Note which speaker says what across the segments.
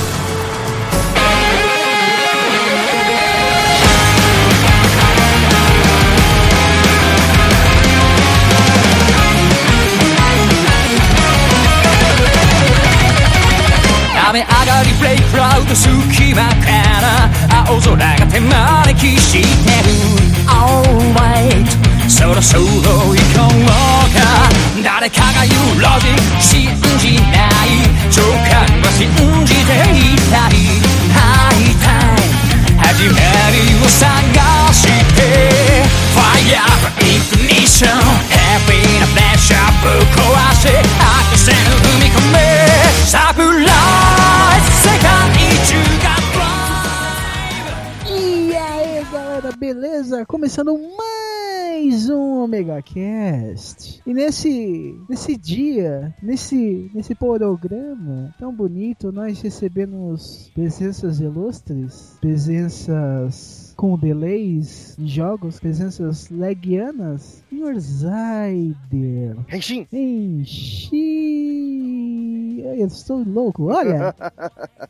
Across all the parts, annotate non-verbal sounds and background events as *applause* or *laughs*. Speaker 1: 雨上がりブレイクラウド隙間から青空が手招きしてる Alright そろそろ行こうか誰かが言うロジック信じない直感は信じていたい会いたい始まりを探して Fire ignition Happy na pressure ぶっ壊してアクセル踏み込めサプライズ世界中が Drive
Speaker 2: E aí, galera, beleza? Começando mais um Omega Cast. E nesse nesse dia, nesse nesse programa tão bonito, nós recebemos presenças ilustres, presenças com delays em jogos, presenças leguianas. Senhor Zaider,
Speaker 3: Henshin!
Speaker 2: Enchi... Eu estou louco, olha!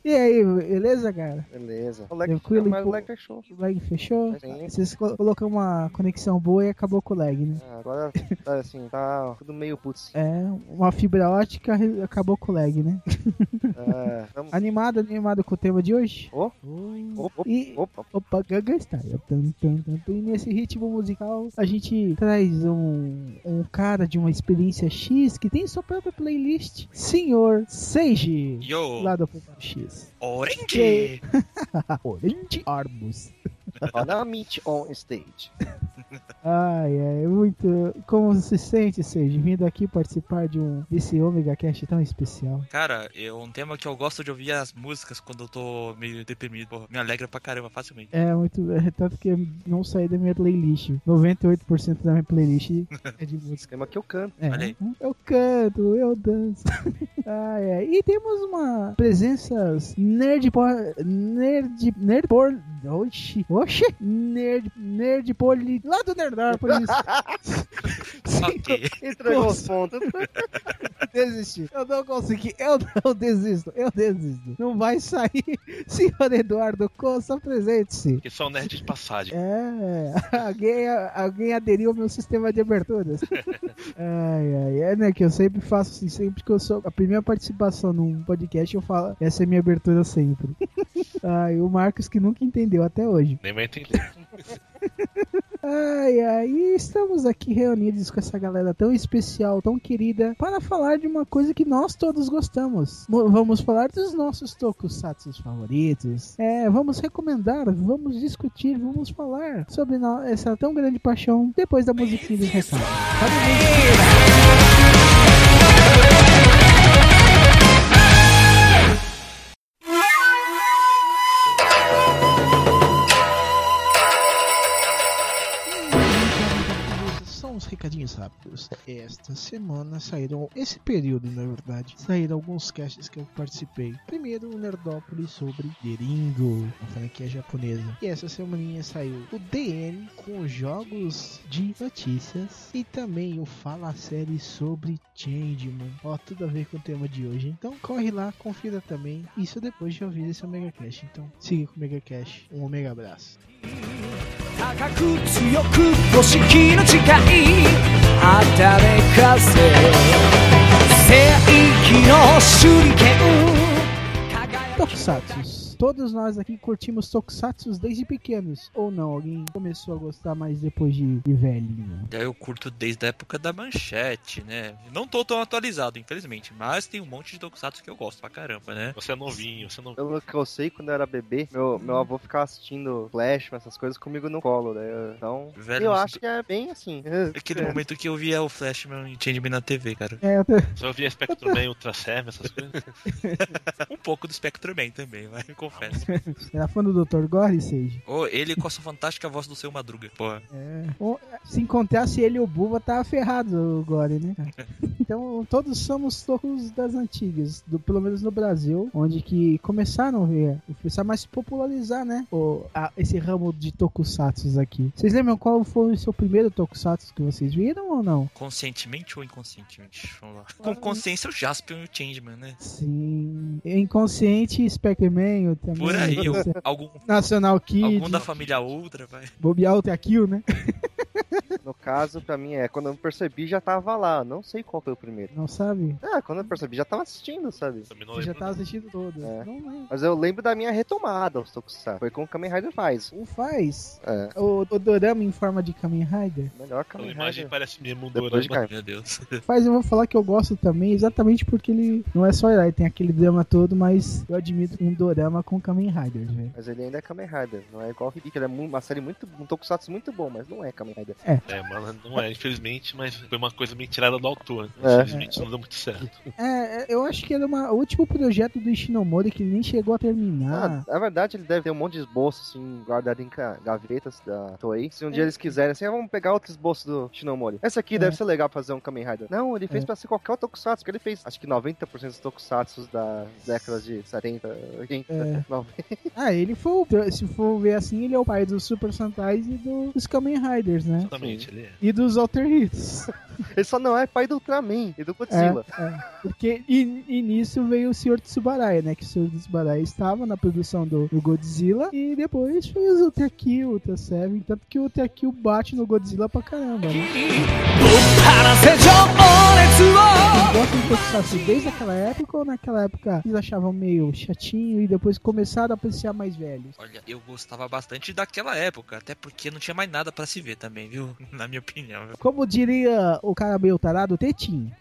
Speaker 2: e aí, beleza, cara?
Speaker 3: Beleza. O
Speaker 2: Tranquilo,
Speaker 3: mas o
Speaker 2: pô.
Speaker 3: lag fechou.
Speaker 2: O lag fechou?
Speaker 3: Sim.
Speaker 2: Vocês colo- colocou uma conexão boa e acabou com o lag, né?
Speaker 3: Ah, Agora tá assim, tá tudo meio putz.
Speaker 2: É, uma fibra ótica re- acabou com o lag, né?
Speaker 3: É, tamo-
Speaker 2: Animado, animado com o tema de hoje?
Speaker 3: Ô.
Speaker 2: Opa,
Speaker 3: Opa,
Speaker 2: e...
Speaker 3: opa,
Speaker 2: Opa, Gaga Style. Tum, tum, tum, tum. E nesse ritmo musical, a gente traz um, um cara de uma experiência X que tem sua própria playlist, Senhor Seiji,
Speaker 4: Yo,
Speaker 2: lá do Plantão X.
Speaker 4: Orange!
Speaker 2: Orange Arbus.
Speaker 3: olha a Meet on Stage.
Speaker 2: Ai, ai, muito. Como se sente, Sage, vindo aqui participar de um desse Omega Cast tão especial?
Speaker 4: Cara, é um tema que eu gosto de ouvir as músicas quando eu tô meio deprimido. Porra, me alegra pra caramba, facilmente.
Speaker 2: É, muito. É, tanto que eu não saí da minha playlist. 98% da minha playlist é de música.
Speaker 3: Tema que eu canto.
Speaker 2: É,
Speaker 4: Olha aí.
Speaker 2: eu canto, eu danço. *laughs* ai, ai. E temos uma presenças nerd. po- Nerd. Nerd. por- Oxi. Oxi. Nerd. Nerd. Poli. Lá do *laughs* Nerdópolis.
Speaker 4: *laughs* Ok.
Speaker 3: Entregou
Speaker 2: Nossa.
Speaker 3: os pontos.
Speaker 2: desistir. Eu não consegui. Eu não desisto. Eu desisto. Não vai sair. *laughs* Senhor Eduardo Costa, presente-se.
Speaker 5: Que são nerds de passagem.
Speaker 2: É, alguém, alguém aderiu ao meu sistema de aberturas.
Speaker 5: *laughs*
Speaker 2: ai, ai, é, né? Que eu sempre faço assim, sempre que eu sou. A primeira participação num podcast, eu falo, essa é minha abertura sempre. *laughs* ai, o Marcos que nunca entendeu até hoje.
Speaker 5: Nem vai entender.
Speaker 2: Ai, ai, e estamos aqui reunidos com essa galera tão especial, tão querida, para falar de uma coisa que nós todos gostamos. Mo- Vamos falar dos nossos tokusatsu favoritos. É, vamos recomendar, vamos discutir, vamos falar sobre no- essa tão grande paixão depois da musiquinha do recado. São uns recadinhos rápidos. Esta semana saíram, esse período na verdade, saíram alguns casts que eu participei. Primeiro, o Nerdópolis sobre Deringo, uma franquia japonesa. E essa semaninha saiu o DN com jogos de notícias e também o Fala Série sobre Changeman. Ó, tudo a ver com o tema de hoje. hein? Então corre lá, confira também. Isso depois de ouvir esse Omega Cash. Então siga com o Omega Cash. Um Omega abraço.
Speaker 1: 高く強く五色の誓い働かせ正義の手裏剣輝く
Speaker 2: Tokusatsu. Todos nós aqui curtimos Tokusatsu desde pequenos, ou não? Alguém começou a gostar mais depois de, de velhinho.
Speaker 4: Daí eu curto desde a época da manchete, né? Não tô tão atualizado, infelizmente. Mas tem um monte de tokusatsu que eu gosto pra caramba, né?
Speaker 5: Você é novinho, você é novinho.
Speaker 3: Pelo que eu sei, quando eu era bebê, meu, meu avô ficava assistindo Flash, essas coisas, comigo no colo, né? Eu- Então,
Speaker 4: Velho,
Speaker 3: eu
Speaker 4: mas-
Speaker 3: acho que é bem assim.
Speaker 4: Aquele momento que eu via o Flashman e Changeman na TV, cara.
Speaker 2: É, eu
Speaker 5: Só via Spectrum Man, Ultra Seven, essas coisas.
Speaker 4: Um pouco do Spectrum Man também, vai. *laughs* confesso.
Speaker 2: *laughs* Era fã do Dr. Gore, Seiji?
Speaker 4: Ô, ele com a sua fantástica voz do seu Madruga. Pô,
Speaker 2: É. Ou, se encontrasse ele e o Buba, tava ferrado o Gore, né? cara? Então, todos somos tocos das antigas, do, pelo menos no Brasil, onde que começaram é, a ver, começaram mais popularizar, né? O, a- esse ramo de tokusatsu aqui. Vocês lembram qual foi o seu primeiro tokusatsu que vocês viram ou não?
Speaker 4: conscientemente ou inconscientemente? Vamos lá. Com consciência, o Jaspion e o Changeman, né?
Speaker 2: Sim. Inconsciente, Specman, também.
Speaker 4: Por aí,
Speaker 2: *laughs*
Speaker 4: eu- algum,
Speaker 2: National Kid,
Speaker 4: algum da família Outra, vai.
Speaker 2: Bobear outra Kill, né?
Speaker 3: *laughs* No caso, pra mim, é quando eu percebi, já tava lá. Não sei qual foi o primeiro.
Speaker 2: Não sabe?
Speaker 3: Ah, quando eu percebi, já tava assistindo, sabe?
Speaker 5: Também não
Speaker 2: Você *laughs* já
Speaker 5: lembro.
Speaker 2: tá assistindo todas.
Speaker 3: É.
Speaker 2: Não lembro.
Speaker 3: Mas eu lembro da minha retomada aos Tokusatsu. Foi com o Kamen Rider Faz.
Speaker 2: O faz.
Speaker 3: É.
Speaker 2: O, o Dorama em forma de Kamen Rider.
Speaker 3: Melhor
Speaker 5: A
Speaker 3: Kamen
Speaker 5: imagem
Speaker 3: Rider.
Speaker 5: parece mesmo um
Speaker 3: Depois de
Speaker 5: dorama.
Speaker 3: Kamen
Speaker 4: *laughs* Meu Deus.
Speaker 2: Faz, eu vou falar que eu gosto também, exatamente porque ele não é só herói, tem aquele drama todo, mas eu admito um dorama com Kamen Rider, velho.
Speaker 3: Mas ele ainda é Kamen Rider. Não é igual o Hibiki. Ele é mu- uma série muito. Um Tokusatsu muito bom, mas não é Kamen Rider.
Speaker 5: É, mas não é, infelizmente, mas foi uma coisa meio tirada do autor. né?
Speaker 3: É.
Speaker 5: Infelizmente não deu muito certo.
Speaker 2: É, é, eu acho que era uma- o último projeto do Ishinomori que ele nem chegou a terminar.
Speaker 3: Ah, na verdade, ele deve ter um monte de esboço, assim, guardado em ca- gavetas da Toei. Se um dia eles quiserem, assim, ah, vamos pegar outro esboço do Shinomori. Esse aqui
Speaker 2: É.
Speaker 3: deve ser legal pra fazer um Kamen Rider. Não, ele fez
Speaker 2: É.
Speaker 3: pra ser qualquer Tokusatsu, que ele fez. Acho que 90% dos Tokusatsus das décadas de 70, 80,
Speaker 2: É.
Speaker 3: 90.
Speaker 2: Ah, ele foi, o- se for ver assim, ele é o pai dos Super Sentais e do- dos Kamen Riders, né?
Speaker 5: Exatamente, ele é.
Speaker 2: E dos alternitos.
Speaker 3: Ele só não é pai do Ultraman e do Godzilla.
Speaker 2: É, Porque e, e nisso veio o Senhor Tsubaraya, né? Que o Senhor Tsubaraya estava na produção do, do Godzilla e depois fez o Ultra Kill, o Ultra Seven, tanto que o Ultra Kill bate no Godzilla pra caramba, né?
Speaker 6: せ情熱を
Speaker 2: Gosta de Tokusatsu desde aquela época ou naquela época eles achavam meio chatinho e depois começaram a apreciar mais velhos?
Speaker 4: Olha, eu gostava bastante daquela época, até porque não tinha mais nada pra se ver também, viu? *laughs* Na minha opinião. viu?
Speaker 2: Como diria o cara meio tarado, tetinho.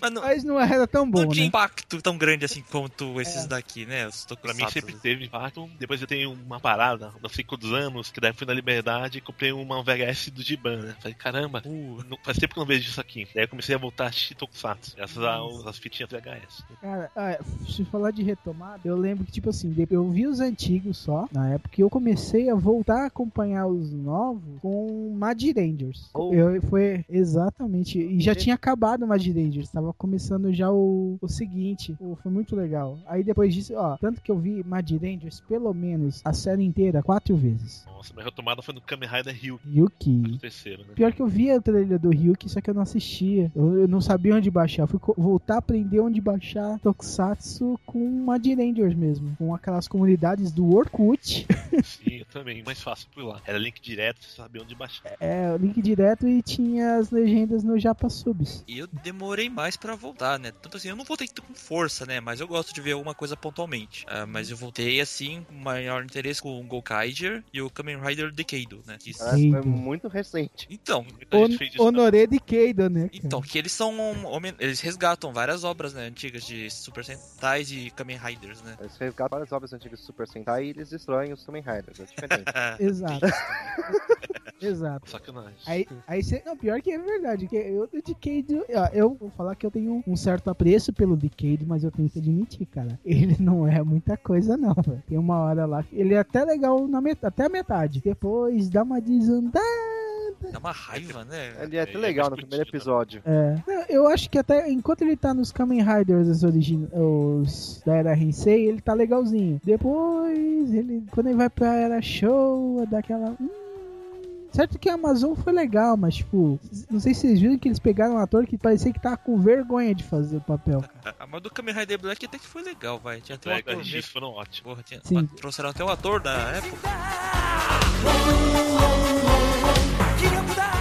Speaker 4: Mas não,
Speaker 2: Mas não era tão É bom,
Speaker 4: não tinha
Speaker 2: né? É.
Speaker 4: impacto tão grande assim quanto esses daqui, né? Os
Speaker 5: Pra mim
Speaker 4: tokusatsu.
Speaker 5: sempre teve impacto. Depois eu tenho uma parada, não sei quantos anos, que daí fui na Liberdade e comprei uma VHS do Diban, né? Falei, caramba,
Speaker 4: Uh,
Speaker 5: não- faz tempo que eu não vejo isso aqui. Daí eu comecei a voltar a assistir Tokusatsu, graças aos- às fitinhas VHS.
Speaker 2: Cara, ah, se falar de retomada, eu lembro que, tipo assim, de- eu vi os antigos só, na época, e eu comecei a voltar a acompanhar os novos com Mad Rangers.
Speaker 3: Oh.
Speaker 2: Eu, foi exatamente. E já
Speaker 3: Entendi.
Speaker 2: tinha acabado o Mad Rangers, tava começando já o, o seguinte. Pô, foi muito legal. Aí depois disso, ó, tanto que eu vi Mad Rangers, pelo menos, a série inteira, quatro vezes.
Speaker 5: Nossa, minha retomada foi no Kamen Rider Rio,
Speaker 2: Yuki.
Speaker 5: o terceiro, né?
Speaker 2: Pior que eu via a trilha do Ryuk, só que eu não assistia. Eu, eu não sabia onde baixar. Eu fui co- voltar a aprender onde baixar Tokusatsu com Mad Rangers mesmo. Com aquelas comunidades do Orkut.
Speaker 5: Sim, eu também. é Mais fácil por lá. Era link direto, você sabia onde baixar.
Speaker 2: É, o link direto e tinha as legendas no Japa Subs.
Speaker 4: e eu demorei mais pra voltar, né? Tanto assim, eu não voltei com força, né? Mas eu gosto de ver alguma coisa pontualmente. Ah, mas eu voltei assim, com maior interesse com o Gokaiger e o Kamen Rider Decado, né? Que-
Speaker 3: Parece que foi
Speaker 2: Eita.
Speaker 3: muito recente.
Speaker 4: Então,
Speaker 2: É,
Speaker 5: Muita gente fez
Speaker 2: On
Speaker 5: isso.
Speaker 2: Honoré de Keida, né? cara?
Speaker 4: Então, que eles são. homen- Eles resgatam várias obras né, antigas de Super Sentais e Kamen Riders, né?
Speaker 3: Eles resgatam várias obras antigas do Super Sentai e eles destroem os Kamen Riders. É *laughs* diferente.
Speaker 5: *laughs*
Speaker 2: Exato. *laughs* Exato.
Speaker 5: Sacanagem.
Speaker 2: Aí, aí você. Não, pior que é verdade. Que eu, o Decade. ó, Eu vou falar que eu tenho um certo apreço pelo Decade, mas eu tenho que admitir, cara. *laughs* Ele não é muita coisa, não, velho. Tem uma hora lá. que Ele é até legal na met até a metade. Depois dá uma desandada.
Speaker 4: Dá uma raiva,
Speaker 3: *laughs*
Speaker 4: né?
Speaker 3: Ele é até
Speaker 5: É,
Speaker 3: legal
Speaker 5: é discutível.
Speaker 3: no primeiro episódio.
Speaker 2: É. Não, Eu acho que até enquanto ele tá nos Kamen Riders os origi- os da era Hensei, ele tá legalzinho. Depois, ele quando ele vai pra era show, dá aquela. "Hum". Certo que a Amazon foi legal, mas tipo, não sei se vocês viram que eles pegaram um ator que parecia que tava com vergonha de fazer o papel.
Speaker 4: A mas do Kamen Rider Black até que foi legal, vai. Tinha até um
Speaker 5: As
Speaker 4: ator
Speaker 5: VHS
Speaker 4: mesmo.
Speaker 5: foram ótimas.
Speaker 4: Porra, tinha,
Speaker 2: Sim.
Speaker 4: trouxeram até o ator da época.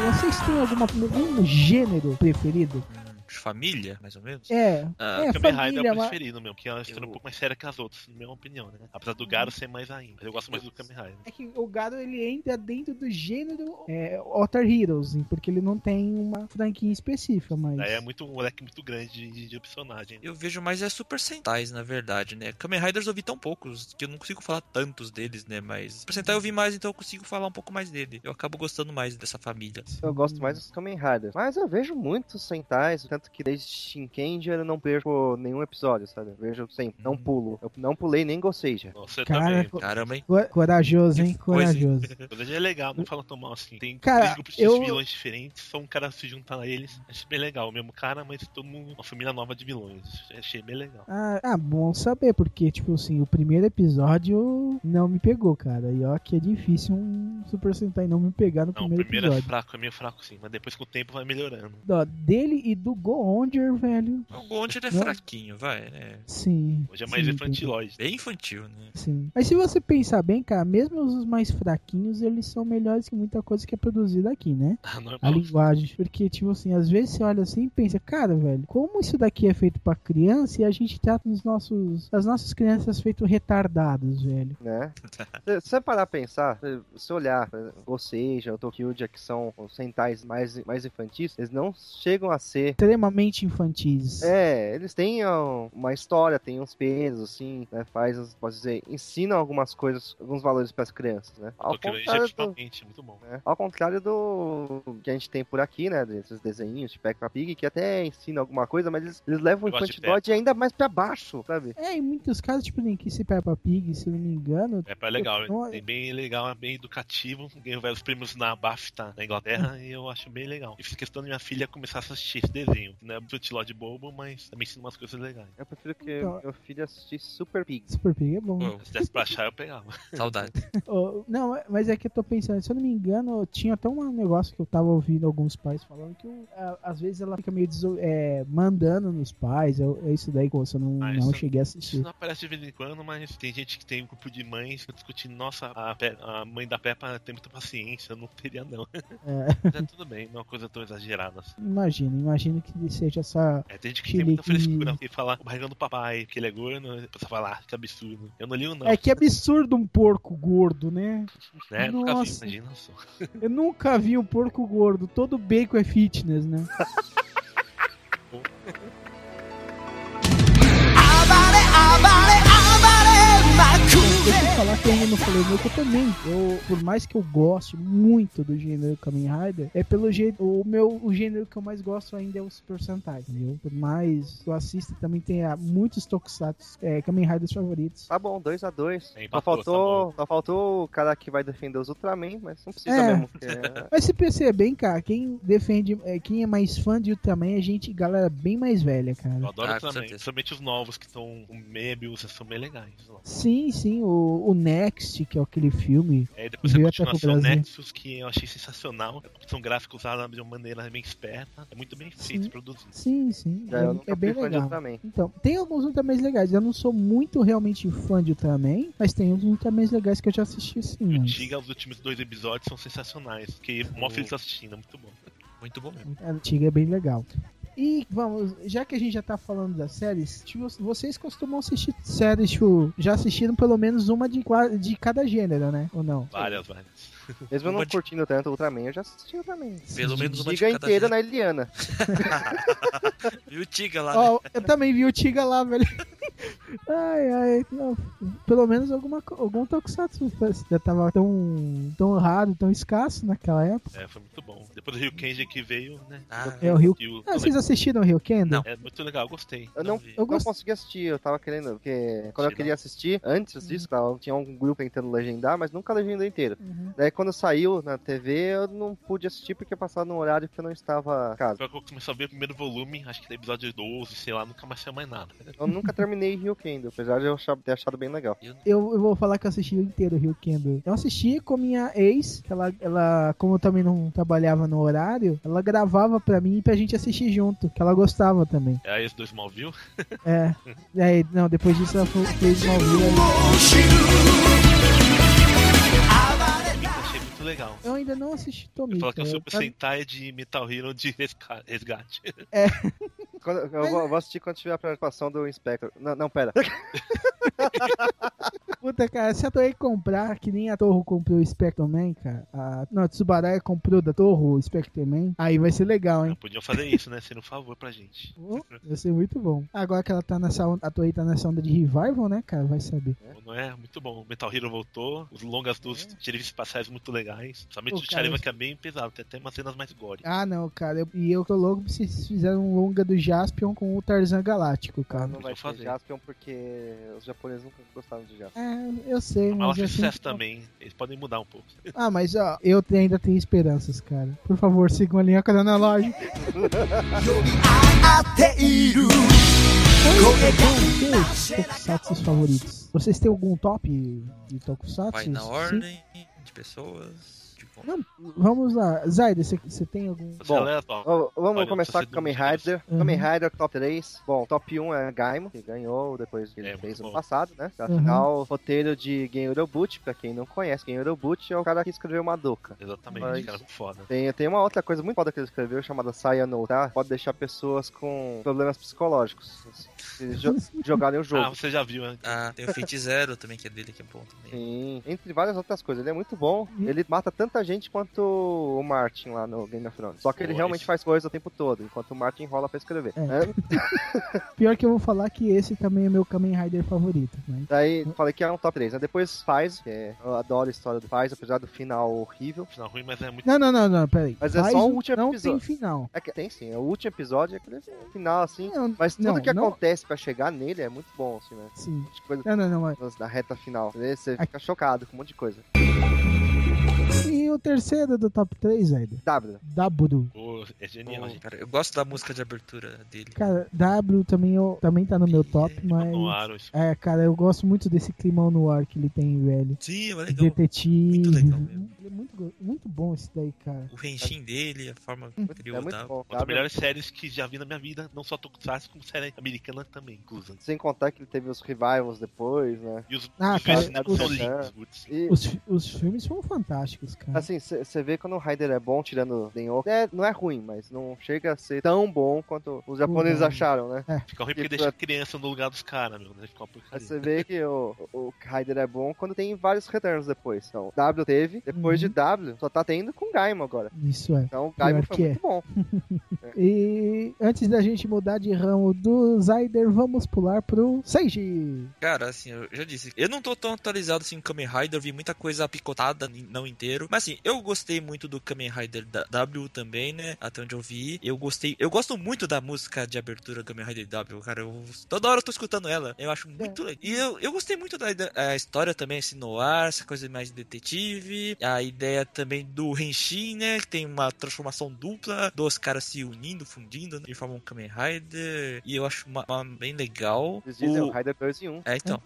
Speaker 2: Vocês têm alguma, algum gênero preferido?
Speaker 4: De família, mais ou menos.
Speaker 2: É,
Speaker 4: Ah,
Speaker 2: é
Speaker 5: Kamen Rider é
Speaker 2: família,
Speaker 5: o
Speaker 2: mas...
Speaker 5: preferido meu, porque é uma história um pouco mais séria que as outras, na minha opinião, né? Apesar
Speaker 2: Uhum.
Speaker 5: do Garo ser mais ainda. Mas eu gosto mais do Kamen Rider.
Speaker 2: É que o Garo ele entra dentro do gênero é, Otter Heroes, porque ele não tem uma franquia específica, mas.
Speaker 5: Daí é muito, um leque muito grande de, de personagem. né?
Speaker 4: Eu vejo mais é Super Sentais, na verdade, né? Kamen Riders eu vi tão poucos que eu não consigo falar tantos deles, né? Mas Super Sentai eu vi mais, então eu consigo falar um pouco mais dele. Eu acabo gostando mais dessa família.
Speaker 5: Hum.
Speaker 3: Eu gosto mais dos Kamen Riders. Mas eu vejo muitos Sentais, tanto garanto que desde Shinkenji eu não perco nenhum episódio, sabe? Eu vejo sempre,
Speaker 5: Hum.
Speaker 3: não pulo. Eu não pulei nem Goseija.
Speaker 5: Nossa, eu
Speaker 2: Cara,
Speaker 5: também.
Speaker 2: co-
Speaker 4: Caramba, hein?
Speaker 2: co-
Speaker 5: *laughs*
Speaker 2: corajoso, hein?
Speaker 4: Que coisa, hein?
Speaker 2: Corajoso.
Speaker 5: Mas é legal, não fala tão mal assim. Tem
Speaker 2: Cara,
Speaker 5: três grupos de
Speaker 2: eu-
Speaker 5: vilões diferentes, só um cara se juntar a eles. Achei bem legal. O mesmo cara, mas todo mundo. Uma família nova de vilões. Achei bem legal.
Speaker 2: Ah, ah, bom saber, porque, tipo assim, o primeiro episódio não me pegou, cara. E ó, que é difícil um Super Sentai não me pegar
Speaker 5: Não,
Speaker 2: no
Speaker 5: o
Speaker 2: primeiro
Speaker 5: primeiro é
Speaker 2: episódio.
Speaker 5: fraco, é meio fraco sim, mas depois com o tempo vai melhorando.
Speaker 2: Ó, dele e do Goonder, velho.
Speaker 4: O Gonger é
Speaker 2: Não.
Speaker 4: fraquinho, vai. É
Speaker 2: Sim.
Speaker 5: Hoje é mais
Speaker 2: sim,
Speaker 5: infantilóide.
Speaker 4: bem infantil, né?
Speaker 2: Sim. Mas se você pensar bem, cara, mesmo os mais fraquinhos, eles são melhores que muita coisa que é produzida aqui, né?
Speaker 5: Ah,
Speaker 2: A
Speaker 5: normal.
Speaker 2: linguagem. Porque, tipo assim, às vezes você olha assim e pensa, cara, velho, como isso daqui é feito pra criança e a gente trata os nossos, as nossas crianças feito retardados, velho.
Speaker 5: *laughs*
Speaker 3: Né? Se se você parar a pensar, se você olhar, por exemplo, Goseija, Tokyuja, que são os Sentais mais, mais infantis, eles não chegam a ser
Speaker 2: Extremamente infantis.
Speaker 3: É, eles têm ó, uma história, têm uns pesos, assim, né? Faz, as- posso dizer, ensinam algumas coisas, alguns valores pras crianças, né? Ao
Speaker 5: Tokyo Ranger, é tipo
Speaker 3: contrário, do,
Speaker 5: principalmente, muito bom.
Speaker 3: né, ao contrário do que a gente tem por aqui, né? Desses desenhinhos de Peppa Pig, que até ensina alguma coisa, mas eles, eles levam o
Speaker 5: Eu gosto de
Speaker 3: infantilidade ainda mais pra baixo, sabe?
Speaker 2: É, em muitos casos, tipo, nem que se Peppa Pig, se eu não me engano.
Speaker 5: É, pá, é legal,
Speaker 2: Eu-
Speaker 5: é bem legal, é bem educativo. Ganhei vários prêmios na BAFTA tá? na Inglaterra e eu acho bem legal. E fiz questão da minha filha começar a assistir esse desenho. Não é frutiló de bobo, mas também ensina umas coisas legais.
Speaker 3: Eu prefiro que
Speaker 2: Então-
Speaker 3: meu filho assistisse Super Pig.
Speaker 2: Super Pig é bom.
Speaker 4: Pô,
Speaker 5: Se desse pra achar, eu pegava.
Speaker 4: saudade.
Speaker 2: Oh, não, é- mas é que eu tô pensando, se eu não me engano, tinha até um negócio que eu tava ouvindo alguns pais falando que o- a- às vezes ela fica meio deso- é, mandando nos pais. É, é isso daí que eu não,
Speaker 5: Ah,
Speaker 2: não
Speaker 5: isso-
Speaker 2: cheguei a
Speaker 5: Isso
Speaker 2: assistir.
Speaker 5: não aparece de vez em quando, mas tem gente que tem um grupo de mães discutindo, nossa, a, Pe- a mãe da Peppa tem muita paciência, eu não teria não.
Speaker 2: É,
Speaker 5: *laughs* Mas é tudo bem, não é uma coisa tão exagerada. assim.
Speaker 2: imagino, imagino que seja essa.
Speaker 5: É, tem gente que
Speaker 2: Que
Speaker 5: tem muita
Speaker 2: legal.
Speaker 5: frescura e fala o barrigão do papai, que ele é gordo, você fala, ah, que absurdo. Eu não li o não,
Speaker 2: É que absurdo um porco gordo, né?
Speaker 5: né? Eu Nunca vi,
Speaker 2: nossa.
Speaker 5: imagina só.
Speaker 2: Eu nunca vi um porco gordo. Todo bacon é fitness, né?
Speaker 1: 暴れ暴れ暴れまくれ
Speaker 2: Eu tenho que falar que eu ainda não falei meu, que eu também. Eu, por mais que eu goste muito do gênero Kamen Rider, é pelo jeito. O meu o gênero que eu mais gosto ainda é o Super Sentai, entendeu? Por mais que eu assista, também tem ah, muitos Tokusatsu é, Kamen Riders favoritos.
Speaker 3: Tá bom, 2 a 2
Speaker 5: É,
Speaker 3: Só
Speaker 5: empatou,
Speaker 3: faltou, só faltou o cara que vai defender os Ultraman, mas não precisa
Speaker 2: É.
Speaker 3: mesmo.
Speaker 2: *laughs*
Speaker 3: porque é-
Speaker 2: Mas se percebem, cara, quem defende, é, quem é mais fã de Ultraman é gente, galera bem mais velha,
Speaker 5: Eu
Speaker 2: cara.
Speaker 5: adoro
Speaker 4: Ah, com
Speaker 5: também,
Speaker 4: certeza.
Speaker 5: principalmente os novos que estão com Mebius, são bem legais. ó.
Speaker 2: Sim, sim, o, o Next, que é aquele filme.
Speaker 5: É, depois a
Speaker 2: Veio até pro
Speaker 5: continuação
Speaker 2: Brasil.
Speaker 5: Nexus, que eu achei sensacional. A computação gráfica usada de uma maneira bem esperta. É muito bem feito,
Speaker 2: Sim.
Speaker 5: produzido.
Speaker 2: Sim, sim.
Speaker 3: Já eu
Speaker 2: É,
Speaker 3: nunca
Speaker 2: é bem
Speaker 3: fui fã de
Speaker 2: legal.
Speaker 3: Ultraman.
Speaker 2: Então, tem alguns Ultramans legais. Eu não sou muito realmente fã de Ultraman, mas tem uns Ultramans legais que eu já assisti sim.
Speaker 5: E o
Speaker 2: mano.
Speaker 5: Diga, os últimos dois episódios são sensacionais. Fiquei mó feliz assistindo, é muito bom.
Speaker 4: Muito bom mesmo.
Speaker 2: A antiga é bem legal. E vamos, já que a gente já tá falando das séries, tipo, vocês costumam assistir séries, tipo, já assistiram pelo menos uma de, qua- de cada gênero, né? Ou não?
Speaker 5: Várias, várias.
Speaker 3: Mesmo eu
Speaker 4: Uma
Speaker 3: não
Speaker 4: de-
Speaker 3: curtindo tanto Ultraman, eu já assisti Ultraman.
Speaker 4: Pelo menos uma de
Speaker 3: Diga
Speaker 4: cada
Speaker 3: inteira
Speaker 4: gênero.
Speaker 3: na Eliana.
Speaker 4: E o Tiga lá, né?
Speaker 2: Ó, eu também vi o Tiga lá, velho. *laughs* Ai, ai. não, pelo menos alguma, co- algum Tokusatsu já tava tão, tão raro, tão escasso naquela época.
Speaker 5: É, foi muito bom. Depois do Rio Kenji que veio, né?
Speaker 4: Ah,
Speaker 2: É o Rio.
Speaker 5: E o-
Speaker 2: Ah, vocês assistiram o Rio Kendo?
Speaker 4: Não.
Speaker 5: É muito legal, eu gostei.
Speaker 3: Eu não,
Speaker 4: Não vi.
Speaker 2: Eu
Speaker 3: eu não
Speaker 2: gost-
Speaker 3: consegui assistir, eu tava querendo, porque quando eu
Speaker 5: Tirou.
Speaker 3: queria assistir, antes disso, tava, tinha um grupo tentando legendar, mas nunca legendou inteiro.
Speaker 2: Uhum.
Speaker 3: Daí quando saiu na TV, eu não pude assistir porque passava num horário que eu não estava em casa.
Speaker 5: Foi quando eu comecei a ver o primeiro volume, acho que era episódio 12, sei lá, nunca mais saiu mais nada.
Speaker 3: Eu nunca terminei Rio Kendo, apesar de eu achar- ter achado bem legal.
Speaker 2: Eu, eu vou falar que eu assisti o inteiro, Rio Kendo. Eu assisti com minha ex, que ela, ela, como eu também não trabalhava no horário, ela gravava pra mim e pra gente assistir junto, que ela gostava também.
Speaker 5: É aí esse dois Malview?
Speaker 2: É. E aí, não, depois disso ela fo- fez uma vida.
Speaker 5: Eu achei muito legal.
Speaker 2: Eu ainda não assisti né? Tomi.
Speaker 5: Eu falo que é o
Speaker 2: cara.
Speaker 5: Super Sentai de Metal Hero de resca- resgate.
Speaker 3: Quando- eu vou, vou assistir quando tiver a participação do Inspector. Não, não pera.
Speaker 2: Puta, cara, se a Toei comprar, que nem a Torro comprou o Spectrum Man, cara. A... Não, a Tsubaraya comprou da Torro o Spectrum Man. Aí vai ser legal, hein?
Speaker 5: Podiam fazer isso, né? Sendo um favor pra gente.
Speaker 2: Oh, vai ser muito bom. Agora que ela tá nessa onda, a Toei tá nessa onda de revival, né, cara? Vai saber.
Speaker 5: Não é? Muito bom. O Metal Hero voltou. Os longas dos
Speaker 3: É?
Speaker 5: xerifes espaciais muito legais. Somente
Speaker 2: Pô,
Speaker 5: o
Speaker 2: cara,
Speaker 5: Charima,
Speaker 2: isso-
Speaker 5: que é bem pesado. Tem até umas cenas mais gore.
Speaker 2: Ah, não, cara. eu- e eu tô louco se vocês fizeram um longa do Jaspion com o Tarzan Galáctico, cara.
Speaker 3: não vai
Speaker 5: vou fazer.
Speaker 3: ter Jaspion porque os japoneses nunca gostaram de Jaspion.
Speaker 2: É, eu sei,
Speaker 5: Mas ela
Speaker 2: mas
Speaker 5: fez
Speaker 2: assim...
Speaker 5: sucesso também. Eles podem mudar um pouco.
Speaker 2: Ah, mas ó, eu te- ainda tenho esperanças, cara. Por favor, sigam a linha cronológica.
Speaker 7: 合っている
Speaker 2: Seus tokusatsus favoritos. Vocês têm algum top de tokusatsu?
Speaker 4: Vai na
Speaker 2: Sim?
Speaker 4: ordem de pessoas. de con-
Speaker 2: Não, Vamos lá. Zaida, você- você tem algum...
Speaker 5: Você
Speaker 3: Bom,
Speaker 5: leva, ó,
Speaker 3: Ó, vamos
Speaker 5: Olha,
Speaker 3: começar
Speaker 5: você
Speaker 3: com Kamen
Speaker 5: não sabe.
Speaker 3: Rider.
Speaker 2: Uhum.
Speaker 3: Kamen Rider top 3. Bom, top 1 é Gaimon, que ganhou depois que ele
Speaker 5: É, muito
Speaker 3: fez ano
Speaker 5: bom.
Speaker 3: passado, né?
Speaker 2: Uhum.
Speaker 3: Afinal, roteiro de Genro Buchi, pra quem não conhece, Genro Buchi é o cara que escreveu Madoka.
Speaker 5: Exatamente,
Speaker 3: Mas-
Speaker 5: Os cara, foda.
Speaker 3: Tem, tem uma outra coisa muito foda que ele escreveu chamada Sayano, tá? Pode deixar pessoas com problemas psicológicos se jo- jogarem o jogo.
Speaker 5: Ah, você já viu, né?
Speaker 4: Ah, tem o Fate Zero também, que é dele, que é bom também.
Speaker 3: Sim, entre várias outras coisas. Ele é muito bom.
Speaker 2: Hum.
Speaker 3: Ele mata tanta gente quanto o Martin lá no Game of Thrones. Só que ele
Speaker 5: Pô,
Speaker 3: realmente
Speaker 5: isso.
Speaker 3: faz coisa o tempo todo, enquanto o Martin rola pra escrever.
Speaker 2: É.
Speaker 3: né?
Speaker 2: assim, Pior que eu vou falar que esse também é meu Kamen Rider favorito. Né?
Speaker 3: Daí falei que era um top 3, né? Depois faz, que é, eu adoro a história do faz, apesar do final horrível.
Speaker 5: Final ruim, mas é muito.
Speaker 2: Não, não, não, não, peraí.
Speaker 3: Mas é
Speaker 2: Faz
Speaker 3: só o
Speaker 2: um-
Speaker 3: último
Speaker 2: Não
Speaker 3: episódio.
Speaker 2: tem final.
Speaker 3: É que tem sim, é o último episódio, é aquele final assim.
Speaker 2: Não,
Speaker 3: Mas tudo
Speaker 2: não,
Speaker 3: que
Speaker 2: não,
Speaker 3: acontece pra chegar nele é muito bom, assim, né?
Speaker 2: Sim.
Speaker 3: Um monte de coisa
Speaker 2: Não, não, não. mas-
Speaker 3: na reta final. né? Você fica chocado com um monte de coisa.
Speaker 2: E o terceiro do top 3, Zaida?
Speaker 3: W.
Speaker 2: W.
Speaker 5: Pô, é genial,
Speaker 4: Pô,
Speaker 5: gente.
Speaker 4: cara, eu gosto da música de abertura dele.
Speaker 2: Cara, W também, eu, também tá no meu top, mas.
Speaker 5: No ar, isso.
Speaker 2: É, cara, eu gosto muito desse climão no ar que ele tem, velho.
Speaker 4: Sim, mas legal.
Speaker 2: Detetive.
Speaker 4: Muito legal mesmo.
Speaker 2: Ele é muito, go- muito bom esse daí, cara.
Speaker 4: O Renshin dele, a
Speaker 2: Hum.
Speaker 4: forma
Speaker 3: É
Speaker 4: anterior
Speaker 3: muito
Speaker 4: da.
Speaker 3: bom.
Speaker 5: Uma das
Speaker 3: W.
Speaker 5: melhores séries que já vi na minha vida, não só Tokusatsu, como série americana também, inclusive.
Speaker 3: Sem contar que ele teve os revivals depois, né?
Speaker 5: E os,
Speaker 2: Ah,
Speaker 5: os
Speaker 2: cara, é.
Speaker 5: vencinados
Speaker 3: os-
Speaker 5: são lindos, putz.
Speaker 3: E,
Speaker 2: Os, fi- os filmes foram fantásticos, cara.
Speaker 3: assim, você vê quando o Raider é bom, tirando o Denho, é, não é ruim, mas não chega a ser tão bom quanto os japoneses
Speaker 2: Uhum.
Speaker 3: acharam, né?
Speaker 5: Fica ruim porque
Speaker 3: e-
Speaker 2: é
Speaker 5: deixa a criança no lugar dos caras, meu. Né? Fica uma
Speaker 3: Mas
Speaker 5: porcaria.
Speaker 3: você vê que o, o Raider é bom quando tem vários retornos depois. Então, W teve, depois
Speaker 2: Uhum.
Speaker 3: de W, só tá tendo com Gaimon agora.
Speaker 2: Isso é.
Speaker 3: Então, o Gaimon
Speaker 2: Pior
Speaker 3: foi
Speaker 2: que
Speaker 3: muito bom.
Speaker 2: E antes da gente mudar de ramo do Zyder, vamos pular pro Seiji.
Speaker 4: Cara, assim, eu já disse, eu não tô tão atualizado assim em Kamen Rider, eu vi muita coisa picotada, n- não inteiro. Mas assim, eu gostei muito do Kamen Rider da- W também, né? Até onde eu vi. Eu gostei, eu gosto muito da música de abertura do Kamen Rider W, cara. Eu, toda hora eu tô escutando ela. Eu acho muito legal. E eu, eu gostei muito da, ide- a história também, esse noir, essa coisa mais detetive. A ideia também do Henshin, né? Que tem uma transformação dupla, dois caras se unindo, fundindo, né? E formam um Kamen Rider. E eu acho uma, uma bem legal.
Speaker 3: Eles dizem
Speaker 4: O-
Speaker 3: o Raider 2 em 1.
Speaker 4: é, então.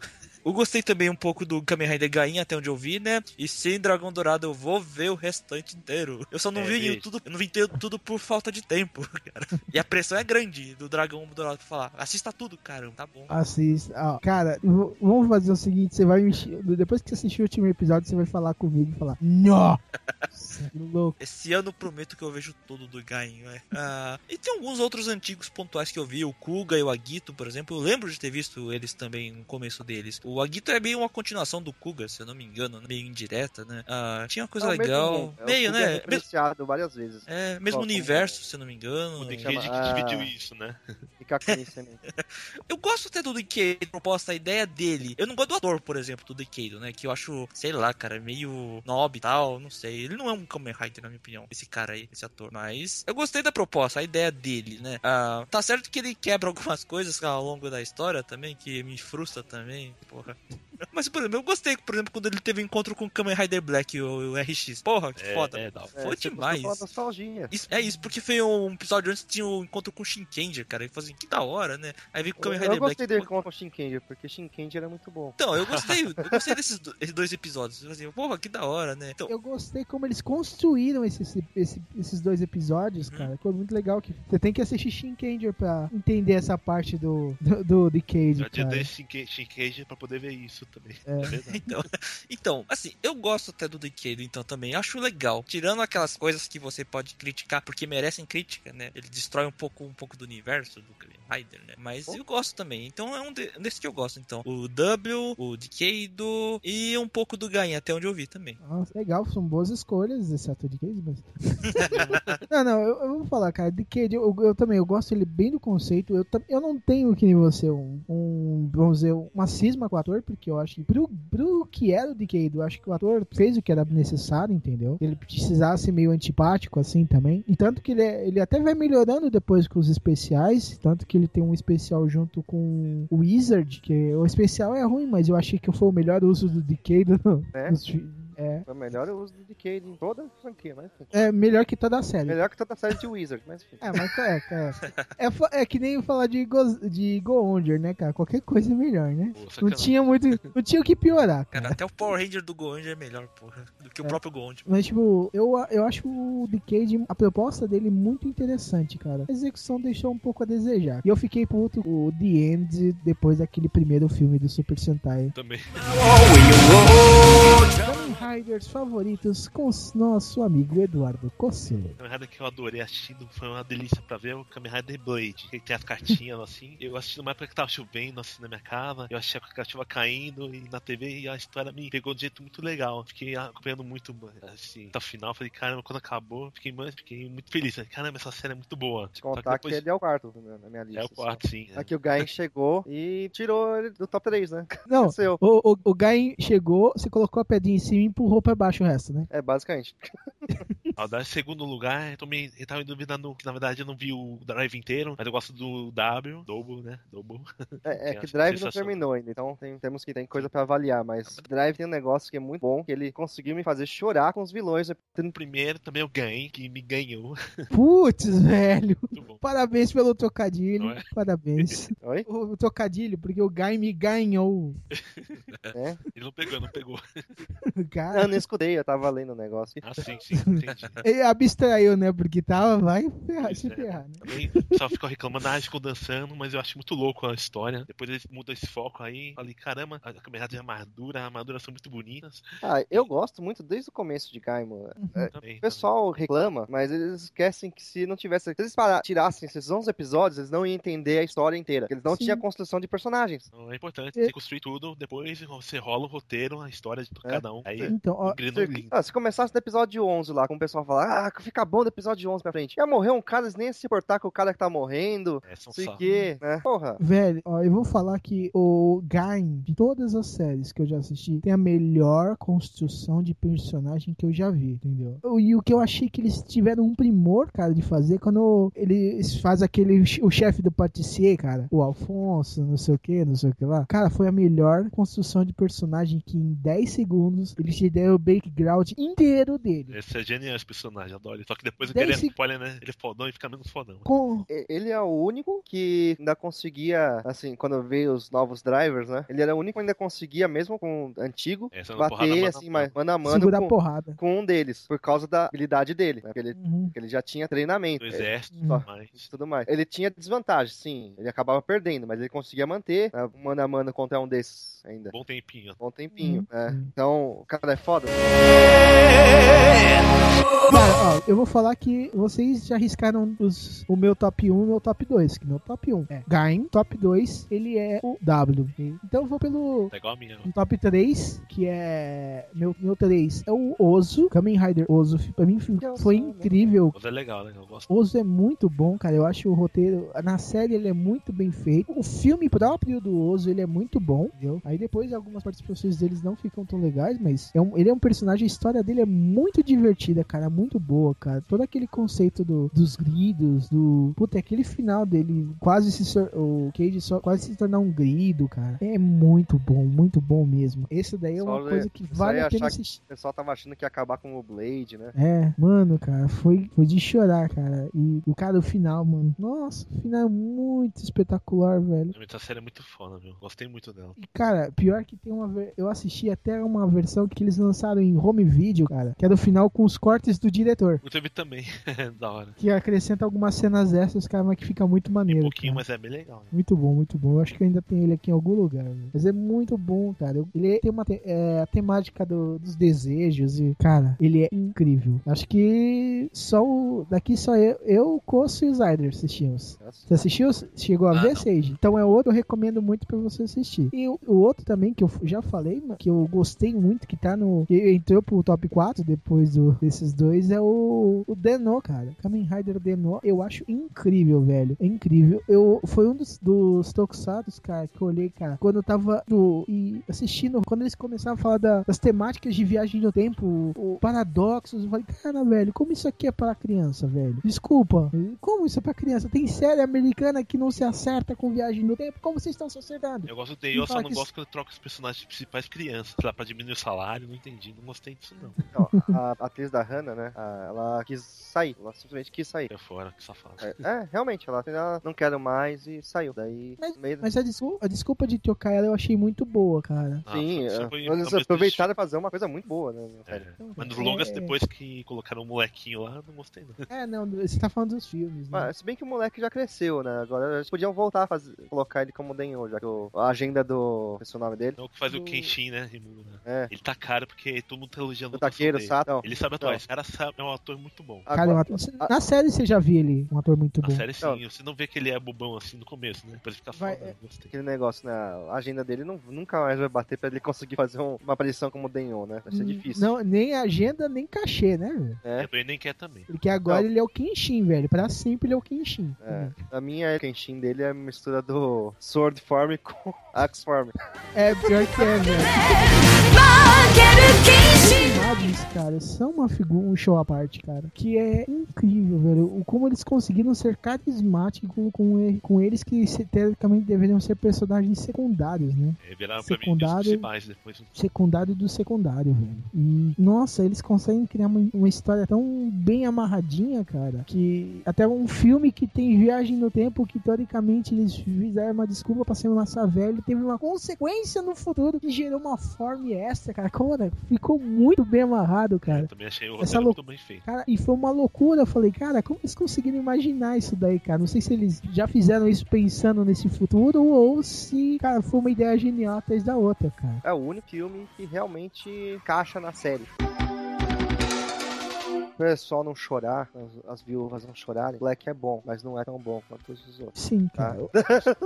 Speaker 4: Eu gostei também um pouco do Kamen Rider Gain, até onde eu vi, né? E sem Dragão Dourado eu vou ver o restante inteiro. Eu só não
Speaker 5: É,
Speaker 4: vi
Speaker 5: veja.
Speaker 4: tudo, eu não vi inteiro tudo por falta de tempo, *laughs* cara. E a pressão é grande do Dragão Dourado pra falar. Assista tudo, caramba, tá bom.
Speaker 2: Assista. ó, cara, v- vamos fazer o seguinte: você vai me. encher- Depois que você assistir o último episódio, você vai falar comigo e falar. Nó! Nossa, que louco.
Speaker 4: Esse ano eu prometo que eu vejo todo do Gain, né? Ah, e tem alguns outros antigos pontuais que eu vi, o Kuga e o Agito, por exemplo. Eu lembro de ter visto eles também no começo deles. O Agito é meio uma continuação do Kuga, se eu não me engano, né? meio indireta, né? Ah, tinha uma
Speaker 3: É
Speaker 4: coisa legal. meio, né? Mesmo-
Speaker 3: Referenciado várias vezes.
Speaker 4: *laughs* É, mesmo
Speaker 3: Qual- como
Speaker 4: universo,
Speaker 3: é?
Speaker 4: se eu não me engano.
Speaker 5: O
Speaker 2: é
Speaker 3: Chama-
Speaker 5: Decade que
Speaker 3: ah.
Speaker 5: dividiu isso, né?
Speaker 3: Ficar com isso né? também.
Speaker 4: Eu gosto até do Decade, proposta, a ideia dele. Eu não gosto do ator, por exemplo, do Decade, né? Que eu acho, sei lá, cara, é meio nobre e tal, não sei. Ele não é um Kamen Rider, na minha opinião, esse cara aí, esse ator. Mas eu gostei da proposta, a ideia dele, né? Ah, tá certo que ele quebra *laughs* algumas coisas ao longo da história também, que me frustra também, porra. *laughs* Mas, por exemplo, eu gostei, por exemplo, quando ele teve um encontro com o Kamen Rider Black, o, o RX. Porra, que
Speaker 5: É,
Speaker 4: foda.
Speaker 5: é, dá-
Speaker 3: tipo,
Speaker 4: Foi
Speaker 3: você
Speaker 4: demais.
Speaker 3: costuma falar nostalgia.
Speaker 4: Isso- é isso, porque foi um episódio antes que tinha o encontro com o Shinkenger, cara. E falou assim, que da hora, né? Aí veio com o Kamen
Speaker 3: Eu,
Speaker 4: Rider
Speaker 3: eu gostei
Speaker 4: Black.
Speaker 3: dele com o Shinkenger, porque Shinkenger era muito bom.
Speaker 4: Então, eu gostei, eu gostei desses do- esses dois episódios. Eu falei assim, porra, que da hora, né? Então, *laughs*
Speaker 2: Eu gostei como eles construíram esses, esse- esses dois episódios,
Speaker 4: Uhum.
Speaker 2: cara. Ficou muito legal. Que você tem que assistir Shinkanger pra entender essa parte do, do, do Decade,
Speaker 5: Eu
Speaker 2: cara.
Speaker 5: adiantei Shinke- Shinkage pra poder ver isso também.
Speaker 2: É.
Speaker 5: É, *laughs* verdade.
Speaker 4: Então, então, assim, eu gosto até do Decade, então também. Acho legal. Tirando aquelas coisas que você pode criticar, porque merecem crítica, né? Ele destrói um pouco, um pouco do universo do Kamen Rider, né? Mas eu gosto também. Então é um, de- um desses que eu gosto. Então, o W, o Decado e um pouco do Gain, até onde eu vi também.
Speaker 2: Nossa, legal, são boas escolhas, exceto o de Cage, mas. *laughs* não, não, eu, eu vou falar, cara, de Cage, eu, eu também, eu gosto dele bem do conceito. Eu, tam- eu não tenho, que nem você, um, um, vamos dizer, uma cisma com o ator, porque eu acho que pro, pro que é era o Decade, eu acho que o ator fez o que era necessário, entendeu? Ele precisava ser meio antipático, assim, também. E tanto que ele, é- ele até vai melhorando depois com os especiais, tanto que ele tem um especial junto com o Wizard, que o especial é ruim, mas eu achei que foi o melhor uso do *laughs* Decade no,
Speaker 3: É?
Speaker 2: nos fi- é,
Speaker 3: Foi o melhor uso do Decade em toda a franquia, mas enfim.
Speaker 2: é melhor que toda a série.
Speaker 3: Melhor que toda a série de Wizard, mas enfim.
Speaker 2: É, mas é, cara. É, fa- é que nem falar de, Go, de Goonder, né, cara? Qualquer coisa é melhor, né?
Speaker 5: Pô,
Speaker 2: Não
Speaker 5: sacanagem.
Speaker 2: tinha muito. Não tinha o que piorar, cara.
Speaker 4: Cara, até o Power Ranger do Goond é melhor, porra, do que o
Speaker 2: É.
Speaker 4: próprio Goond.
Speaker 2: Mas, tipo, eu, a- eu acho o Decade, a proposta dele muito interessante, cara. A execução deixou um pouco a desejar. E eu fiquei puto com o The End depois daquele primeiro filme do Super Sentai.
Speaker 5: Também.
Speaker 2: Kamen Riders favoritos com s- nosso amigo Eduardo Cossilo.
Speaker 5: Kamen Rider que eu adorei assistindo, foi uma delícia pra ver, é o Kamen Rider Blade. Ele tem as cartinhas *laughs* assim. Eu assisti numa época que tava chovendo assim na minha casa, eu achei a chuva caindo e na TV e a história me pegou de um jeito muito legal. Fiquei acompanhando muito assim, até o final. Falei, caramba, quando acabou, fiquei, mano, fiquei muito feliz. Falei, Caramba, essa série é muito boa. Só que
Speaker 3: Contar que,
Speaker 5: depois-
Speaker 3: ele é o quarto na na minha lista. assim.
Speaker 5: é o quarto, sim.
Speaker 3: Aqui o Gain chegou e tirou ele do top 3, né?
Speaker 2: Não,
Speaker 3: Seu.
Speaker 2: o, o, o Guy chegou, você colocou a pedrinha em cima e empurrou pra baixo o resto, né?
Speaker 3: É, basicamente.
Speaker 5: Ao dar segundo lugar, eu, tomei, eu tava em dúvida no. que, Na verdade, eu não vi o drive inteiro, mas eu gosto do W, Double, né? Double.
Speaker 3: É, é
Speaker 5: Eu
Speaker 3: que
Speaker 5: acho
Speaker 3: Drive não
Speaker 5: sensacional.
Speaker 3: terminou ainda, então tem- temos que tem coisa pra avaliar, mas Drive tem um negócio que é muito bom, que ele conseguiu me fazer chorar com os vilões.
Speaker 5: No primeiro também eu ganhei, que me ganhou. *laughs*
Speaker 2: Putz, *laughs* velho.
Speaker 5: Muito bom.
Speaker 2: Parabéns pelo trocadilho.
Speaker 5: Não é? *laughs*
Speaker 2: Parabéns.
Speaker 3: Oi?
Speaker 2: O, o trocadilho, porque o Guy me ganhou. *laughs*
Speaker 3: Né?
Speaker 5: Ele não pegou, não pegou.
Speaker 2: Cara,
Speaker 3: Ah, Eu não escutei, eu tava lendo o negócio.
Speaker 5: Ah, sim, sim, entendi.
Speaker 2: ele abstraiu, né? Porque tava, vai ferrar, se
Speaker 5: Pois é.
Speaker 2: ferrar, né?
Speaker 5: Também só ficou reclamando, ah, eles ficam dançando, mas eu acho muito louco a história. Depois eles mudam esse foco aí. Falei, caramba, a caminhada de armadura, as armaduras são muito bonitas.
Speaker 3: Ah, eu gosto muito desde o começo de Gain, mano. É,
Speaker 5: Também,
Speaker 3: O pessoal reclama, mas eles esquecem que se não tivesse. Se eles para- tirassem esses 11 episódios, eles não iam entender a história inteira. Eles não
Speaker 2: Sim.
Speaker 3: tinham construção de personagens.
Speaker 5: Então é importante
Speaker 2: É.
Speaker 5: você construir tudo, depois você rola o roteiro, a história de
Speaker 3: É.
Speaker 5: cada um. Aí
Speaker 2: Então, ó,
Speaker 5: engrenou
Speaker 3: Se,
Speaker 5: lindo.
Speaker 3: ah, se começasse do episódio 11 lá, com o pessoal falar, ah, fica bom do episódio 11 pra frente. Ia morrer um cara, eles nem iam se importar com o cara que tá morrendo,
Speaker 5: É, são
Speaker 3: não sei
Speaker 5: só.
Speaker 3: o quê, né? Porra.
Speaker 2: Tá. velho, ó, eu vou falar que o Gain, de todas as séries que eu já assisti, tem a melhor construção de personagem que eu já vi, entendeu? O- E o que eu achei que eles tiveram um primor, cara, de fazer quando eles fazem aquele. O chefe do Patissier, cara, o Alfonso, não sei o que, não sei o que lá. Cara, foi a melhor construção de personagem que em 10 segundos eles te deram o background inteiro dele.
Speaker 5: Esse é genial esse personagem, adoro. ele. Só que depois
Speaker 2: Dez
Speaker 5: ele é
Speaker 2: seg-
Speaker 5: spoiler, né? Ele é fodão e fica menos fodão.
Speaker 2: Com,
Speaker 3: E- Ele é o único que ainda conseguia, assim, quando veio os novos drivers, né? Ele era o único que ainda conseguia, mesmo com o antigo,
Speaker 5: É, sendo porrada,
Speaker 3: bater,
Speaker 5: mano a
Speaker 3: assim,
Speaker 5: mano.
Speaker 3: mas mano a mano
Speaker 2: segurar a
Speaker 3: com,
Speaker 2: porrada.
Speaker 3: com um deles, por causa da habilidade dele, né? Porque ele,
Speaker 2: Uhum.
Speaker 3: porque ele já tinha treinamento. é,
Speaker 5: Do exército,
Speaker 2: Só.
Speaker 3: e
Speaker 5: mas.
Speaker 3: tudo mais. Ele tinha desvantagem, sim. Ele acabava perdendo, mas ele conseguia manter né, mano a mano contra um desses ainda.
Speaker 5: Bom tempinho.
Speaker 3: Bom tempinho, né? Então, o cara é foda.
Speaker 2: Cara, ó, eu vou falar que vocês já arriscaram os, o meu top 1 e o meu top 2. Que meu top 1 é Gain, top 2, ele é o W. Então eu vou pelo
Speaker 5: Tá igual a minha. ó.
Speaker 2: top 3, que é. Meu, meu 3 é o Ozo, Kamen Rider Ozo. Pra mim foi incrível,
Speaker 5: Mas é legal, né? Eu gosto.
Speaker 2: Oso é muito bom, cara. Eu acho o roteiro. Na série ele é muito bem feito. O filme próprio do Oso ele é muito bom, entendeu? Aí depois algumas participações deles não ficam tão legais, mas é um- ele é um personagem. A história dele é muito divertida, cara. Muito boa, cara. Todo aquele conceito do- dos gridos, do. Puta, aquele final dele quase se. sor- O Cage só quase se tornar um grido, cara. É muito bom, muito bom mesmo. Esse daí é
Speaker 3: Só
Speaker 2: uma
Speaker 3: le-
Speaker 2: coisa que
Speaker 3: só
Speaker 2: vale
Speaker 3: ia
Speaker 2: a pena
Speaker 3: achar que-
Speaker 2: assistir.
Speaker 3: O pessoal tava achando que ia acabar com o Blade, né?
Speaker 2: É, mano, cara, foi, foi de chorar, cara. E o cara, o final, mano. Nossa, o final é muito espetacular, velho.
Speaker 5: Realmente, Essa série é muito foda, meu. Gostei muito dela.
Speaker 2: E, cara, pior que tem uma. ver- Eu assisti até uma versão que eles lançaram em home video, cara. Que era o é final com os cortes entrevista do diretor.
Speaker 5: Eu teve também, *laughs* da hora.
Speaker 2: Que acrescenta algumas cenas extras, cara, mas que fica muito maneiro.
Speaker 5: Um pouquinho,
Speaker 2: cara.
Speaker 5: mas é bem legal. né?
Speaker 2: Muito bom, muito bom. Eu acho que eu ainda tenho ele aqui em algum lugar. velho. Mas é muito bom, cara. Eu- Ele tem uma te- é, a temática do- dos desejos e, cara, ele é incrível. Acho que só o. Daqui só eu, eu Coço e o Zyder assistimos. Você assistiu? Chegou a
Speaker 4: Ah,
Speaker 2: ver,
Speaker 4: não.
Speaker 2: Sage? Então é outro que eu recomendo muito pra você assistir. E o, o outro também que eu f- já falei, mano, que eu gostei muito, que tá no. que entrou pro top 4 depois do- desses dois, é o, o Denô, cara. Kamen Rider Denô, eu acho incrível, velho. É incrível. Eu, foi um dos, dos Tokusatsu, cara, que eu olhei, cara, quando eu tava no- e assistindo, quando eles começaram a falar da- das temáticas de viagem no tempo, o paradoxos, eu falei, cara, velho, como isso aqui é pra criança, velho? Desculpa, como isso é pra criança? Tem série americana que não se acerta com viagem no tempo, como vocês estão se acertando?
Speaker 5: Eu gosto dele, eu só
Speaker 2: Fala
Speaker 5: não
Speaker 2: que-
Speaker 5: gosto quando troca os personagens principais crianças. Sei lá, pra diminuir o salário, não entendi, não gostei disso
Speaker 3: *laughs*
Speaker 5: não.
Speaker 2: *laughs*
Speaker 3: Então, a a atriz da Hannah, né? a- Ela quis sair. Ela simplesmente quis sair.
Speaker 5: É fora, que safado.
Speaker 3: É, é, realmente, ela, ela não quero mais e saiu. Daí,
Speaker 2: Mas-
Speaker 3: no meio da-
Speaker 2: Mas a desculpa, a desculpa de trocar ela eu achei muito boa, cara.
Speaker 5: Ah, foi-
Speaker 3: Sim, é,
Speaker 5: foi-
Speaker 3: eles
Speaker 5: talvez-
Speaker 3: aproveitaram pra fazer uma coisa muito boa, né?
Speaker 5: É.
Speaker 3: velho?
Speaker 5: Mas nos longas,
Speaker 2: É.
Speaker 5: depois que colocaram o molequinho lá, não gostei não.
Speaker 2: É, não, você tá falando dos filmes, né?
Speaker 3: Mas, se bem que o moleque já cresceu, né? Agora eles podiam voltar a fazer- colocar ele como Denho, já que o- a agenda do. Esse é o nome dele?
Speaker 5: Não, o que faz o
Speaker 2: Do-
Speaker 5: Kenshin, né? Rimuru, né?
Speaker 3: É.
Speaker 5: Ele tá caro porque todo mundo tá elogiando
Speaker 3: O
Speaker 5: atuação
Speaker 3: Taqueiro,
Speaker 5: dele.
Speaker 3: sabe? Não.
Speaker 5: Ele sabe atuar, esse cara sabe, é um ator muito bom.
Speaker 2: Cara, é um
Speaker 3: Agora-
Speaker 2: ator- na série você já viu ele, um ator muito
Speaker 5: Na
Speaker 2: bom.
Speaker 5: série sim,
Speaker 3: Não.
Speaker 5: você não vê que ele é bobão assim no começo, né? Depois fica
Speaker 2: Vai- é.
Speaker 5: foda, eu gostei.
Speaker 3: Aquele negócio, né? A agenda dele não- nunca mais vai bater pra ele conseguir fazer um- uma aparição como Denho, né? Vai ser difícil.
Speaker 2: Hum, Não, nem agenda, nem cachê, né, velho?
Speaker 3: É.
Speaker 5: Ele nem quer também.
Speaker 2: Porque agora
Speaker 3: Não.
Speaker 2: ele é o Kenshin, velho. Pra sempre ele é o Kenshin.
Speaker 3: É. A minha Kenshin dele é a mistura do Sword Farm *laughs* com Axe Farm.
Speaker 2: É, pior que é, velho.
Speaker 1: 負ける禁止
Speaker 2: Animados, cara, são uma figura, um show à parte, cara. Que é incrível, velho. O como eles conseguiram ser carismáticos com, com, ele- com eles que se- teoricamente deveriam ser personagens secundários, né?
Speaker 5: É, viraram pra mim os
Speaker 2: Secundário.
Speaker 5: principais depois. né?
Speaker 2: Secundário do secundário, velho. E, nossa, eles conseguem criar uma, uma história tão bem amarradinha, cara. Que até um filme que tem viagem no tempo, que teoricamente eles fizeram uma desculpa pra ser massa velho, teve uma consequência no futuro que gerou uma forma extra, cara. Cara, ficou muito bem amarrado, cara.
Speaker 5: Eu também achei o
Speaker 2: Essa
Speaker 5: roteiro
Speaker 2: lou-
Speaker 5: muito bem feito.
Speaker 2: Cara, e foi uma loucura. Eu falei, cara, como eles conseguiram imaginar isso daí, cara? Não sei se eles já fizeram isso pensando nesse futuro ou se, cara, foi uma ideia genial atrás da outra, cara.
Speaker 3: É o único filme que realmente encaixa na série. O pessoal não chorar, as, as viúvas não chorarem. Black é bom, mas não é tão bom quanto os outros.
Speaker 2: Sim,
Speaker 3: Tá?
Speaker 2: cara.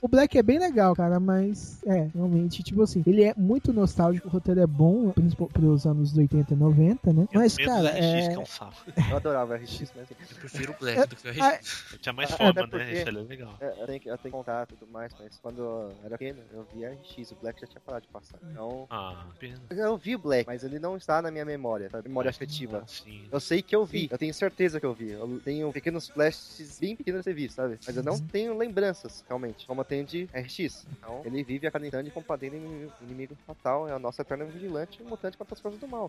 Speaker 2: O Black é bem legal, cara, mas é, realmente, tipo assim, ele é muito nostálgico, o roteiro é bom, principalmente pros anos 80 e 90, né? Mas,
Speaker 5: Menos
Speaker 2: cara,
Speaker 5: RX,
Speaker 2: é...
Speaker 5: que é um sapo.
Speaker 3: Eu adorava RX, mas assim,
Speaker 4: Eu prefiro o Black do que o RX.
Speaker 5: Tinha mais
Speaker 3: *laughs* Ah,
Speaker 5: forma,
Speaker 3: até
Speaker 5: né?
Speaker 3: porque-
Speaker 5: Isso era legal.
Speaker 3: é, eu, tenho, que- eu tenho que contar tudo mais, mas quando eu era pequeno, eu via RX, o Black já tinha parado de passar. Então,
Speaker 5: Ah, pena.
Speaker 3: eu vi o Black, mas ele não está na minha memória, na memória afetiva.
Speaker 5: Ah, Sim.
Speaker 3: Eu sei que eu vi, eu tenho certeza que eu vi. Eu tenho pequenos flashes bem pequenos de vi, sabe? Mas eu não tenho lembranças, realmente, como eu tenho de RX. Então, ele vive a cada instante como padrinho inimigo, inimigo fatal, é a nossa eterna vigilante e mutante contra as forças do mal.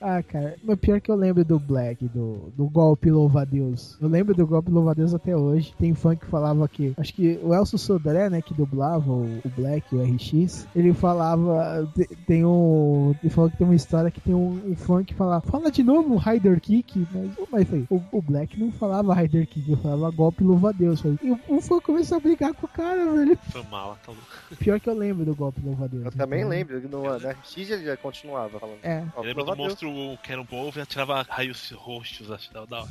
Speaker 2: Ah, cara, mas pior que eu lembro do Black, do, do golpe louva-a-Deus. Eu lembro do golpe louva-a-Deus até hoje. Tem fã que falava que, acho que o Elcio Sodré, né, que dublava o, o Black, o RX, ele falava, te- tem um, ele falou que tem uma história que tem um, um fã que fala, fala de novo Rider Kick, mas, mas falei, o, o Black não falava Rider Kick, ele falava golpe louva-a-Deus. Falei, E o, o fã começou a brigar com o cara, velho.
Speaker 5: Foi mala, tá louco.
Speaker 2: Pior que eu lembro do golpe louva-a-Deus.
Speaker 3: Eu também
Speaker 2: Então,
Speaker 3: lembro, que no, na RX ele já continuava falando.
Speaker 2: É,
Speaker 3: Ó,
Speaker 5: Lembra do
Speaker 3: louva a Deus.
Speaker 5: monstro que era um povo e atirava raios roxos, acho que era da hora.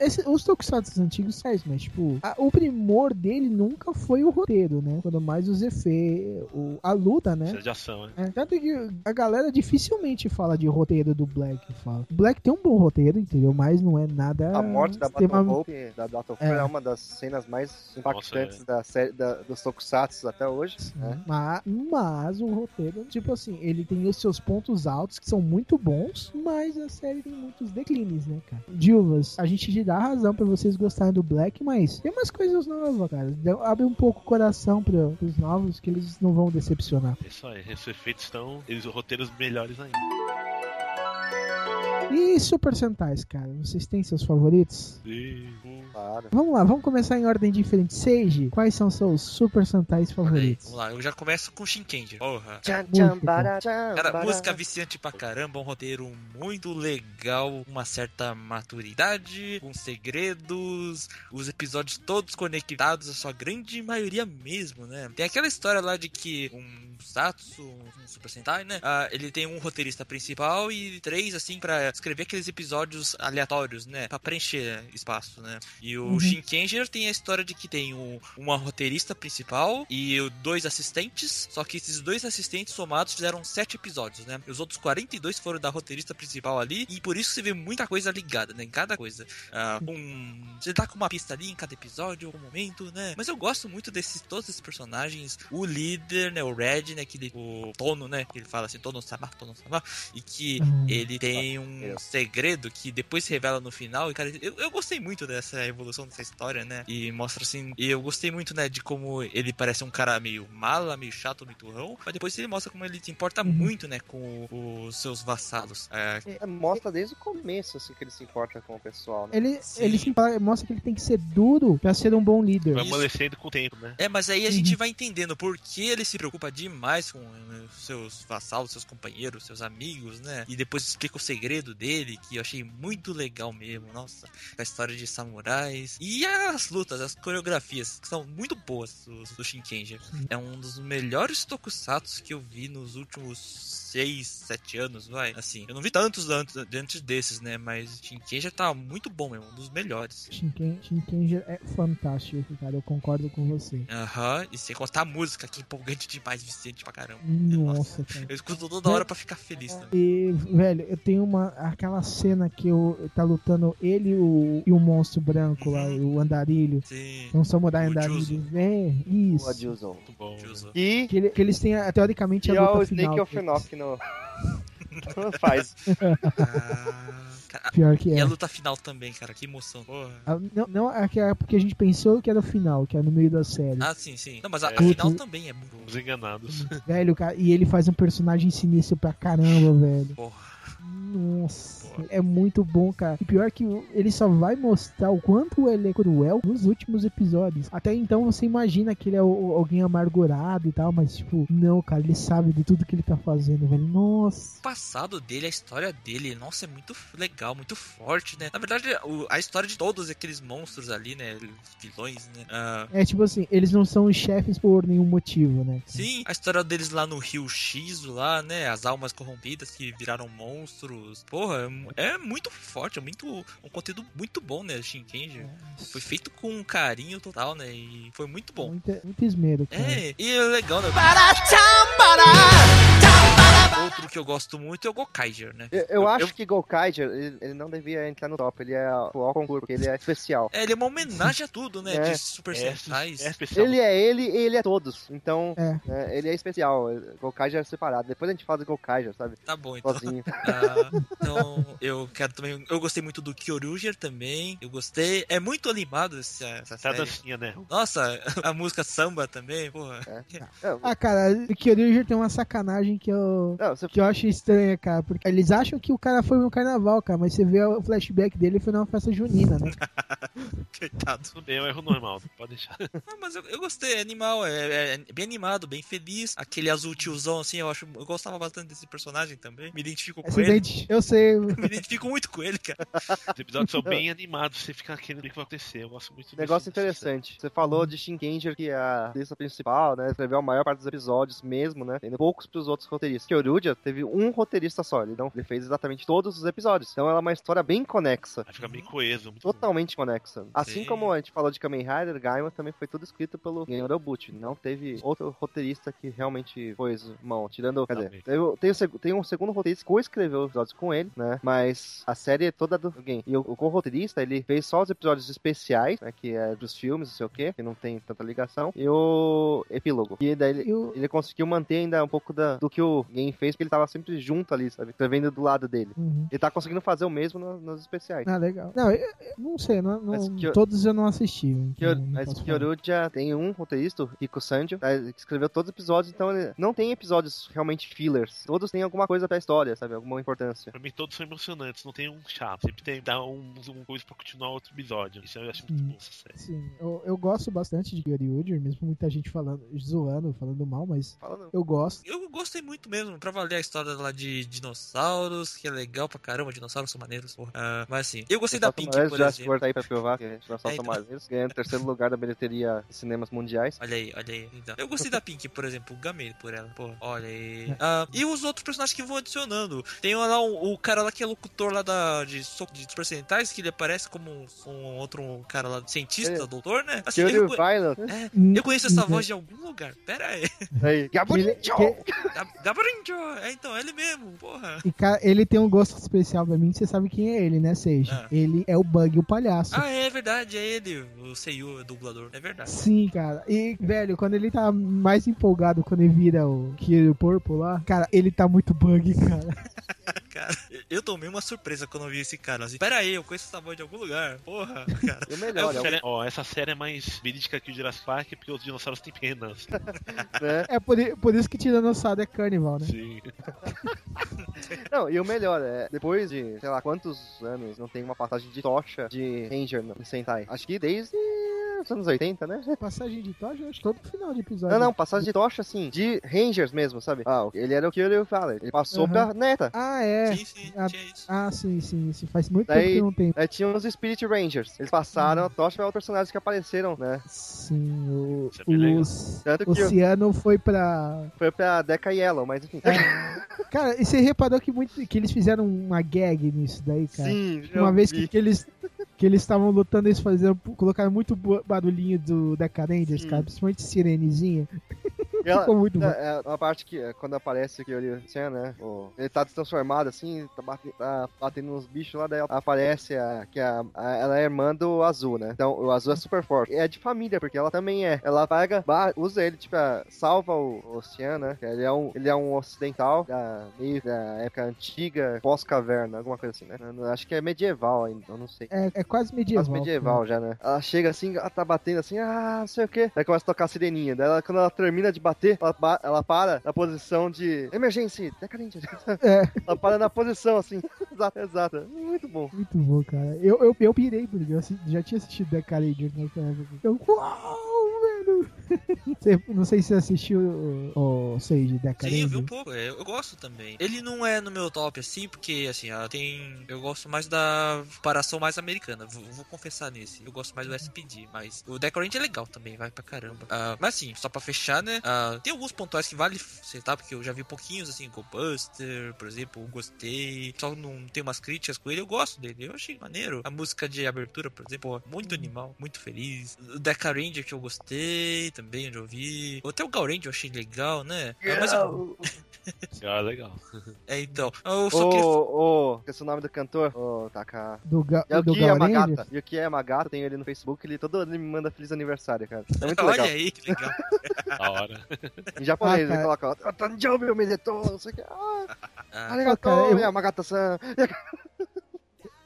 Speaker 2: Esse- os tokusatsu antigos faz, mas tipo, a- o primor dele nunca foi o roteiro, né? Quando mais os efeitos, o- a luta, né?
Speaker 5: Cena de ação, né?
Speaker 2: É, tanto que a galera dificilmente fala de roteiro do Black. Fala. O Black tem um bom roteiro, entendeu? Mas não é nada.
Speaker 3: A morte da Battle
Speaker 2: extrema-
Speaker 3: Hope, da Battle
Speaker 2: É.
Speaker 3: é. uma das cenas mais impactantes da série da, dos Tokusatsu até hoje. né?
Speaker 2: Ma- Mas, o roteiro, tipo assim, ele tem os seus pontos altos que são muito bons, mas a série tem muitos declines, né, cara? Dilvas, a gente já dá razão pra vocês gostarem do Black, mas tem umas coisas novas, cara. Dá- Abre um pouco o coração pra, pros novos que eles não vão decepcionar.
Speaker 5: É isso aí, esses efeitos estão. Eles roteiros melhores ainda.
Speaker 2: E Super Sentais, cara? Vocês têm seus favoritos?
Speaker 5: E, um,
Speaker 3: Claro.
Speaker 2: Vamos lá, vamos começar em ordem diferente. Seiji, quais são seus Super Sentais
Speaker 4: Peraí,
Speaker 2: favoritos?
Speaker 4: vamos lá, eu já começo com Shinkenger. Porra.
Speaker 3: Tchan,
Speaker 2: Muito
Speaker 3: tchan,
Speaker 2: bom.
Speaker 3: bará, tchan,
Speaker 4: Cara,
Speaker 3: bará.
Speaker 4: música viciante pra caramba, um roteiro muito legal, uma certa maturidade, com segredos, os episódios todos conectados, a sua grande maioria mesmo, né? Tem aquela história lá de que um Satsu, um Super Sentai, né? Ah, ele tem um roteirista principal e três, assim, pra escrever aqueles episódios aleatórios, né? Pra preencher espaço, né? E o
Speaker 2: Uhum.
Speaker 4: Shinkenger tem a história de que tem um, uma roteirista principal e o- dois assistentes, só que esses dois assistentes somados fizeram sete episódios, né? Os outros 42 foram da roteirista principal ali, e por isso você vê muita coisa ligada, né? Em cada coisa. Ah, um, você tá com uma pista ali em cada episódio, um momento, né? Mas eu gosto muito desses todos esses personagens. O líder, né? O Red, né? Que ele- o Tono, né? Que ele fala assim, Tono Sabá, Tono Sabá. E que
Speaker 2: Hum.
Speaker 4: ele tem um
Speaker 3: eu.
Speaker 4: segredo que depois se revela no final. E, cara, eu, eu gostei muito dessa evolução dessa história, né? E mostra assim. E eu gostei muito, né? De como ele parece um cara meio mala, meio chato, meio turrão. Mas depois ele mostra como ele se importa
Speaker 2: Uhum.
Speaker 4: muito, né? Com o- os seus vassalos. É,
Speaker 3: É, Mostra desde o começo, assim, que ele se importa com o pessoal, né?
Speaker 2: Ele,
Speaker 4: Sim.
Speaker 2: ele se fala- mostra que ele tem que ser duro pra ser um bom líder.
Speaker 5: vai
Speaker 4: Isso.
Speaker 5: amolecendo com o tempo, né?
Speaker 4: É, mas aí a gente vai entendendo por que ele se preocupa demais com né, os seus vassalos, seus companheiros, seus amigos, né? E depois explica o segredo dele, que eu achei muito legal mesmo. Nossa, a história de samurais. E as lutas, as coreografias, que são muito boas do, do Shinkenger. É um dos melhores tokusatsu que eu vi nos últimos 6, 7 anos, vai. Assim, eu não vi tantos antes, antes desses, né? Mas Shinkenger tá muito bom mesmo, um dos melhores.
Speaker 2: Shinken- Shinkenger é fantástico, cara. Eu concordo com você.
Speaker 4: Aham, e sem contar a música, que é empolgante demais, Vicente pra caramba.
Speaker 2: Nossa, cara.
Speaker 4: Eu escuto toda hora pra ficar feliz também.
Speaker 2: E, velho, eu tenho uma. Aquela cena que o, tá lutando ele e o, e o monstro branco lá, o andarilho.
Speaker 4: Sim.
Speaker 2: É Um samurai
Speaker 4: O
Speaker 2: andarilho.
Speaker 4: Juzo.
Speaker 2: É,
Speaker 3: O
Speaker 2: isso.
Speaker 3: Adilson.
Speaker 5: Muito bom. né?
Speaker 4: Juzo.
Speaker 3: E...
Speaker 2: Que, ele- que eles têm, a- teoricamente,
Speaker 3: E
Speaker 2: a
Speaker 3: ó, o
Speaker 2: luta
Speaker 3: Snake
Speaker 2: final.
Speaker 3: of Knock no... Não *laughs* faz.
Speaker 4: Ah, cara,
Speaker 2: Pior que
Speaker 4: e
Speaker 2: é.
Speaker 4: a luta final também, cara, que emoção. Porra.
Speaker 2: A- Não, não é que é porque a gente pensou que era o final, que era no meio da série.
Speaker 4: Ah, sim, sim. Não, mas a, a
Speaker 5: É.
Speaker 4: final também é muito.
Speaker 5: Os enganados.
Speaker 2: Velho, cara, e ele faz um personagem sinistro pra caramba, velho.
Speaker 4: Porra.
Speaker 2: Nossa, é muito bom, cara. E pior que o- ele só vai mostrar o quanto ele é cruel nos últimos episódios. Até então você imagina que ele é o- o- alguém amargurado e tal, mas tipo, não, cara, ele sabe de tudo que ele tá fazendo, velho. Nossa.
Speaker 4: O passado dele, a história dele, nossa, é muito f- legal, muito forte, né? Na verdade, o- a história de todos aqueles monstros ali, né? Vilões, né? Ah,
Speaker 2: É tipo assim, eles não são os chefes por nenhum motivo, né?
Speaker 4: Sim, a história deles lá no Rio X, lá, né? As almas corrompidas que viraram monstros. Porra, é mu- é muito forte, é muito. Um conteúdo muito bom, né? Shinkenger. Foi feito com um carinho total, né? E foi muito bom.
Speaker 2: Muito, muito esmero, cara.
Speaker 4: É, e é legal, né? Outro que eu gosto muito é o Gokaiger, né?
Speaker 3: Eu, eu acho que Golkaiger, ele, ele não devia entrar no top. Ele é o concurso, porque ele é especial.
Speaker 4: É, ele é uma homenagem a tudo, né?
Speaker 3: É.
Speaker 4: De Super
Speaker 5: É,
Speaker 4: Sentais.
Speaker 5: é especial.
Speaker 3: Ele é ele e ele é todos. Então,
Speaker 2: É.
Speaker 3: né, ele é especial. Golkaiger é separado. Depois a gente fala do Golkaiger, sabe?
Speaker 4: Tá bom, então.
Speaker 3: *laughs* Sozinho.
Speaker 4: Ah, então, eu quero também. Eu gostei muito do Kyoruger também. Eu gostei. É muito animado essa, essa
Speaker 5: Tá
Speaker 4: série.
Speaker 5: dancinha, né?
Speaker 4: Nossa, *laughs* a música samba também, porra.
Speaker 3: Não,
Speaker 2: Ah, cara, o Kyoryuger tem uma sacanagem que eu.
Speaker 3: não, você
Speaker 2: Que eu acho estranha, cara, porque eles acham que o cara foi no carnaval, cara, mas você vê o flashback dele foi numa festa junina, né?
Speaker 4: Coitado.
Speaker 5: Tudo bem, é um erro normal, pode deixar.
Speaker 4: Não, mas eu, eu gostei, é animal, é, é bem animado, bem feliz. Aquele azul tiozão, assim, eu acho. Eu gostava bastante desse personagem também. Me identifico com
Speaker 2: Essa
Speaker 4: ele.
Speaker 2: identi- Eu sei,
Speaker 4: *laughs* Me identifico muito com ele, cara.
Speaker 5: Os episódios
Speaker 2: *laughs*
Speaker 5: são bem animados, você fica querendo ver o que vai acontecer. Eu gosto muito
Speaker 3: Um Negócio
Speaker 5: desse-
Speaker 3: interessante. Você falou de Shinkenger, que é a lista principal, né? Escreveu a maior parte dos episódios mesmo, né? Tendo poucos pros outros roteiristas. Kyoruja teve um roteirista só. Ele, não, ele fez exatamente todos os episódios. Então ela é uma história bem conexa.
Speaker 5: Vai ficar bem coeso, muito bom.
Speaker 3: Totalmente conexa. Assim
Speaker 4: Sim.
Speaker 3: como a gente falou de Kamen Rider, Gaiman também foi tudo escrito pelo Gen Orobuchi. Não teve outro roteirista que realmente pôs mão. Tirando. Quer
Speaker 5: Também.
Speaker 3: dizer, teve, tem, o seg- tem um segundo roteirista que co-escreveu os episódios com ele, né? Mas a série é toda do Gen. E o, o co-roteirista, ele fez só os episódios especiais, né? Que é dos filmes, não sei o quê, que não tem tanta ligação. E o epílogo. E daí ele.
Speaker 2: eu,
Speaker 3: Ele conseguiu manter ainda um pouco da- do que o Gen fez, porque ele tava sempre junto ali, sabe? Tá vendo do lado dele.
Speaker 2: Uhum.
Speaker 3: Ele tá conseguindo fazer o mesmo no- nos especiais.
Speaker 2: Ah, legal. Não, eu, eu não sei, não, não-
Speaker 3: Mas Kyo-
Speaker 2: todos eu não assisti. então
Speaker 3: Kyo-
Speaker 2: não
Speaker 3: Mas
Speaker 2: posso falar.
Speaker 3: Kyoruja tem um roteirista, Rico Sanjo, tá, que escreveu todos os episódios, então ele não tem episódios realmente fillers. Todos têm alguma coisa pra história, sabe? Alguma importância.
Speaker 5: Pra mim todos são emocionantes, não tem um chato. Sempre tem dar um, um coisa pra continuar outro episódio. Isso eu acho muito
Speaker 2: Hum.
Speaker 5: bom essa série.
Speaker 2: Sim, eu, eu gosto bastante de Kyoryuger, mesmo muita gente falando, zoando, falando mal, mas
Speaker 3: Fala não.
Speaker 2: eu gosto.
Speaker 4: Eu gostei muito mesmo, pra valer a história lá de dinossauros, que é legal pra caramba, dinossauros são maneiros. porra. Ah, mas assim, eu gostei da Pink, por
Speaker 3: Jurassic
Speaker 4: exemplo.
Speaker 3: World tá aí pra provar que nós só
Speaker 4: É, então.
Speaker 3: somos ganhando terceiro lugar da bilheteria de cinemas
Speaker 4: *laughs*
Speaker 3: mundiais.
Speaker 4: Olha aí, olha aí. Então, eu gostei da Pink, por exemplo, gamei por ela. Pô, olha aí. Ah, e os outros personagens que vão adicionando. Tem um lá o, o cara lá que é locutor lá da, de soco de percentais, que ele aparece como um, um outro cara lá, cientista,
Speaker 3: É.
Speaker 4: doutor, né? Assim,
Speaker 3: Kyoryuger
Speaker 4: eu, co-
Speaker 3: Violent.
Speaker 4: é,
Speaker 2: Hum,
Speaker 4: eu conheço essa
Speaker 2: hum,
Speaker 4: voz de algum lugar. Pera aí.
Speaker 3: né?
Speaker 4: *laughs*
Speaker 3: Aí,
Speaker 2: Ele,
Speaker 3: Gaburincho!
Speaker 2: É. que-
Speaker 4: Gab- Gabarinjo! É, então, é ele mesmo, porra.
Speaker 2: e ca- ele tem um gosto especial pra mim, você sabe quem é ele, né, Seja?
Speaker 4: Ah.
Speaker 2: Ele é o Bug, o palhaço.
Speaker 4: Ah, é verdade, é ele, o Seiyu, o dublador. É verdade.
Speaker 2: Sim, cara. E, velho, quando ele tá mais empolgado, quando ele vira o Kiro Purple lá, cara, ele tá muito bug, cara.
Speaker 4: Cara, eu tomei uma surpresa quando eu vi esse cara. Assim, Pera aí, eu conheço essa voz de algum lugar. Porra, cara.
Speaker 3: E o
Speaker 5: Essa
Speaker 3: melhor, é o
Speaker 5: série, ó, essa série é mais verídica que o Jurassic Park porque os dinossauros têm penas.
Speaker 4: *laughs*
Speaker 3: né?
Speaker 2: É por, i- por isso que Tiranossauro é Carnival, né?
Speaker 5: *laughs* Sim.
Speaker 3: Não, e o melhor é, depois de, sei lá, quantos anos não tem uma passagem de tocha de Ranger no em Sentai? Acho que desde os anos 80, né?
Speaker 2: Passagem de tocha, acho que todo final de episódio.
Speaker 3: Não, não, passagem de tocha, assim, de Rangers mesmo, sabe? Ah, ele era o que eu falei. Ele passou
Speaker 2: Aham.
Speaker 3: pra neta.
Speaker 2: Ah, é.
Speaker 4: Sim, sim,
Speaker 2: Ah,
Speaker 4: tinha isso.
Speaker 2: Ah, sim, sim. Isso faz muito tempo
Speaker 3: Daí-
Speaker 2: que não tem.
Speaker 3: Aí tinha os Spirit Rangers. Eles passaram
Speaker 2: Uhum.
Speaker 3: a tocha para os personagens que apareceram, né?
Speaker 2: Sim, o,
Speaker 5: Isso é bem legal.
Speaker 2: o,
Speaker 3: Tanto
Speaker 2: o
Speaker 3: que eu-
Speaker 2: Ciano foi pra.
Speaker 3: Foi pra Deca Yellow, mas enfim.
Speaker 2: É. Cara, e você reparou que, muito, que eles fizeram uma gag nisso daí, cara?
Speaker 3: *laughs* Sim,
Speaker 2: Uma
Speaker 3: eu
Speaker 2: vez
Speaker 3: vi.
Speaker 2: que, que eles que eles estavam lutando, eles faziam, colocaram muito bu- barulhinho do da Carenders,
Speaker 3: Sim.
Speaker 2: cara, principalmente sirenezinha.
Speaker 3: E ela-
Speaker 2: Ficou muito bom.
Speaker 3: É, é uma parte que é, quando aparece o Kyoryuger Chan, né? o- ele tá transformado assim, tá bate- tá batendo, nos bichos lá, daí aparece a, que a, a- ela é irmã do Azul, né? Então o Azul é super forte. E é de família, porque ela também é. Ela pega, ba- usa ele, tipo, a- salva o, o Chan, né? que Ele é um, ele é um ocidental da, meio da época antiga, pós-caverna, alguma coisa assim, né? Eu não- acho que é medieval ainda, eu não sei.
Speaker 2: É, é quase medieval.
Speaker 3: Quase medieval já, né? Ela chega assim, ela tá batendo assim, ah, não sei o que. Aí começa a tocar a sireninha. Daí ela, quando ela termina de bater, ela, pa- ela para na posição de emergência, decadente.
Speaker 2: cara. É,
Speaker 3: *laughs* Ela para na posição assim, *laughs* exata, exata. Muito bom.
Speaker 2: muito bom, cara. Eu, eu, eu pirei, porque eu assi- já tinha assistido da Carenders nessa época. Eu, uau, velho! *laughs* Você- não sei se você assistiu o, o Sage da
Speaker 4: Sim, eu vi um
Speaker 2: Carenders.
Speaker 4: pouco, é, eu gosto também. Ele não é no meu top assim, porque assim, ela tem. Eu gosto mais da comparação mais americana. Vou, vou confessar nesse. Eu gosto mais do SPD, mas o Decorant é legal também, vai pra caramba. Ah, mas assim, só pra fechar, né? ah, tem alguns pontuais que vale citar, porque eu já vi pouquinhos, assim, com Buster, por exemplo, eu gostei. Só não tem umas críticas com ele, eu gosto dele. Eu achei maneiro. A música de abertura, por exemplo, pô, muito animal, muito feliz. O Deca Ranger que eu gostei também, onde eu vi. Até o Gaurange eu achei legal, né? Ah, mas eu-
Speaker 5: Ah, legal.
Speaker 4: é, então. Eu
Speaker 3: Ô,
Speaker 4: só queria.
Speaker 3: ô, esse é o nome do cantor? Ô, Taka.
Speaker 4: um
Speaker 2: Do, Ga,
Speaker 3: É o
Speaker 2: do
Speaker 3: Kia
Speaker 2: Gaurangers.
Speaker 3: Magata. E o é Kia Magata, tenho ele no Facebook, ele todo ele me manda feliz aniversário, cara. É muito
Speaker 4: *laughs* Olha
Speaker 3: legal.
Speaker 4: aí, que legal.
Speaker 5: Da hora.
Speaker 3: Em japonês,
Speaker 2: Ah,
Speaker 3: ele coloca, "Tá, ó, Tanjou, meu medeto, não sei o que. Ah, é
Speaker 4: Ah,
Speaker 3: arigato,
Speaker 2: cara, eu-
Speaker 3: minha Magata-san.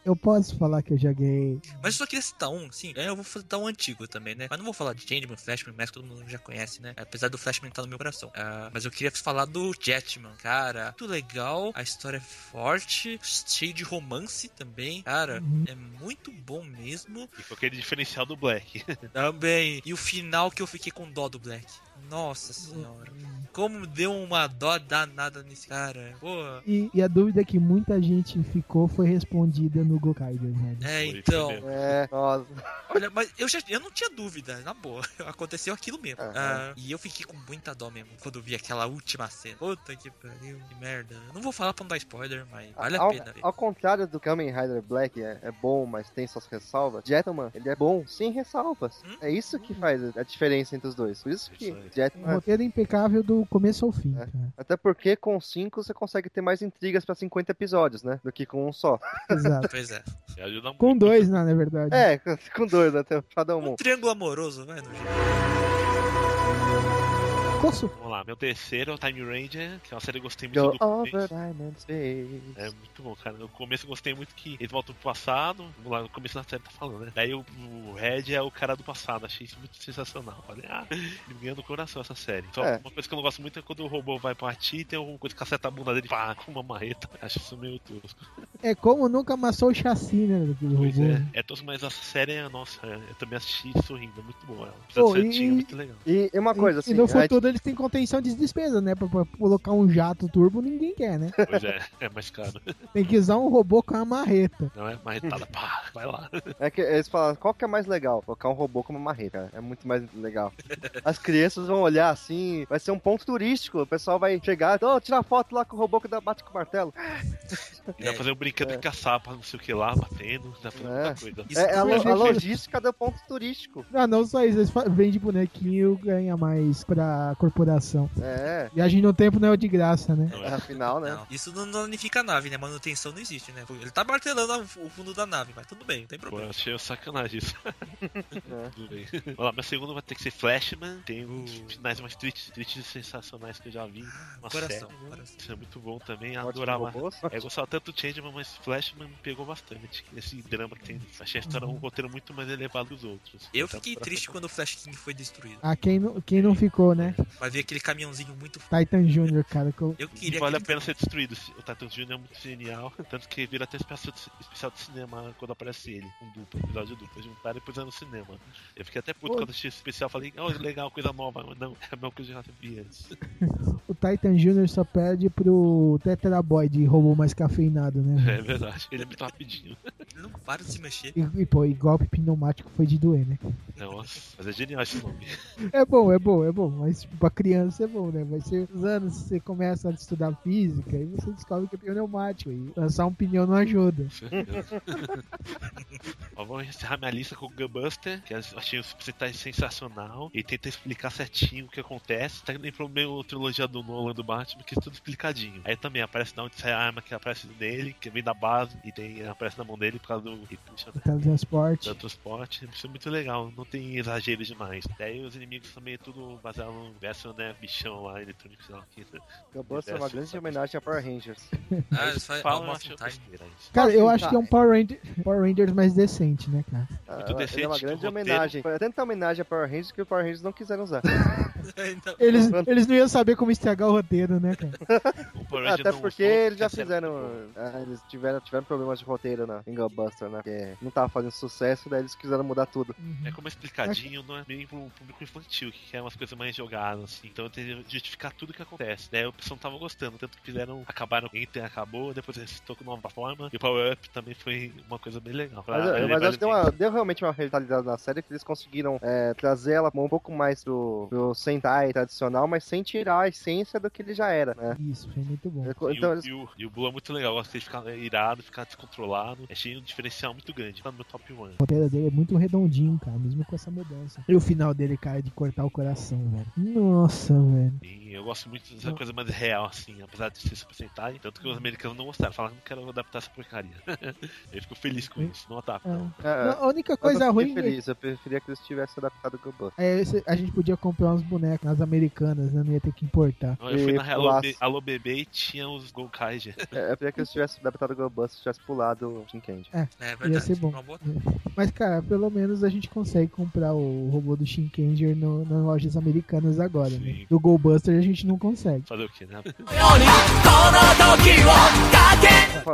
Speaker 2: Eu posso falar que eu já ganhei.
Speaker 4: mas eu só queria citar um, sim. É, eu vou citar um antigo também, né? Mas não vou falar de Changeman, Flashman, Mask, todo mundo já conhece, né? Apesar do Flashman estar no meu coração. Ah, mas eu queria falar do Jetman, cara. Muito legal, a história é forte, cheio de romance também, cara.
Speaker 2: Uhum.
Speaker 4: É muito bom mesmo.
Speaker 5: E foi aquele diferencial do Black.
Speaker 4: Também. E o final que eu fiquei com dó do Black. Nossa senhora.
Speaker 3: Uhum.
Speaker 4: Como deu uma dó danada nesse cara. é, Porra.
Speaker 2: E, e a dúvida que muita gente ficou foi respondida no Gokaider, velho.
Speaker 4: É,
Speaker 5: Foi,
Speaker 4: então.
Speaker 5: entendeu?
Speaker 3: É, nossa.
Speaker 4: Olha, mas eu, já, eu não tinha dúvida, na boa. *laughs* Aconteceu aquilo mesmo.
Speaker 3: Aham.
Speaker 4: Ah, e eu fiquei com muita dó mesmo quando vi aquela última cena. Puta que pariu, que merda. Eu Não vou falar pra não dar spoiler, mas vale a
Speaker 3: ao,
Speaker 4: pena ver.
Speaker 3: ao contrário do Kamen Rider Black, é, é bom, mas tem suas ressalvas. Jetman, ele é bom sem ressalvas.
Speaker 4: Hum?
Speaker 3: É isso que faz a diferença entre os dois. Por isso que
Speaker 5: Isso aí.
Speaker 2: Um
Speaker 3: Jetman.
Speaker 2: roteiro impecável do começo ao fim,
Speaker 3: É.
Speaker 2: cara.
Speaker 3: Até porque com 5 você consegue ter mais intrigas pra 50 episódios, né? Do que com um só.
Speaker 2: Exato.
Speaker 4: Pois é.
Speaker 5: E Ajuda muito.
Speaker 2: Com dois, não, na verdade.
Speaker 3: É, *laughs* com- com dois, né? Tem o Shadow
Speaker 4: Um
Speaker 3: Moon.
Speaker 4: triângulo amoroso, vai no jeito.
Speaker 2: Com Posso?
Speaker 5: Vamos lá, meu terceiro é o Time Ranger, que é uma série que eu gostei muito
Speaker 3: Go
Speaker 5: do
Speaker 2: Ah,
Speaker 5: começo.
Speaker 3: over time and space.
Speaker 5: É muito bom, cara. No começo eu gostei muito que eles voltam pro passado. Vamos lá, no começo da série tá falando, né? Daí o, o Red é o cara do passado. Achei isso muito sensacional. Olha, ah, ele ganha no coração essa série. Só
Speaker 3: É.
Speaker 5: uma coisa que eu não gosto muito é quando o robô vai pra ti e tem alguma coisa que acerta a bunda dele, pá, com uma marreta. *laughs* Acho isso meio tosco.
Speaker 2: É como nunca amassou o chassi, né? Do
Speaker 5: Pois
Speaker 2: robô. né?
Speaker 5: é. É tosco, mas essa série, é- nossa, eu também assisti sorrindo. É muito bom ela. Apesar
Speaker 2: Pô,
Speaker 5: de ser antiga,
Speaker 2: e-
Speaker 5: é muito legal.
Speaker 3: E e uma coisa, assim,
Speaker 2: e no
Speaker 3: a gente-
Speaker 2: futuro eles têm contenção de despesa, né? Pra, pra colocar um jato turbo, ninguém
Speaker 3: *laughs*
Speaker 2: quer, né?
Speaker 5: Pois é, *laughs* é mais caro.
Speaker 2: Tem que usar um robô com uma marreta.
Speaker 5: Não é marretada, pá, vai lá.
Speaker 3: é que eles falam, qual que é mais legal? Colocar um robô como marreta, cara. É muito mais
Speaker 4: *laughs*
Speaker 3: legal. As crianças vão olhar assim, vai ser um ponto turístico. O pessoal vai chegar, ó, tirar foto lá com o robô que dá bate com o martelo.
Speaker 5: E dá pra fazer um brinquedo de caçar pra não sei o que lá, batendo. Dá pra fazer
Speaker 3: É.
Speaker 5: muita coisa.
Speaker 3: É, é a, lo-
Speaker 2: Isso.
Speaker 3: a logística do ponto turístico.
Speaker 2: Ah, não só isso, eles fa- vendem bonequinho ganha mais pra corporação.
Speaker 3: É,
Speaker 2: Viagem no tempo não é de graça, né?
Speaker 5: Não é?
Speaker 3: afinal, né?
Speaker 4: Não, isso não danifica a nave, né? Manutenção não existe, né? Ele tá martelando a- o fundo da nave, mas tudo bem, não tem
Speaker 5: Pô, eu
Speaker 4: problema.
Speaker 5: achei sacanagem isso. Tudo bem. Vamos lá, meu segundo vai ter que ser Flashman. Tem uns
Speaker 4: Uh.
Speaker 5: finais, umas tweets, tweets sensacionais que eu já vi. Uma
Speaker 4: Coração,
Speaker 5: série.
Speaker 4: coração.
Speaker 5: Isso é muito bom também.
Speaker 3: Ótimo
Speaker 5: adorava.
Speaker 3: robô.
Speaker 5: Eu gostava tanto do Changeman, mas Flashman me pegou bastante. Esse drama que tem. Achei a história um roteiro muito mais elevado dos outros.
Speaker 4: Eu
Speaker 5: Então,
Speaker 4: fiquei
Speaker 5: pra-
Speaker 4: triste quando o Flash King foi destruído.
Speaker 2: Ah, quem não, quem não ficou, né?
Speaker 4: Vai ver aquele caminhãozinho muito. f-
Speaker 2: Titan Jr., cara. que eu-
Speaker 4: Eu
Speaker 5: E
Speaker 4: queria.
Speaker 5: vale a
Speaker 4: aquele-
Speaker 5: pena ser destruído. O Titan Jr. é muito genial. *laughs* Tanto que vira até especial de, especial de cinema quando aparece ele. Um duplo, um episódio duplo. Juntaram e puseram no cinema. Eu fiquei até puto
Speaker 2: Pô.
Speaker 5: quando assisti esse especial. Falei, oh, legal, coisa nova. Mas não, é a mesma coisa que eu já vi antes.
Speaker 2: O Titan Jr. só perde pro Tetra Boy de robô mais cafeinado, né?
Speaker 3: *laughs*
Speaker 5: É verdade. Ele é muito rapidinho.
Speaker 4: Ele não para de se mexer.
Speaker 2: E, e, pô, e golpe pneumático foi de doer, né?
Speaker 5: Nossa, mas é genial esse nome.
Speaker 2: É bom, é bom, é bom. Mas tipo, pra criança é bom, né? Vai ser os anos que você começa a estudar física e você descobre que é pneumático. E lançar um pneu não ajuda.
Speaker 5: Ó, vamos encerrar minha lista com o Gunbuster, que eu achei o Supersentai sensacional. E tenta explicar certinho o que acontece. Tá nem pro meu trilogia do Nolan do Batman, que é tudo explicadinho. Aí também aparece da onde sai a arma que aparece nele, que vem da base, e tem, aparece na mão dele por causa do. e puxa, né?
Speaker 2: Teletransporte.
Speaker 5: Da transporte, isso é muito legal, não tem exagero demais. Daí os inimigos também é tudo baseado no verso, né? Bichão lá, eletrônico, sei lá o que. né?
Speaker 3: Gumbust é uma grande homenagem a Power Rangers.
Speaker 4: Ah, eles falam
Speaker 5: Falam, eu
Speaker 4: Almost
Speaker 5: acho
Speaker 4: in Time.
Speaker 5: besteira isso.
Speaker 2: Cara, eu
Speaker 3: Tá,
Speaker 2: acho que é um Power Ranger, Power Rangers mais decente, né, cara?
Speaker 3: Ah,
Speaker 5: Muito decente,
Speaker 3: ele é uma grande
Speaker 5: roteiro.
Speaker 3: homenagem. Foi tanta homenagem a Power Rangers que o Power Rangers não quiseram usar.
Speaker 4: *laughs* Ainda-
Speaker 2: Eles, eles não iam saber como estragar o roteiro, né, cara?
Speaker 5: O Power Ranger
Speaker 3: Até
Speaker 5: não é
Speaker 3: porque
Speaker 5: gostou,
Speaker 3: eles já
Speaker 5: a série não gostou.
Speaker 3: fizeram. ah, eles tiveram, tiveram problemas de roteiro na em Gunbuster, né? Porque não tava fazendo sucesso, daí eles quiseram mudar tudo.
Speaker 5: É como é explicadinho, não é meio pro público infantil, que quer umas coisas mais jogadas, assim. Então eu tentei justificar tudo que acontece, né? O pessoal não tava gostando, tanto que fizeram, acabaram, Enter acabou, depois ressuscitou com nova forma, e o Power Up também foi uma coisa bem legal.
Speaker 3: Mas,
Speaker 5: Ah,
Speaker 3: eu-
Speaker 5: ele
Speaker 3: mas
Speaker 5: vai
Speaker 3: acho que deu, uma- deu realmente uma revitalizada na série, que eles conseguiram é, trazer ela um pouco mais pro, pro Sentai tradicional, mas sem tirar a essência do que ele já era, né?
Speaker 2: Isso, foi muito bom.
Speaker 5: E,
Speaker 3: Então,
Speaker 5: o,
Speaker 3: eles-
Speaker 5: e, o, e o Blue é muito legal, eu gosto de ficar irado, ficar descontrolado. Achei um diferencial muito grande. Tá no meu top 1.
Speaker 2: O roteiro dele é muito redondinho, cara, mesmo com essa mudança. E o final dele, cara, é de cortar o coração, velho. Nossa, velho.
Speaker 5: E eu gosto muito
Speaker 3: Hum.
Speaker 5: dessa coisa mais real, assim, apesar de ser Super Sentai. Tanto que os americanos não gostaram, falaram que não quero adaptar essa porcaria. *laughs* eu fico feliz com isso, não adapta. não.
Speaker 3: Hum. é,
Speaker 2: Não, a única
Speaker 3: eu não
Speaker 2: coisa
Speaker 3: fiquei
Speaker 2: ruim é
Speaker 3: feliz, eu preferia que eles tivessem adaptado o Gunbuster.
Speaker 2: É, esse- a gente podia comprar uns bonecos nas americanas, né? Não ia ter que importar.
Speaker 5: Não, eu fui
Speaker 3: E
Speaker 5: na Hello,
Speaker 3: pulasse.
Speaker 5: Be- Alô Bebê e tinha os Golkai já.
Speaker 3: É, eu preferia que eles tivessem adaptado o Gunbuster e tivessem pulado o Shinkendi.
Speaker 4: É verdade.
Speaker 2: ser bom.
Speaker 4: uma boa-
Speaker 2: Mas, cara, pelo menos a gente consegue comprar o robô do Shinkenger no, nas lojas americanas agora, né?
Speaker 5: Sim.
Speaker 2: Do Golbuster a gente não consegue.
Speaker 5: Fazer o que, né?
Speaker 1: この時をか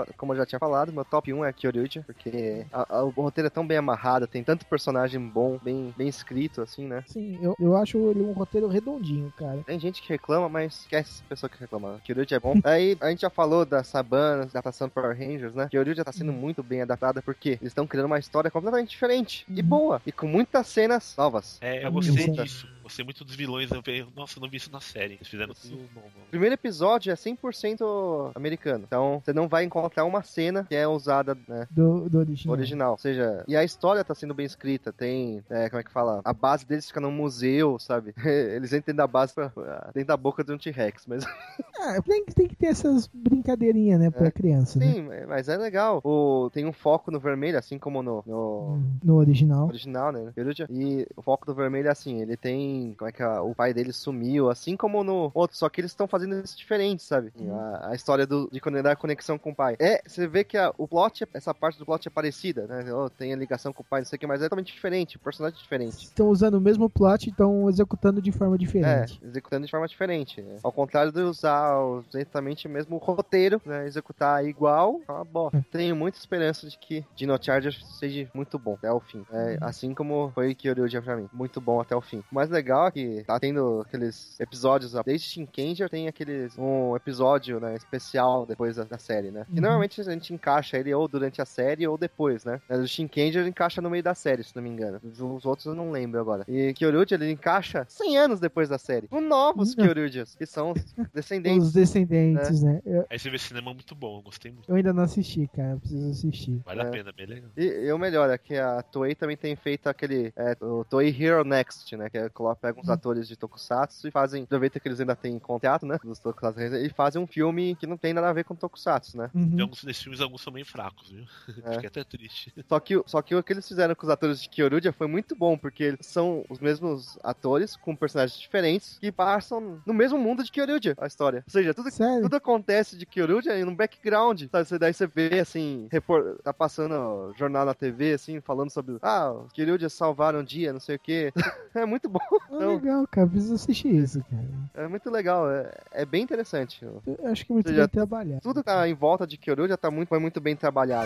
Speaker 1: け
Speaker 3: Como eu já tinha falado, meu top 1 é Kyoryuja, porque a- a- o roteiro é tão bem amarrado, tem tanto personagem bom, bem, bem escrito, assim, né?
Speaker 2: Sim, eu, eu acho ele um roteiro redondinho, cara.
Speaker 3: Tem gente que reclama, mas esquece a pessoa que reclama. Kyoryuja
Speaker 2: *laughs*
Speaker 3: é bom. Aí a gente já falou da Sabana, da adaptação do Power Rangers, né? Kyoryuja tá sendo
Speaker 2: Hum.
Speaker 3: muito bem adaptada porque eles estão criando uma história completamente diferente e
Speaker 2: Uhum.
Speaker 3: boa, e com muitas cenas novas.
Speaker 5: É, eu
Speaker 2: Hum,
Speaker 5: gostei
Speaker 2: puta.
Speaker 5: disso. Gostei muito dos vilões. Eu veio, nossa, eu não vi isso na série. Eles fizeram tudo novo.
Speaker 3: O primeiro episódio é 100% americano, então você não vai encontrar uma cena que é usada, né?
Speaker 2: Do, do original.
Speaker 3: Original, ou seja, e a história tá sendo bem escrita, tem, é, como é que fala? A base deles fica num museu, sabe? *laughs* Eles entram da base pra, dentro da boca de um T-Rex, mas *laughs*
Speaker 2: Ah, tem, que- tem que ter essas brincadeirinhas, né? Pra criança, né?
Speaker 3: Sim, é- mas é legal. O, tem um foco no vermelho, assim como no, no
Speaker 2: No original.
Speaker 3: original, né? Perugia. E o foco do vermelho é assim, ele tem assim, como é que a- o pai dele sumiu, assim como no outro, só que eles estão fazendo isso diferente, sabe? E A, a história do, de quando ele dá a conexão com o pai. É, você vê que a- o plot, essa parte do plot é parecida, né? Oh, tem a ligação com o pai, não sei o que, mas é totalmente diferente, o personagem é diferente.
Speaker 2: Estão usando o mesmo plot e estão executando de forma
Speaker 3: É,
Speaker 2: diferente.
Speaker 3: executando de forma diferente. né? Ao contrário de usar o- exatamente o mesmo roteiro, né? Executar igual, é uma bosta. Tenho muita esperança de que Dino Charger seja muito bom até o fim. É, assim como foi Kyoryuja pra mim. Muito bom até o fim. O mais legal é que tá tendo aqueles episódios, ó, desde Shinkenger tem aqueles, um episódio, né? Especial depois da, da série, né? Que
Speaker 2: Uhum.
Speaker 3: normalmente a gente encaixa ele ou durante a série ou depois, né? Mas O Shinkenger encaixa no meio da série, se não me engano. Os, os outros eu não lembro agora. E Kyoryuja, ele encaixa 100 anos depois da série. Com novos Kyoryujas, que são os descendentes.
Speaker 2: Os descendentes,
Speaker 3: É.
Speaker 2: né? Eu,
Speaker 5: Aí você vê cinema muito bom, eu gostei muito.
Speaker 2: eu ainda não assisti, cara. Eu preciso assistir.
Speaker 5: Vale
Speaker 3: É.
Speaker 5: a pena, bem legal.
Speaker 3: E, e o melhor é que a Toei também tem feito aquele é, o Toei Hero Next, né? Que é, coloca, pega uns atores de Tokusatsu e fazem. Aproveita que eles ainda têm contato, né? Dos Tokusatsu e fazem um filme que não tem nada a ver com Tokusatsu, né?
Speaker 2: Uhum.
Speaker 5: E alguns desses filmes, alguns são bem fracos, viu? *laughs*
Speaker 3: É.
Speaker 5: Fiquei até triste.
Speaker 3: Só que, só que o que eles fizeram com os atores de Kyorudia foi muito bom, porque eles são os mesmos atores, com personagens diferentes, que passam no mesmo mundo de Kyorudia, a história. Ou seja, tudo,
Speaker 2: Sério?
Speaker 3: tudo acontece de Kyorudia e no background, sabe? Você- Daí você vê, assim, repor- tá passando jornal na TV, assim, falando sobre, ah, os Kyorudia salvaram um dia, não sei o quê. *laughs* é muito bom,
Speaker 2: Ah, legal, cara. Eu Preciso assistir isso, cara.
Speaker 3: é muito legal, é, é bem interessante.
Speaker 2: Eu acho que é muito
Speaker 3: Você
Speaker 2: bem
Speaker 3: já-
Speaker 2: trabalhado.
Speaker 3: Tudo que tá em volta de Kyorudia tá muito, foi muito bem trabalhado.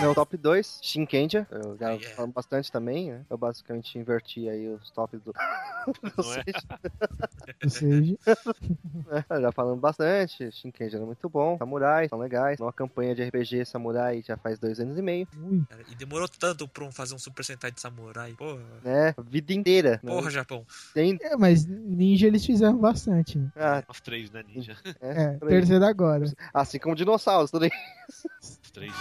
Speaker 3: Meu top 2, Shinkenja. Eu já
Speaker 4: Ah,
Speaker 5: é.
Speaker 4: yeah.
Speaker 3: falo bastante também, né? Eu basicamente inverti aí os tops do. *laughs* do
Speaker 5: Não é?
Speaker 3: sexto,
Speaker 2: Ou seja,
Speaker 3: né? Já falando bastante. Shinkenja era muito bom. Samurai, são legais. Uma campanha de RPG Samurai já faz dois anos e meio,
Speaker 2: ui,
Speaker 4: Cara, E demorou tanto pra um fazer um Super Sentai de Samurai. Porra,
Speaker 3: né? A vida inteira. né?
Speaker 4: porra Japão.
Speaker 3: Tem.
Speaker 2: é, mas ninja eles fizeram bastante. né?
Speaker 3: Ah,
Speaker 5: Os três, né, Ninja?
Speaker 2: É,
Speaker 3: por aí.
Speaker 2: terceiro agora.
Speaker 3: assim como dinossauros também.
Speaker 5: Os três.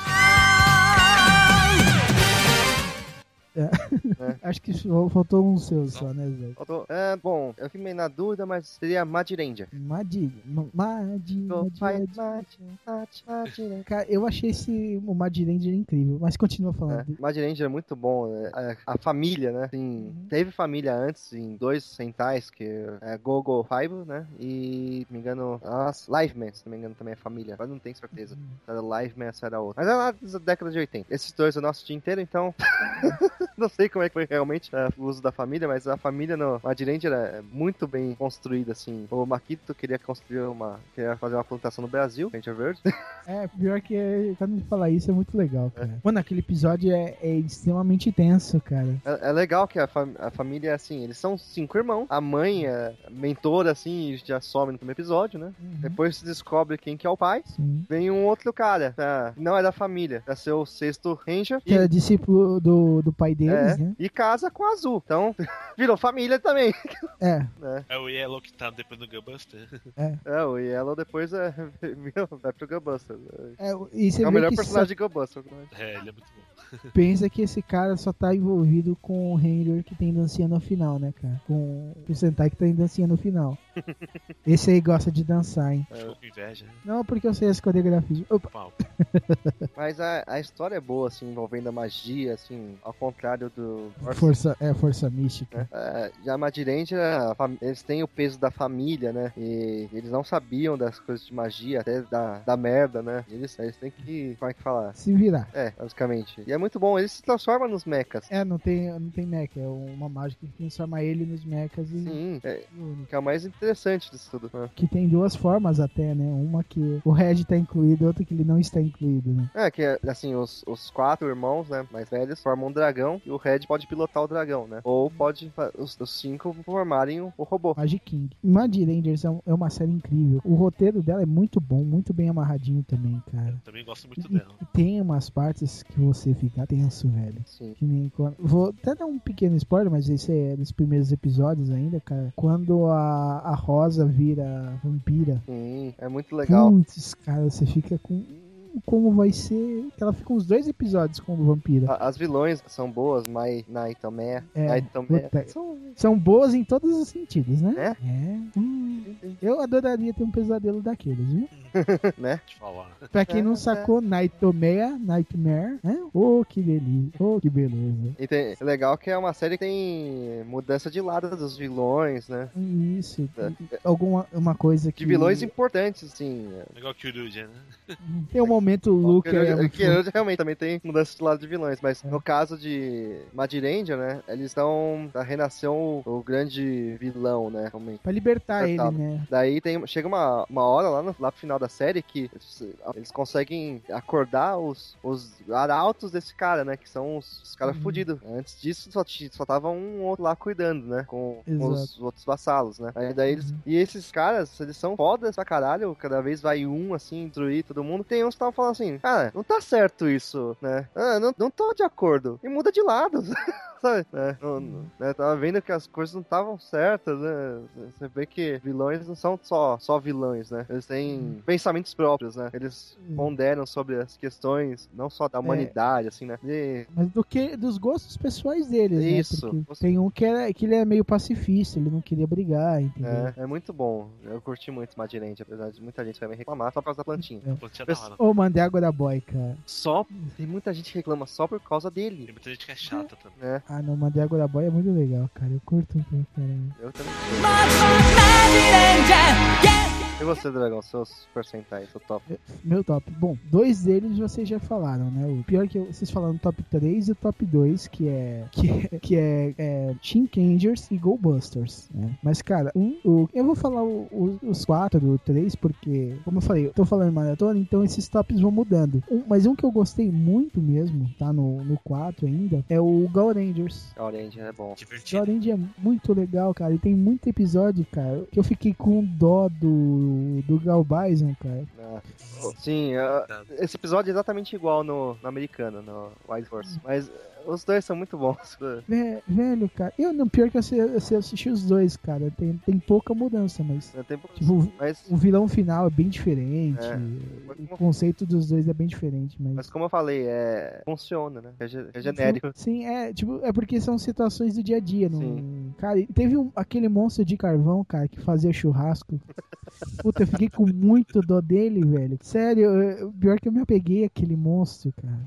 Speaker 2: Acho que fal- faltou um seu só, né, Zé?
Speaker 3: Faltou- Ah, bom, eu fiquei meio na dúvida, mas seria Madirendia.
Speaker 2: Madilha. Ma- Madilha.
Speaker 3: Go, vai,
Speaker 2: Madilha.
Speaker 3: Madi- Madi- Madirendia.
Speaker 2: Cara, eu achei esse o Madirendia incrível, mas continua
Speaker 3: É,
Speaker 2: falando.
Speaker 3: Magic Ranger é muito bom. né? A, a família, né? Assim, Teve família antes em dois centais, que é Gogo Five, né? E, se não me engano, as Liveman, se não me engano, também é família. Mas não tenho certeza. Se era Liveman, se era outra. Mas é lá da década de 80. Esses dois é o nosso dia inteiro, então. *laughs* não sei como é que foi realmente é, o uso da família, mas a família no Magic Ranger é muito bem construída, assim. O Makito queria construir uma. queria fazer uma plantação no Brasil, Ranger Verde.
Speaker 2: É, pior que é, quando ele falar isso é muito legal, cara. Mano, aquele episódio é, é extremamente tenso, cara.
Speaker 3: É, é legal que a, fam- a família, assim, eles são cinco irmãos. A mãe é mentora, assim, e já some no primeiro episódio,
Speaker 2: Uhum.
Speaker 3: né? Depois se descobre quem que é o pai.
Speaker 2: Sim.
Speaker 3: Vem um outro cara, tá? não é da família, é seu sexto ranger.
Speaker 2: Que
Speaker 3: E,
Speaker 2: era discípulo do, do pai deles,
Speaker 3: é,
Speaker 2: né?
Speaker 3: e casa com a Azul. Então, *laughs* virou família também.
Speaker 2: É.
Speaker 5: É o Yellow que tá depois do Gunbuster.
Speaker 3: É, o Yellow depois é, *laughs* virou- vai pro Gunbuster.
Speaker 2: é e você
Speaker 3: É o
Speaker 2: vê
Speaker 3: melhor
Speaker 2: que
Speaker 3: personagem de né? Gunbuster.
Speaker 5: É, ele é muito bom.
Speaker 2: só pensa que esse cara só tá envolvido com o Ranger que tá tem dancinha no final, né, cara? Com o Sentai que tá tem dancinha no
Speaker 3: *laughs*
Speaker 2: final. esse aí gosta de dançar, hein?
Speaker 5: Ficou com inveja. né?
Speaker 2: Não, porque eu sei as coreografias. Opa,
Speaker 5: Pau.
Speaker 3: Mas a, a história é boa, assim, envolvendo a magia, assim, ao contrário do
Speaker 2: força, é, força mística.
Speaker 3: É, já a Madirente, a fam- eles têm o peso da família, né? E eles não sabiam das coisas de magia, até da, da merda, né? Eles, eles têm que. Como é que fala?
Speaker 2: Se virar.
Speaker 3: É, basicamente. E é muito bom, eles se transformam nos mechas.
Speaker 2: É, não tem, não tem mecha, é uma mágica que transforma ele nos mechas e
Speaker 3: Sim, é,
Speaker 2: no-
Speaker 3: que é o mais interessante disso tudo. né?
Speaker 2: que tem duas formas até, né? Uma que o Red tá incluído, outra que ele não está incluído, né?
Speaker 3: É, que assim, os, os quatro irmãos, né, mais velhos, formam um dragão e o Red pode pilotar o dragão, né? Ou pode fa- os, os cinco formarem o, o robô.
Speaker 2: Magic King. Magic Rangers é um- é uma série incrível. O roteiro dela é muito bom, muito bem amarradinho também, cara.
Speaker 5: Eu também gosto muito dela.
Speaker 2: E tem umas partes que você fica tenso, velho.
Speaker 3: Sim.
Speaker 2: Que nem quando... Vou até dar um pequeno spoiler, mas esse é dos primeiros episódios ainda, cara. Quando a, a Rosa vira vampira.
Speaker 3: Sim, é muito legal.
Speaker 2: Putz, cara, você fica com. como vai ser. Que ela fica uns dois episódios como vampira.
Speaker 3: A- As vilões são boas, Mai Naitomé,
Speaker 2: É,
Speaker 3: Naitomé.
Speaker 2: puta-
Speaker 3: São...
Speaker 2: São boas em todos os sentidos, né?
Speaker 3: É?
Speaker 2: É. Hum, eu adoraria ter um pesadelo daqueles, viu?
Speaker 3: né?
Speaker 5: te falar.
Speaker 2: Pra quem
Speaker 3: É,
Speaker 2: não sacou, Nightmare, Nightmare, né? Oh, que delícia. Oh, que beleza.
Speaker 3: E tem, é legal que é uma série que tem mudança de lado dos vilões, né?
Speaker 2: Tá Isso. e- e- Alguma uma coisa que...
Speaker 3: É, De vilões importantes, assim.
Speaker 5: Legal que o Ryuja, É né?
Speaker 2: Tem um momento Luke... é
Speaker 3: Que-
Speaker 2: muito-
Speaker 3: que hoje realmente também tem mudança de lado de vilões, mas no caso de Mad Ranger, né? Eles estão. A renasceu o, o grande vilão, né? Realmente.
Speaker 2: Pra libertar ele,
Speaker 3: Libertado.
Speaker 2: né?
Speaker 3: Daí tem, chega uma, uma hora lá no, lá pro final da série que eles, eles conseguem acordar os, os arautos desse cara, né? Que são os, os caras
Speaker 2: Uhum.
Speaker 3: fudidos. Antes disso, só, ti- só tava um outro lá cuidando, né? Com, com os outros vassalos, né? Aí daí eles, E esses caras, eles são fodas pra caralho. Cada vez vai um, assim, destruir todo mundo. Tem uns que estavam falando assim, cara, não tá certo isso, né? Ah, não, não tô de acordo. E muda de lado, sabe? Né? Não- não- né? Tava vendo que as coisas não estavam certas, né? Você vê que vilões não são só, só vilões, né? Eles têm pensamentos próprios, né? Eles
Speaker 2: Hum.
Speaker 3: ponderam sobre as questões, não só da humanidade, assim, né? E
Speaker 2: Mas do que, dos gostos pessoais deles,
Speaker 3: Isso.
Speaker 2: né? Porque tem um que, era, que ele é meio pacifista, ele não queria brigar, entendeu?
Speaker 3: é, é muito bom. Eu curti muito Madirente, apesar de muita gente vai me reclamar só por causa da plantinha.
Speaker 5: Pô, tinha da hora.
Speaker 2: Ô, mandei agora boy, cara.
Speaker 3: Só tem muita gente que reclama só por causa dele,
Speaker 5: Tem muita gente que é chata também.
Speaker 3: né?
Speaker 2: Ah, não, mandei agora boy é muito legal, cara. Eu curto um pouco, cara.
Speaker 3: Eu também.
Speaker 1: Uhum. Ranger, yeah.
Speaker 3: E você, Dragão, seus percentais, seu top.
Speaker 2: Meu top. Bom, dois deles vocês já falaram, né? O pior é que eu- vocês falaram top 3 e o top 2, que é. *laughs* Que é, que é, é Team Rangers e Go Busters, né? Mas, cara, um. o- eu vou falar o- o- os quatro, o três, porque, como eu falei, eu tô falando maratona, então esses tops vão mudando. Um- mas um que eu gostei muito mesmo, tá? No, no 4 ainda, é o Go Rangers.
Speaker 3: A Orange é bom.
Speaker 4: Divertido.
Speaker 2: Jorend é muito legal, cara. E tem muito episódio, cara, que eu fiquei com dó do, do Galbison, cara.
Speaker 3: né? Sim, ah, esse episódio é exatamente igual no, no americano, no Wild
Speaker 2: Uhum.
Speaker 3: Force. Mas eh, os dois são muito bons. *laughs* né,
Speaker 2: Vé- Velho, cara. Eu não, pior que eu, assi- eu assisti os dois, cara. Tem, tem pouca mudança, mas.
Speaker 3: Tem tempo-
Speaker 2: Tipo,
Speaker 3: Mas,
Speaker 2: o vilão final é bem diferente.
Speaker 3: É.
Speaker 2: O conceito dos dois é bem diferente, mas.
Speaker 3: mas como eu falei, é, funciona, né? É, ge- é genérico.
Speaker 2: Sim, é, tipo, é porque são situações do dia a dia. Não...
Speaker 3: Sim.
Speaker 2: Cara, e teve um- aquele monstro de carvão, cara, que fazia churrasco. Puta, eu fiquei com muito dó dele, velho. Sério, eu- pior que eu me apeguei àquele monstro, cara.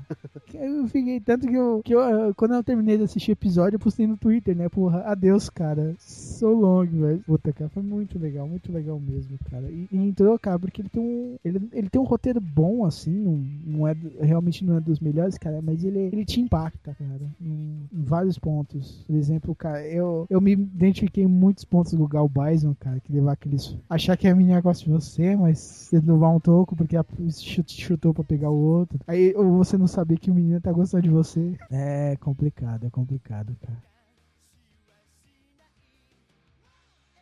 Speaker 2: Que Eu fiquei tanto que eu, que eu, eh, quando eu terminei de assistir o episódio, eu postei no Twitter, né? Porra, adeus, cara. So long, velho. Puta, cara, foi muito legal, muito legal mesmo, cara. E, e entrou, cara, porque ele tem um. Ele, ele tem um roteiro bom, assim, não, não é, do- realmente não é dos melhores, cara, mas ele, ele te impacta, cara, em, em vários pontos. Por exemplo, cara, eu, eu me identifiquei em muitos pontos do Gal Bison, cara, que levar aqueles. Achar que a menina gosta de você, mas você não vai um toco porque ela chu- chutou pra pegar o outro. Aí ou você não saber que o menino tá gostando de você. É complicado, é complicado, cara.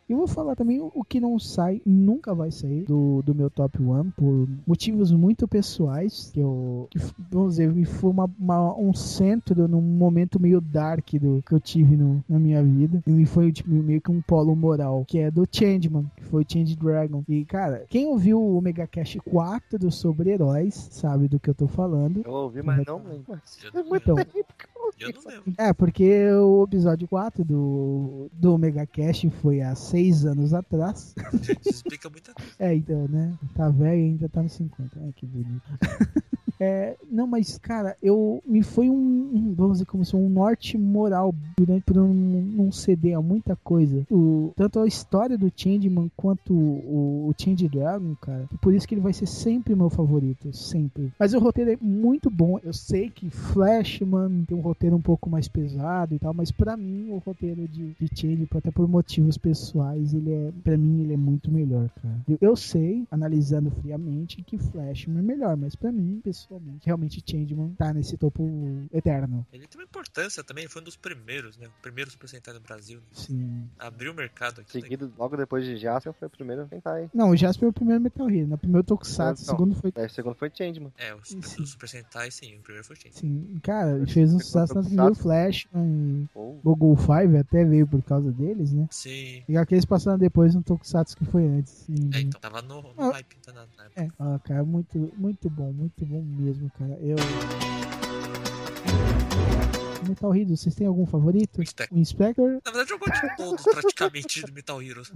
Speaker 2: E eu vou falar também o o que não sai, nunca vai sair do, do meu top 1 por motivos muito pessoais. Que eu, que, f- vamos dizer, me foi uma, uma- um centro num momento meio dark do, que eu tive no, na minha vida. E me foi tipo, meio que um polo moral, que é do Changeman, que foi o Change Dragon. E cara, quem ouviu o Omega Cash 4 dos sobre-heróis sabe do que eu tô falando.
Speaker 3: Eu ouvi, mas não
Speaker 2: Uhum.
Speaker 3: lembro. É
Speaker 4: Eu,
Speaker 3: muito
Speaker 2: Então.
Speaker 3: tempo que eu ouvi.
Speaker 4: eu não lembro.
Speaker 2: É, porque o episódio 4 do, do Omega Cash foi há seis anos atrás.
Speaker 4: Isso explica muita coisa.
Speaker 2: É, então, né? Tá velho e ainda tá nos 50. Ai, que bonito. *laughs* É, não, mas, cara, eu me foi um, um, vamos dizer como se um norte moral durante por um, um CD a muita coisa. O, tanto a história do Changeman quanto o, o Change Dragon, cara. E por isso que ele vai ser sempre meu favorito, sempre. Mas o roteiro é muito bom. Eu sei que Flashman tem um roteiro um pouco mais pesado e tal, mas pra mim o roteiro de, de Change, até por motivos pessoais, ele é, para mim ele é muito melhor, cara. Eu, eu sei, analisando friamente, que Flashman é melhor, mas pra mim, pessoalmente, realmente Changeman tá nesse topo eterno. inferno.
Speaker 4: Ele tem uma importância também, ele foi um dos primeiros, né? O primeiro Super Sentai no Brasil. né?
Speaker 2: Sim.
Speaker 4: Abriu o mercado aqui. né?
Speaker 3: Seguido logo depois de Jasper, foi o primeiro Sentai.
Speaker 2: Não, o Jasper é o primeiro Metal Hero, né? O primeiro Tokusatsu, o
Speaker 3: Então.
Speaker 2: segundo foi.
Speaker 3: Aí o segundo foi Changeman.
Speaker 4: É, o, Super-
Speaker 2: Sim.
Speaker 4: o Super Sentai, sim, o primeiro foi o Shin.
Speaker 2: Sim, cara, ele fez um sucesso na primeira Flash, né?
Speaker 3: Ou
Speaker 2: Google Five até veio por causa deles, né?
Speaker 4: Sim.
Speaker 2: E aqueles passaram depois no Tokusatsu que foi antes. Sim.
Speaker 4: É, então, tava no, no
Speaker 2: Ah.
Speaker 4: hype tá na, na época.
Speaker 2: É, ah, cara, muito, muito bom, muito bom mesmo, cara. Eu. Metal Hero, vocês têm algum favorito?
Speaker 4: O Spectre.
Speaker 2: O Inspector?
Speaker 4: Na verdade, jogou de todos, praticamente, do Metal Heroes.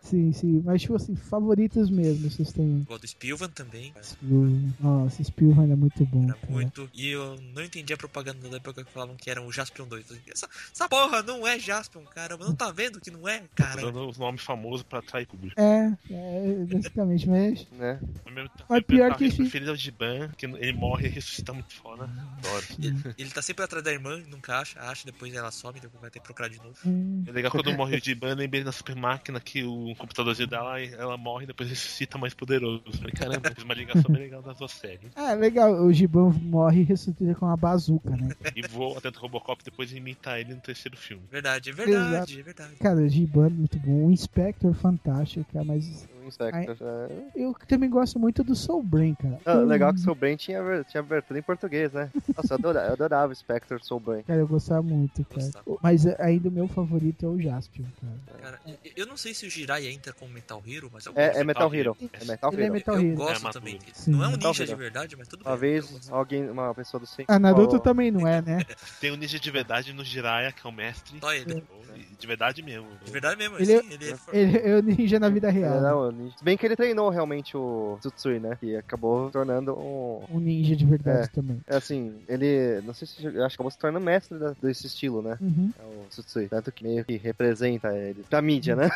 Speaker 2: Sim, sim. Mas, tipo assim, favoritos mesmo, vocês têm.
Speaker 4: Igual do Spilvan também. cara.
Speaker 2: Spielman. Nossa, Spielman é muito bom,
Speaker 4: Era
Speaker 2: cara.
Speaker 4: muito. E eu não entendi a propaganda da época que falavam que era o Jaspion 2. Essa, essa porra não é Jaspion, caramba. Não tá vendo que não é, cara?
Speaker 5: Dando os nomes famosos pra atrair público.
Speaker 2: É, é, basicamente, mas.
Speaker 3: né?
Speaker 5: O meu, tá-
Speaker 2: Mas
Speaker 5: meu
Speaker 2: pior
Speaker 5: tá-
Speaker 2: que
Speaker 5: meu
Speaker 2: sim.
Speaker 5: preferido é o Giban, que ele morre e ressuscita muito foda. Adoro.
Speaker 4: Ele, ele tá sempre atrás da irmã, nunca acha, acha, depois ela some, depois vai ter que procurar de novo.
Speaker 2: hum,
Speaker 5: É legal
Speaker 2: *laughs*
Speaker 5: quando morre o Giban, lembrei na super máquina que o computadorzinho dela, ela morre e depois ressuscita mais poderoso. Falei, caramba, fiz uma ligação bem legal das duas séries.
Speaker 2: Ah, legal. O Gibão morre e ressuscita com uma bazuca, né?
Speaker 5: E vou até o Robocop depois imitar ele no terceiro filme.
Speaker 4: Verdade, é verdade,
Speaker 2: Exato.
Speaker 4: é verdade.
Speaker 2: Cara, o Gibão é muito bom. O Inspector, fantástico, cara. Mas
Speaker 3: O Inspector. né?
Speaker 2: eu também gosto muito do Soul Brain, cara.
Speaker 3: Ah, legal que o Soul Brain tinha, ver- tinha abertura em português, né? Nossa, eu adorava, eu adorava o Spectre Soul Brain.
Speaker 2: Cara, eu gostava muito, cara.
Speaker 4: Gostava.
Speaker 2: Mas ainda o meu favorito é o Jaspion, cara.
Speaker 4: Cara, eu- eu não sei se o Jirai entra como Metal Hero, mas eu gosto.
Speaker 3: É, é Metal Hero. É Metal
Speaker 2: Ele é
Speaker 3: Hero.
Speaker 2: Metal
Speaker 4: eu
Speaker 2: Hero.
Speaker 4: gosto
Speaker 5: É,
Speaker 4: também
Speaker 5: Maturo.
Speaker 4: dele.
Speaker 2: Sim.
Speaker 4: Não é um
Speaker 3: Metal
Speaker 4: ninja de
Speaker 3: Hero.
Speaker 4: verdade, mas tudo bem. eu
Speaker 3: Talvez
Speaker 4: gosto.
Speaker 3: alguém, uma pessoa do 5.
Speaker 2: Ah, Naruto também não é, né?
Speaker 5: Tem um ninja de verdade no Jiraiya, que é o mestre.
Speaker 4: Só ele.
Speaker 5: E De verdade mesmo.
Speaker 4: De verdade mesmo,
Speaker 2: Ele é-
Speaker 4: assim, ele é forte.
Speaker 2: Ele é o ninja na vida real.
Speaker 3: é
Speaker 2: né?
Speaker 3: Se bem que ele treinou realmente o Tsutsui, né? Que acabou tornando um.
Speaker 2: Um ninja de verdade também.
Speaker 3: é Assim, ele. Não sei se. eu Acho que acabou se tornando mestre da- desse estilo, né?
Speaker 2: Uhum.
Speaker 3: É o Tsutsui. Tanto que meio que representa ele. Pra mídia, né?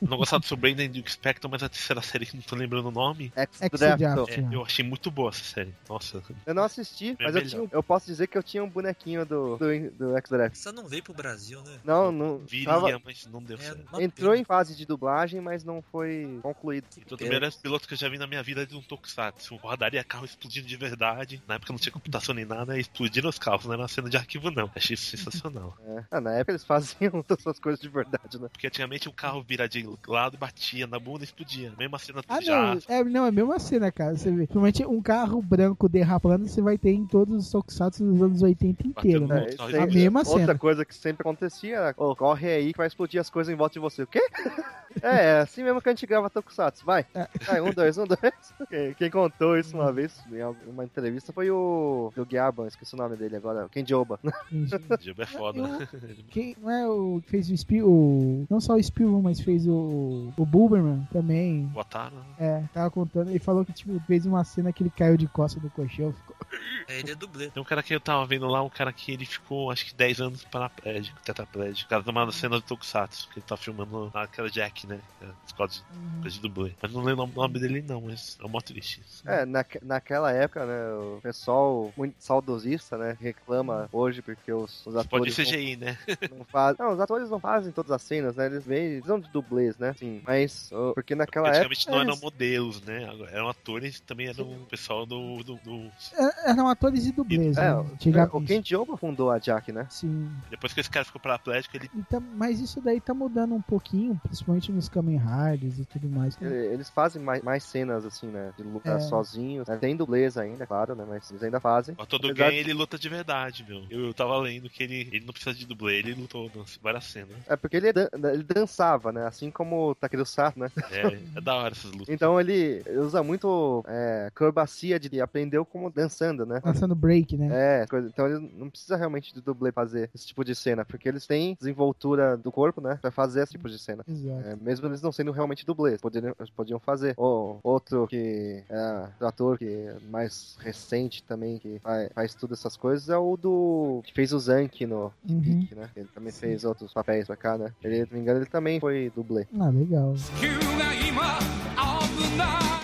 Speaker 5: Não gostava do Sobrando e do Spectrum, mas a terceira série que não tô lembrando o nome.
Speaker 3: Ex-Draft.
Speaker 2: Ex-Draft.
Speaker 5: é, eu achei muito boa essa série. Nossa.
Speaker 3: Eu não assisti, mas eu,
Speaker 5: É melhor.
Speaker 3: tinha, um- eu posso dizer que eu tinha um bonequinho do, do, do X-Draft.
Speaker 4: Só não veio pro Brasil, né?
Speaker 3: Não, não.
Speaker 5: Viria,
Speaker 3: tava-
Speaker 5: mas não deu
Speaker 4: É,
Speaker 5: certo.
Speaker 4: uma
Speaker 3: entrou
Speaker 4: pena.
Speaker 3: em fase de dublagem, mas não foi concluído.
Speaker 5: Então, o melhor piloto que eu já vi na minha vida é de um Tokusatsu. Rodaria carro explodindo de verdade. Na época não tinha computação nem nada, e explodiram os carros, não era uma cena de arquivo, não. Achei isso
Speaker 3: *laughs*
Speaker 5: sensacional.
Speaker 3: É. Ah, na época eles faziam *laughs* todas essas coisas de verdade, né?
Speaker 5: Porque antigamente o carro vira de lado, batia na bunda e explodia. Mesma cena do
Speaker 2: Ah, não.
Speaker 5: Jaspion.
Speaker 2: É, não, é a mesma cena, cara. Você vê. Principalmente um carro branco derrapando, você vai ter em todos os tokusatsu dos anos 80
Speaker 5: Bateu
Speaker 2: inteiro, né?
Speaker 5: no-
Speaker 3: É, isso
Speaker 5: A
Speaker 3: aí.
Speaker 2: mesma
Speaker 3: Outra
Speaker 2: cena.
Speaker 3: coisa que sempre acontecia era, ô, corre aí que vai explodir as coisas em volta de você. O *laughs* quê? é, é assim mesmo que a gente grava Tokusatsu, vai. Vai, um, dois, um, *laughs* dois. Quem- Quem contou isso uma vez em uma entrevista foi o do Giaban, esqueci o nome dele agora, o Kenjoba.
Speaker 5: Jaspion é foda.
Speaker 2: *laughs* Quem não é o que fez o Spiel, o- não só o Spielman, mas fez o, o Bulberman também.
Speaker 5: Botaram.
Speaker 2: É, tava contando, ele falou que tipo, fez uma cena que ele caiu de costas do colchão. Ficou...
Speaker 4: É, ele é dublê.
Speaker 5: Tem um cara que eu tava vendo lá, um cara que ele ficou acho que 10 anos paraplégico, tetraplégico. O cara tá numa cena do Tokusatsu, que ele tá filmando naquela Jack, né? Escola de,
Speaker 3: Uhum.
Speaker 5: coisa de dublê. Mas não lembro o nome dele não, mas é mó triste.
Speaker 3: É, naque- naquela época, né, o pessoal muito saudosista, né, reclama hoje porque os, os
Speaker 5: Pode
Speaker 3: atores
Speaker 5: ser CGI, né?
Speaker 3: não, não fazem... Não, os atores não fazem todas as cenas, né, eles vêm, eles são de dublês, né, sim, mas ô, porque é naquela época...
Speaker 5: Antigamente não eram
Speaker 3: eles-
Speaker 5: modelos, né? Agora, Eram atores também eram o pessoal do. do, do-
Speaker 2: É, Eram atores e dublês,
Speaker 3: É,
Speaker 2: né?
Speaker 3: o- o
Speaker 2: Antigamente.
Speaker 3: Kenjoba fundou a Jack, né?
Speaker 2: Sim.
Speaker 5: Depois que esse cara ficou paraplégico, ele.
Speaker 2: E tá- mas isso daí tá mudando um pouquinho, principalmente nos Kamen Riders e tudo mais.
Speaker 3: Ele- Eles fazem mais, mais cenas, assim, né? De luta
Speaker 2: É.
Speaker 3: sozinhos. né, Tem dublês ainda, claro, né? Mas eles ainda fazem.
Speaker 5: O ator do
Speaker 3: Apesar
Speaker 5: Gun, ele luta de verdade, meu. Eu, eu tava lendo que ele, ele não precisa de dublê, ele lutou nas várias cenas.
Speaker 3: É porque ele, dan- ele dançava, né? Assim como o Takeru Sato, né? *laughs*
Speaker 5: É, é da hora essas lutas.
Speaker 3: Então ele usa muito é, acrobacia de de aprendeu como dançando, né?
Speaker 2: Lançando break, né?
Speaker 3: É, coisa- então ele não precisa realmente do dublê fazer esse tipo de cena, porque eles têm desenvoltura do corpo, né? Pra fazer esse tipo de cena.
Speaker 2: Exato.
Speaker 3: É, mesmo eles não sendo realmente dublês, poderiam, eles podiam fazer. Ou outro que é ator que é mais recente também, que fa- faz, tudo essas coisas, é o do. que fez o Zank no
Speaker 2: Uhum.
Speaker 3: Rick, né? Ele também fez outros papéis pra cá, né? Ele, se não me engano, ele também foi dublê.
Speaker 2: Ah, legal. E,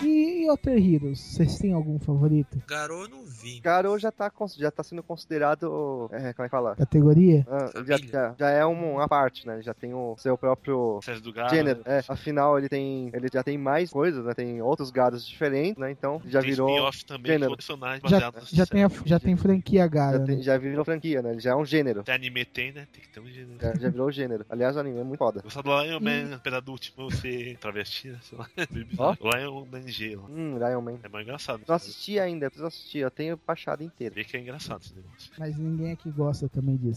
Speaker 2: e e Other Heroes, vocês têm algum favorito?
Speaker 4: Garou eu não vi.
Speaker 3: Garou já tá, cons- já tá sendo considerado. É, como é que fala?
Speaker 2: Categoria?
Speaker 3: Ah, já,
Speaker 4: Família.
Speaker 3: já, já é um- uma parte, né? Ele já tem o seu próprio
Speaker 5: Sérgio do Garo.
Speaker 3: gênero. É, afinal, ele tem. Ele já tem mais coisas, né? Tem outros gados diferentes, né? Então já
Speaker 5: tem
Speaker 3: virou.
Speaker 5: spin-off também
Speaker 3: gênero.
Speaker 5: de outros personagens
Speaker 2: Já,
Speaker 5: baseados
Speaker 2: já, tem a-
Speaker 5: série.
Speaker 2: já tem franquia Gara,
Speaker 3: Já, tem-
Speaker 2: né?
Speaker 3: já virou franquia, né? Ele já é um gênero.
Speaker 5: Até anime tem, né? Tem que ter um gênero.
Speaker 3: Já, já virou gênero. Aliás, o anime é muito foda.
Speaker 5: Gostava do Lion
Speaker 2: Hum.
Speaker 5: Man, apesar do último ser travesti, né? sei lá. *laughs*
Speaker 3: Ó.
Speaker 5: Lion Man Gelo.
Speaker 3: Hum, Lion Man.
Speaker 5: É mais engraçado.
Speaker 3: Não assisti ainda, eu preciso assistir, eu tenho baixado inteiro.
Speaker 5: Vê que é engraçado esse negócio.
Speaker 2: Mas ninguém aqui gosta também de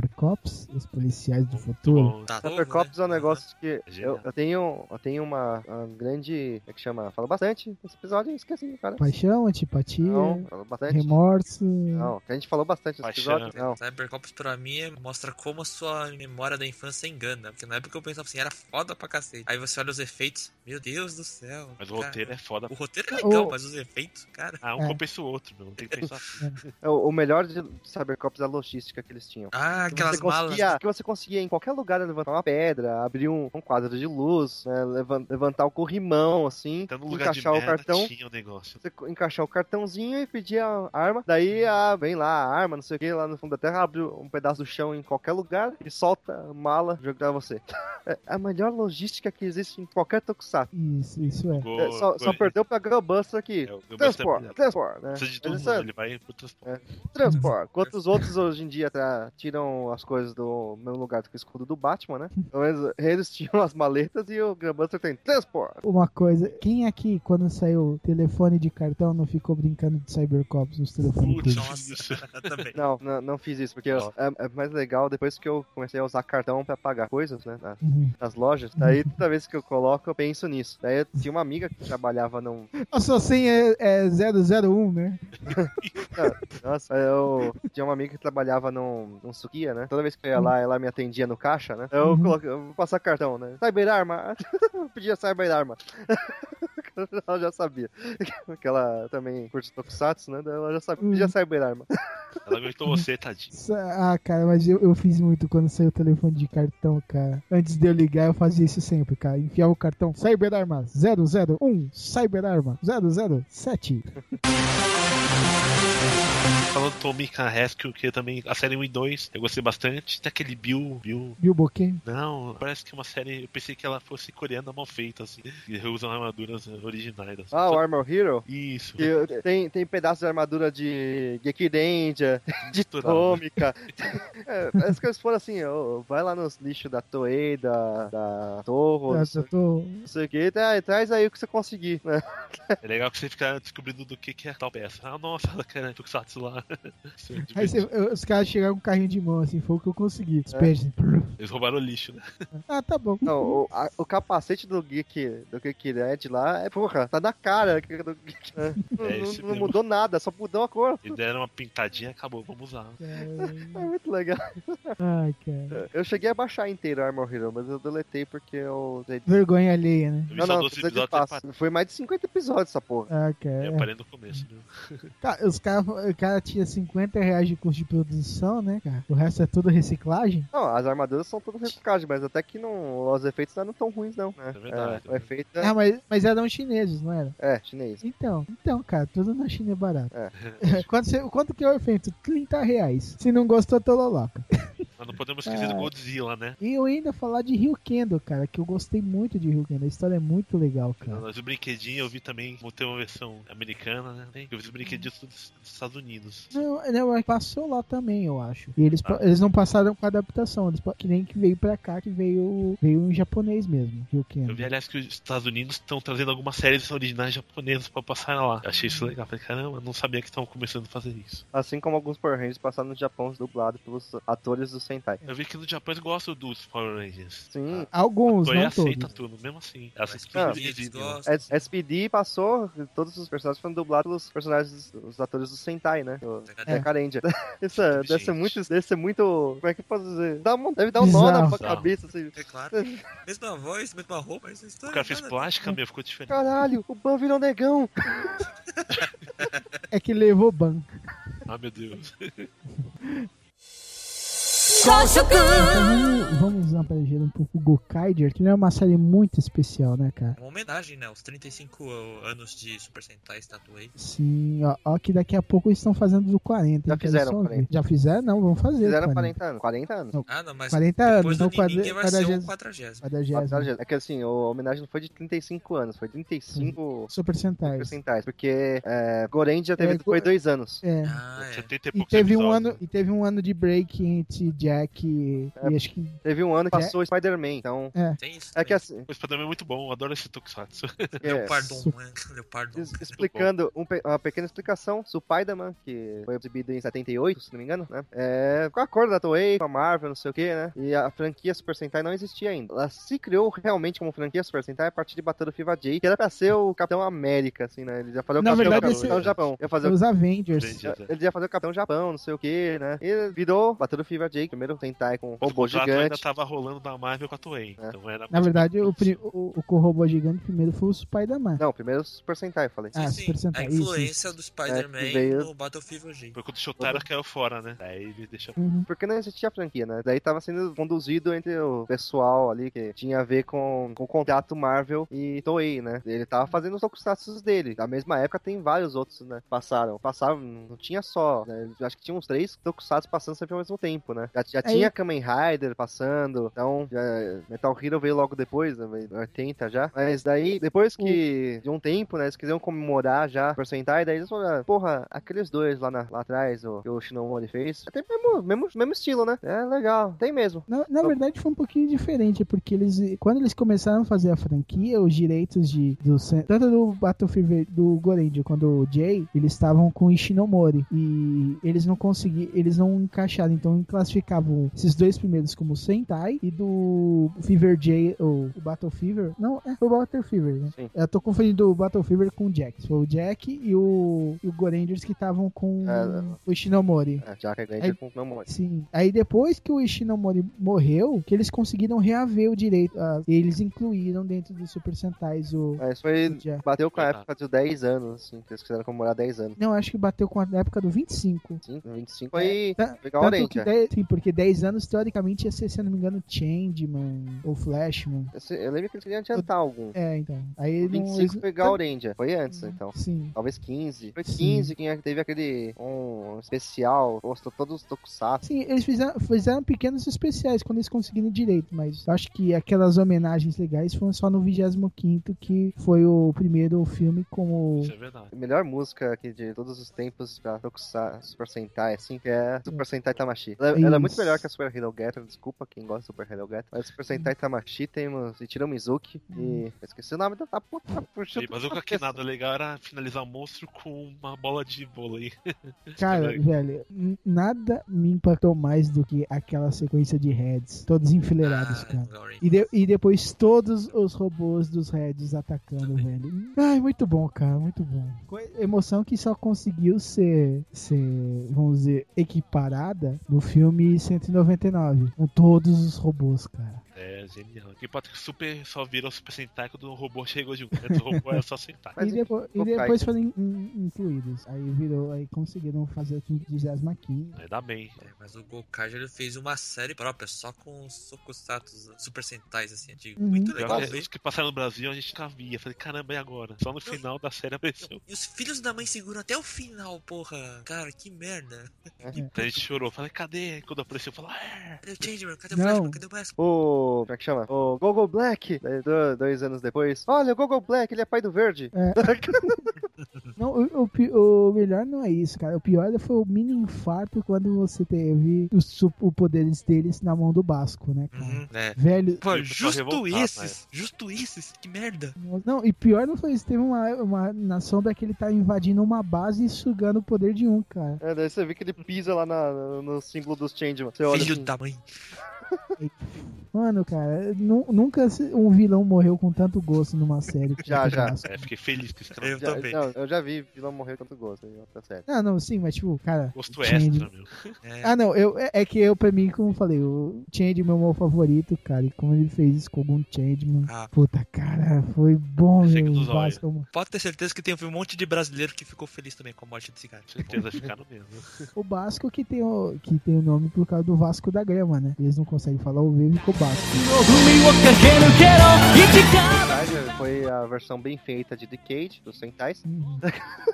Speaker 2: Cybercops, os policiais do futuro.
Speaker 5: Bom,
Speaker 4: Tá novo,
Speaker 3: Supercops
Speaker 4: né?
Speaker 3: é um negócio que
Speaker 5: É
Speaker 3: eu,
Speaker 5: genial.
Speaker 3: eu tenho, eu tenho uma, uma grande, como é que chama, fala bastante esse episódio, eu esqueci, cara.
Speaker 2: Paixão, antipatia,
Speaker 3: Não, é fala bastante.
Speaker 2: remorso.
Speaker 3: Não, a gente falou bastante nesse
Speaker 5: Paixão.
Speaker 3: episódio. Não.
Speaker 4: Cybercops pra mim é- mostra como a sua memória da infância engana. Porque na época eu pensava assim, era foda pra cacete. Aí você olha os efeitos, meu Deus do céu.
Speaker 5: Mas o
Speaker 4: cara.
Speaker 5: roteiro é foda.
Speaker 4: O roteiro é legal,
Speaker 2: O-
Speaker 4: mas os efeitos, cara.
Speaker 5: Ah, um
Speaker 2: É.
Speaker 5: compensa o outro, meu.
Speaker 3: *laughs*
Speaker 5: Tem que pensar.
Speaker 3: É O, o melhor de Cybercops é a logística que eles tinham.
Speaker 4: Ah,
Speaker 3: Que você
Speaker 4: aquelas malas.
Speaker 3: conseguia, que você conseguia em qualquer lugar levantar uma pedra, abrir um, um quadro de luz, né, levan- levantar o corrimão, assim,
Speaker 5: Tá no lugar de
Speaker 3: encaixar o
Speaker 5: merda,
Speaker 3: cartão.
Speaker 5: tinha o negócio.
Speaker 3: você co- encaixar o cartãozinho e pedir a arma. Daí
Speaker 5: Uhum.
Speaker 3: a, vem lá a arma, não sei o que, lá no fundo da terra, abre um pedaço do chão em qualquer lugar e solta a mala e joga pra você. É a melhor logística que existe em qualquer Tokusatsu.
Speaker 2: Isso, isso é.
Speaker 5: Go-
Speaker 3: É, só, só
Speaker 5: go-
Speaker 3: perdeu pra Gunbuster aqui.
Speaker 5: É, o Gunbuster
Speaker 3: Transporte,
Speaker 5: é-
Speaker 3: transporte, né?
Speaker 5: Precisa de
Speaker 3: Eles
Speaker 5: tudo,
Speaker 3: são-
Speaker 5: mano. Ele vai pro transporte.
Speaker 3: É. Transporte. Quanto os outros hoje em dia tá- tiram as coisas do mesmo lugar do que o escudo do
Speaker 5: *laughs*
Speaker 3: Batman, né? Pelo menos eles tinham as maletas e o Gunbuster tem transporte.
Speaker 2: Uma coisa, quem aqui, quando saiu telefone de cartão, não ficou brincando de Cybercops nos telefones
Speaker 3: *laughs*
Speaker 5: Putz,
Speaker 2: públicos?
Speaker 4: Nossa, *laughs*
Speaker 5: Isso.
Speaker 4: também.
Speaker 3: Não, não, não fiz isso, porque
Speaker 5: Ó.
Speaker 3: é, é mais legal depois que eu comecei a usar cartão pra pagar coisas, né? na-
Speaker 2: Uhum.
Speaker 3: nas lojas. Daí toda vez que eu coloco, eu penso nisso. Daí eu tinha uma amiga que trabalhava num.
Speaker 2: A sua senha é, é 001, né?
Speaker 3: Nossa, eu tinha uma amiga que trabalhava num, num suquia, né? Toda vez que eu ia lá, ela me atendia no caixa, né? Eu
Speaker 2: Uhum.
Speaker 3: coloquei, eu vou passar cartão, né? Cyber Arma. eu *laughs* pedia Cyber Arma. *laughs* ela já sabia. *laughs* Porque ela também curte Tokusatsu, né? Daí Ela já sabia. Pedia Cyber Arma.
Speaker 5: Ela aguentou você, tadinho.
Speaker 2: Sa- Ah, cara, mas eu, eu fiz muito quando saiu o telefone de cartão, cara. Antes de eu ligar, eu fazia isso sempre, cara. Enfiar o cartão Cyberarma 001, Cyberarma 007.
Speaker 5: Falando do Tomica Rescue, que eu também a série 1 e 2 eu gostei bastante. Tem aquele Bill, Bill.
Speaker 2: Viu, Boquinha?
Speaker 5: Não, parece que é uma série. Eu pensei que ela fosse coreana mal feita, assim. E reusam armaduras originais. Assim.
Speaker 3: Ah, o Armor Hero?
Speaker 5: Isso.
Speaker 3: Que tem, tem pedaços de armadura de Gekidendia, *laughs* de
Speaker 5: Misturado.
Speaker 3: Tômica. *laughs* é, as coisas foram assim, ó, vai lá nos lixos da Toei, da, da Torro,
Speaker 2: Eu
Speaker 3: não
Speaker 2: Ah, só
Speaker 3: sei-
Speaker 2: tô...
Speaker 3: não sei o que, tra- traz aí o que você conseguir, né? *laughs*
Speaker 5: É legal que você fica descobrindo do que, que é tal peça. Ah, nossa, ela quer Tokusatsu lá. *laughs* Isso é
Speaker 2: Aí
Speaker 5: divertido.
Speaker 2: cê- eu- os caras chegaram com um carrinho de mão, assim, foi o que eu consegui. Os pés, assim, prrr.
Speaker 5: Eles roubaram o lixo, né?
Speaker 2: Ah, tá bom.
Speaker 3: Não, o, a- o capacete do Geek, do Geek Red lá, é porra, tá na cara. que- do Geek- né? Não-
Speaker 5: É
Speaker 3: não-
Speaker 5: isso
Speaker 3: não,
Speaker 5: mesmo.
Speaker 3: mudou nada, só mudou a cor.
Speaker 5: Eles deram uma pintadinha acabou, vamos usar.
Speaker 3: É muito legal.
Speaker 2: Ai, cara.
Speaker 3: Eu cheguei a baixar inteiro o Armor Hero, mas eu deletei porque eu...
Speaker 2: Vergonha alheia, né?
Speaker 5: Eu vi
Speaker 3: Não,
Speaker 5: só
Speaker 3: não,
Speaker 5: 12
Speaker 3: precisa de
Speaker 5: episódios e parei.
Speaker 3: espaço. Foi mais de 50 episódios essa porra.
Speaker 2: Ah,
Speaker 5: É,
Speaker 2: cara.
Speaker 5: eu
Speaker 2: é.
Speaker 5: parei no começo, né? viu?
Speaker 2: Cara, os caras o cara tinha 50 reais de custo de produção, né, cara? O resto é tudo reciclagem.
Speaker 3: Não, as armaduras são todas recicladas, mas até que não, os efeitos não eram tão ruins, não. né?
Speaker 5: É verdade.
Speaker 3: o efeito é,
Speaker 2: Ah, mas, mas eram chineses, não era?
Speaker 3: é chinês.
Speaker 2: Então, então, cara, tudo na China é barato.
Speaker 3: É.
Speaker 2: *laughs* Quanto, você- quanto que é o efeito? 30 reais. Se não gostou, tô loloca.
Speaker 5: Mas não podemos esquecer do
Speaker 2: É.
Speaker 5: Godzilla, né?
Speaker 2: E eu ainda falar de Rio Kendo, cara, que eu gostei muito de Rio Kendo. A história é muito legal, cara.
Speaker 5: Mas o brinquedinho eu vi também, vou ter uma versão americana, né? Eu vi os brinquedinhos todos dos Estados Unidos.
Speaker 2: Não, não, mas passou lá também, eu acho. E eles, pa- eles não passaram com a adaptação. Eles, pa- que nem que veio pra cá, que veio, veio um japonês mesmo, Rio
Speaker 5: Eu
Speaker 2: Kendo.
Speaker 5: vi, aliás, que os Estados Unidos estão trazendo algumas séries originais japonesas pra passar lá. Eu achei isso
Speaker 2: Uhum.
Speaker 5: legal. Falei, caramba, não sabia que estavam começando a fazer isso.
Speaker 3: Assim como alguns Power Rangers passaram no Japão dublado pelos atores do Sentai.
Speaker 5: Eu vi que no Japão eles gostam dos Power Rangers. Ah,
Speaker 3: Sim.
Speaker 2: Alguns,
Speaker 5: Toei
Speaker 2: não
Speaker 5: aceita
Speaker 2: todos.
Speaker 5: tudo, mesmo assim. Aceita
Speaker 3: Ah,
Speaker 5: tudo
Speaker 4: Eles
Speaker 5: dividido. né?
Speaker 4: gostam.
Speaker 3: é S- SPD passou, todos os personagens foram dublados pelos personagens, os atores do Sentai, né? O
Speaker 2: É.
Speaker 5: *laughs*
Speaker 3: é. Carendia. *laughs* Isso é- deve ser
Speaker 5: Gente.
Speaker 3: muito, deve ser muito, como é que eu posso dizer? Dá um- deve dar um nó
Speaker 2: Bizarro.
Speaker 3: na
Speaker 5: Bizarro.
Speaker 3: cabeça, assim.
Speaker 4: É claro. Mesma voz, mesma roupa, mesma
Speaker 5: O
Speaker 4: história. é
Speaker 5: cara fez
Speaker 2: Ah,
Speaker 4: nada.
Speaker 5: plástica, meu, ficou diferente.
Speaker 3: Caralho, o Ban virou negão.
Speaker 2: É que levou ban.
Speaker 5: Ah, meu Deus.
Speaker 1: 朝食
Speaker 2: Então, vamos abranger um pouco o Gokaiger, que não é uma série muito especial, né, cara?
Speaker 4: Uma homenagem, né? Os 35 anos de Super Sentai Statuei.
Speaker 2: Sim, ó, ó que daqui a pouco eles estão fazendo do 40.
Speaker 3: Já
Speaker 2: hein, quero
Speaker 3: fizeram
Speaker 2: só ver.
Speaker 3: 40.
Speaker 2: Já fizeram? Não, vão fazer.
Speaker 3: Fizeram 40 anos. 40 anos.
Speaker 4: Ah, não, mas
Speaker 2: 40
Speaker 4: depois
Speaker 2: anos,
Speaker 4: do
Speaker 2: não quadra-
Speaker 4: Ninguém vai ser o
Speaker 2: 40.
Speaker 4: 40.
Speaker 2: 40.
Speaker 3: É que assim, a homenagem não foi de 35 anos, foi 35
Speaker 2: Super Sentai.
Speaker 3: percentais. Porque é, Goren já teve
Speaker 2: É,
Speaker 3: foi
Speaker 2: Go-
Speaker 3: dois anos.
Speaker 2: É.
Speaker 4: Ah, é.
Speaker 5: 70 e
Speaker 3: Tipo
Speaker 2: E
Speaker 5: poucos
Speaker 2: teve, um
Speaker 5: episódios,
Speaker 2: ano, e teve um ano de break entre Jack e,
Speaker 3: É.
Speaker 2: e acho que.
Speaker 3: Teve um ano que
Speaker 2: É.
Speaker 3: passou Spider-Man, então.
Speaker 4: Tem isso.
Speaker 3: É que
Speaker 4: também.
Speaker 3: *laughs* assim.
Speaker 5: O Spider-Man é muito bom, eu adoro esse Tokusatsu.
Speaker 3: é,
Speaker 4: Leopardon,
Speaker 2: Su-
Speaker 4: né? *laughs* Leopardon.
Speaker 3: es- Explicando um pe- uma pequena explicação, Supaidaman, que foi exibido em 78, se não me engano, né? É, com a cor da Toei, com a Marvel, não sei o que, né? E a franquia Super Sentai não existia ainda. Ela se criou realmente como franquia Super Sentai a partir de Batalha Fiva J, que era pra ser o Capitão América, assim, né? Ele já fazia o
Speaker 2: Na
Speaker 3: Capitão,
Speaker 2: verdade,
Speaker 3: Capitão
Speaker 5: esse-
Speaker 3: Japão. Ia fazer o
Speaker 2: Os Avengers.
Speaker 5: Entendi, né?
Speaker 3: Ele ia fazer o Capitão Japão, não sei o que, né? E virou Batalha Fever Jake, primeiro Sentai com
Speaker 5: O
Speaker 3: robô
Speaker 5: contrato ainda
Speaker 3: gigante.
Speaker 5: tava rolando da Marvel com a Toei. Então era
Speaker 2: Na verdade, o, pri- o, o Corrobô Gigante primeiro foi o Spider-Man.
Speaker 3: Não, primeiro Super Sentai, eu falei.
Speaker 2: Ah,
Speaker 4: Sim,
Speaker 2: Super
Speaker 4: sim.
Speaker 2: Sentai,
Speaker 4: assim, A
Speaker 2: isso,
Speaker 4: influência do Spider-Man
Speaker 3: É, que veio-
Speaker 4: no Battlefield G.
Speaker 5: Foi quando chutaram caiu fora, né? Aí ele deixou.
Speaker 2: Uhum.
Speaker 3: Porque não existia franquia, né? Daí tava sendo conduzido entre o pessoal ali que tinha a ver com, com o contrato Marvel e Toei, né? Ele tava fazendo os tokusatsus dele. Na mesma época tem vários outros, né? Passaram. Passaram, não tinha só, né? Eu Acho que tinha uns três tokusatsus passando sempre ao mesmo tempo, né? Já, já
Speaker 2: Aí-
Speaker 3: tinha Kamen Rider passando, então já- Metal Hero veio logo depois, né? Veio em 80 já. Mas daí, depois que de um tempo, né? Eles quiseram comemorar já Super Sentai, daí eles falaram, porra, aqueles dois lá, na- lá atrás, o, que o Shinomori fez, é até mesmo, mesmo, mesmo estilo, né? É legal, tem mesmo.
Speaker 2: Na, na verdade foi um pouquinho diferente, porque eles quando eles começaram a fazer a franquia, os direitos de do, Sen- tanto do Battlefield do Gorenji quanto do Jay, eles estavam com o Ishinomori e eles não conseguiam, eles não encaixaram, então classificavam esses dois primeiros como Sentai e do Fever Jay ou o Battle Fever, não, é foi o Battle Fever, né?
Speaker 3: Sim.
Speaker 2: Eu tô confundindo o Battle Fever com o Jack, foi o Jack e o, e o Gorengers que estavam com
Speaker 3: É,
Speaker 2: o Ishinomori.
Speaker 3: É, já que a
Speaker 2: É-
Speaker 3: gente com o Shinomori.
Speaker 2: Sim. Aí depois que o Ishinomori morreu, que eles conseguiram reaver o direito. ah, eles incluíram dentro dos Super Sentais o.
Speaker 3: Mas foi,
Speaker 2: o Jack.
Speaker 3: bateu com a
Speaker 5: Tá.
Speaker 3: época dos 10 anos, assim, que eles quiseram comemorar 10 anos.
Speaker 2: Não, acho que bateu com a época do 25.
Speaker 3: 25, 25 foi
Speaker 2: Tá-
Speaker 3: legal o
Speaker 2: Tanto
Speaker 3: Orange,
Speaker 2: que
Speaker 3: né?
Speaker 2: 10, sim, porque 10 anos teoricamente ia ser, se eu não me engano, Changeman ou Flashman.
Speaker 3: Eu sei- Eu lembro que eles queriam adiantar algum.
Speaker 2: É, então. Aí não. Uhum.
Speaker 3: 25
Speaker 2: Eles,
Speaker 3: foi Gauranger, foi antes, então.
Speaker 2: sim.
Speaker 3: Talvez 15. Foi
Speaker 2: Sim.
Speaker 3: 15 que é- teve aquele um especial, postou todos os tokusatsu.
Speaker 2: Sim, eles fizeram, fizeram pequenos especiais quando eles conseguiram direito, mas eu acho que aquelas homenagens legais foram só no 25 que foi o primeiro filme com o
Speaker 5: Isso é verdade.
Speaker 3: A melhor música aqui de todos os tempos pra tokusatsu, Super Sentai, assim, que é Super Sentai Tamashi. Ela, ela é muito
Speaker 2: Isso.
Speaker 3: melhor que a Super Hero Getter, desculpa quem gosta de Super Hero Getter. Mas Super Sentai Tamashi temos Ichiro Mizuki e... Eu esqueci o nome da da puta, puxa.
Speaker 5: Mas o que nada legal era finalizar o monstro com uma bola de vôlei.
Speaker 2: Cara,
Speaker 5: Também.
Speaker 2: velho, n- nada me impactou mais do que aquela sequência de heads, todos enfileirados,
Speaker 4: Ah,
Speaker 2: cara.
Speaker 4: Lauren.
Speaker 2: E, de- e depois todos os robôs dos heads atacando, velho. Ai, muito bom, cara, muito bom. Coi- Emoção que só conseguiu ser, ser, vamos dizer, equiparada no filme 199, com todos os robôs, cara.
Speaker 5: É, genial. O que importa é que o Super só virou Super Sentai quando o robô chegou junto. Antes o robô era só Sentai.
Speaker 3: Mas
Speaker 2: e, depo- e
Speaker 3: o Kai-
Speaker 2: depois foram in- in- incluídos. Aí virou, aí conseguiram fazer o 25
Speaker 5: Ainda bem.
Speaker 4: É, mas o Gokaj ele fez uma série própria só com os Tokusatsus Super Sentais, assim, antigo.
Speaker 2: Uhum.
Speaker 4: Muito legal.
Speaker 5: Pior que
Speaker 4: velho.
Speaker 5: Os que passaram no Brasil a gente nunca via. Falei, caramba, e agora? Só no final da série apareceu.
Speaker 4: E os filhos da mãe seguram até o final, porra. Cara, que merda.
Speaker 5: Daí Então, a gente chorou. Falei, cadê? Aí Quando apareceu, eu falei, ah,
Speaker 4: Cadê o Changeman? Cadê o
Speaker 2: Não.
Speaker 4: Flashman? Cadê o Batman?
Speaker 3: O... Como é que chama? O Gogo Black, daí do- dois anos depois. Olha, o Gogo Black, ele é pai do Verde.
Speaker 2: Não, o, o pi- o melhor não é isso, cara. O pior foi o mini infarto quando você teve os su- o poderes deles na mão do Basco, né, cara?
Speaker 4: Uhum, né?
Speaker 2: Velho.
Speaker 4: Pô,
Speaker 5: Eu tô
Speaker 4: justo
Speaker 5: revoltado,
Speaker 4: esses. Justo esses. Que merda.
Speaker 2: Não, e pior não foi isso. Teve uma, uma na sombra que ele tá invadindo uma base e sugando o poder de um, cara.
Speaker 3: É, daí você assim, vê que ele pisa lá na- no, no símbolo dos Changeman. Você olha
Speaker 4: Filho
Speaker 3: assim,
Speaker 4: da mãe.
Speaker 2: Mano, cara, nu- nunca se- um vilão morreu com tanto gosto numa série.
Speaker 3: Já, já.
Speaker 5: É, fiquei feliz com isso. cara.
Speaker 4: Eu
Speaker 3: Já-
Speaker 4: também.
Speaker 3: não, eu já vi vilão morrer com tanto gosto, aí, ó, tá certo.
Speaker 2: Ah, não, sim, mas tipo, cara.
Speaker 5: um Gosto
Speaker 2: Change.
Speaker 5: extra, né? meu.
Speaker 4: É.
Speaker 2: Ah, não, eu, é, é que eu, pra mim, como eu falei, o Change é meu mal favorito, cara. E como ele fez isso com algum Change, mano.
Speaker 4: Ah.
Speaker 2: Puta, cara, foi bom,
Speaker 5: Achei
Speaker 2: meu.
Speaker 5: que
Speaker 2: O
Speaker 5: dos olhos.
Speaker 2: Vasco, mano.
Speaker 4: Pode ter certeza que tem um monte de brasileiro que ficou feliz também com a morte desse cara.
Speaker 5: Com certeza ficaram mesmo.
Speaker 2: o Vasco que tem o, que tem o nome por causa do Vasco da Grama, né? Eles não conseguem falar o V, ficou Vasco.
Speaker 1: 海を駆け抜けろ生きた
Speaker 3: Mas Foi a versão bem feita de Decade, dos Sentais.
Speaker 2: Uhum.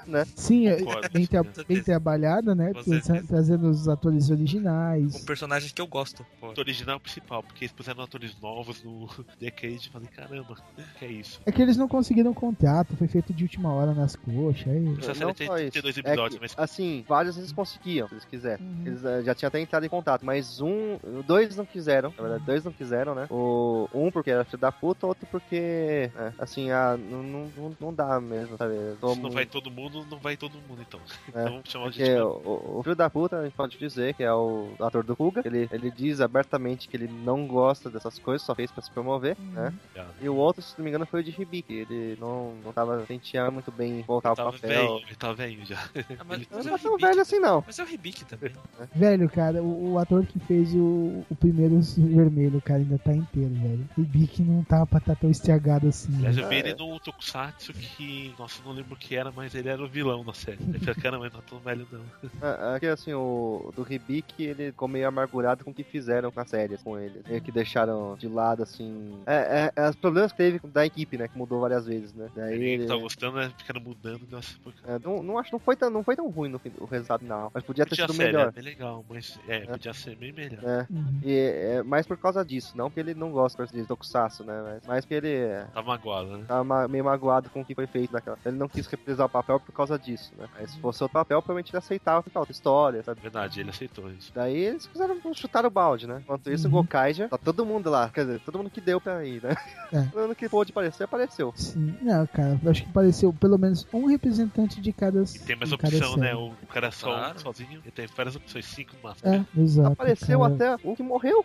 Speaker 3: Né?
Speaker 2: Sim, é-
Speaker 5: Concordo,
Speaker 2: bem, tra-
Speaker 4: certeza.
Speaker 2: bem trabalhada, né?
Speaker 4: Com certeza.
Speaker 2: Trazendo os atores originais.
Speaker 4: Com personagens que eu gosto. Pô.
Speaker 5: O original é o principal, porque eles puseram atores novos no *laughs* Decade e falei, caramba, que é isso?
Speaker 2: É que eles não conseguiram contrato, foi feito de última hora nas coxas. Aí...
Speaker 5: Essa série
Speaker 3: Não
Speaker 5: tem
Speaker 3: só isso.
Speaker 5: 32
Speaker 3: É
Speaker 5: episódios,
Speaker 3: que,
Speaker 5: mas
Speaker 3: Assim, vários eles conseguiam, se eles quiserem.
Speaker 2: Uhum.
Speaker 3: Eles eh, já tinham até entrado em contato, mas um. Dois não quiseram. Na verdade, dois não quiseram, né? O, um porque era filho da puta, outro porque. é, assim, ah, não, não, não- não dá mesmo, sabe?
Speaker 5: se
Speaker 3: Todo
Speaker 5: não
Speaker 3: mundo-
Speaker 5: vai todo mundo, não vai todo mundo então.
Speaker 3: É,
Speaker 5: Então chamar a gente.
Speaker 3: Porque o, o filho da puta, a gente pode dizer, que é o ator do Ruga, ele, ele diz abertamente que ele não gosta dessas coisas, só fez pra se promover,
Speaker 4: Uhum.
Speaker 3: né?
Speaker 5: Obrigado.
Speaker 3: E o outro, se não me engano, foi o de Hibiki, ele não, não tava sentia muito bem em voltar ao
Speaker 5: tava
Speaker 3: papel.
Speaker 5: velho, ele tava velho
Speaker 2: Hum.
Speaker 5: já.
Speaker 4: Ah, mas,
Speaker 3: Mas
Speaker 4: mas
Speaker 3: não
Speaker 4: é o
Speaker 3: é tão
Speaker 4: Ribic,
Speaker 3: velho assim, não.
Speaker 4: Mas é o Ribic também.
Speaker 2: Velho, cara, o, o ator que fez o, o primeiro vermelho, cara, ainda tá inteiro, velho. O Bic não tá pra tá tão estragado assim.
Speaker 5: Aliás, eu
Speaker 3: Ah,
Speaker 5: vi
Speaker 3: é.
Speaker 5: ele no Tokusatsu que, nossa, eu não lembro o que era, mas ele era o vilão na série. Eu falei, caramba, ele não é tão velho não.
Speaker 3: Ah, Aqui, assim, o do Hibiki, ele ficou meio amargurado com o que fizeram com a série, com ele. Meio que deixaram de lado, assim... É, é, é, os problemas que teve da equipe, né, que mudou várias vezes, né? Daí
Speaker 5: Ele
Speaker 3: ele...
Speaker 5: que tava gostando, né? Ficaram mudando, nossa, porque...
Speaker 3: é, não, não acho não foi tão, não foi tão ruim no fim- o resultado final, mas podia ter
Speaker 5: Podia
Speaker 3: sido
Speaker 5: ser, né? ele
Speaker 3: melhor.
Speaker 5: era bem legal, mas é, podia ser bem melhor.
Speaker 3: né?
Speaker 2: Uhum.
Speaker 3: E, é, mais por causa disso, não que ele não gosta de Tokusatsu, né? Mas, mas que ele é,
Speaker 5: Tá magoado, né?
Speaker 3: tá ma- meio magoado com o que foi feito naquela. Ele não quis reprisar o papel por causa disso, né? Mas se fosse outro papel, provavelmente ele aceitava ficar outra história, sabe?
Speaker 5: É Verdade, ele aceitou isso.
Speaker 3: Daí eles quiseram chutar o balde, né? Enquanto isso,
Speaker 2: Uhum.
Speaker 3: o Gokai já tá todo mundo lá. Quer dizer, todo mundo que deu pra ir, né?
Speaker 2: É.
Speaker 3: *laughs* Todo mundo que pôde aparecer, apareceu.
Speaker 2: Sim, não, cara, eu acho que pareceu pelo menos um representante de cada.
Speaker 5: E tem mais
Speaker 2: de cada
Speaker 5: opção, né?
Speaker 2: série.
Speaker 5: O cara só
Speaker 4: Claro.
Speaker 5: sozinho, ele tem várias opções, cinco no máximo.
Speaker 2: É, exato.
Speaker 3: Apareceu
Speaker 2: cara.
Speaker 3: até o que morreu.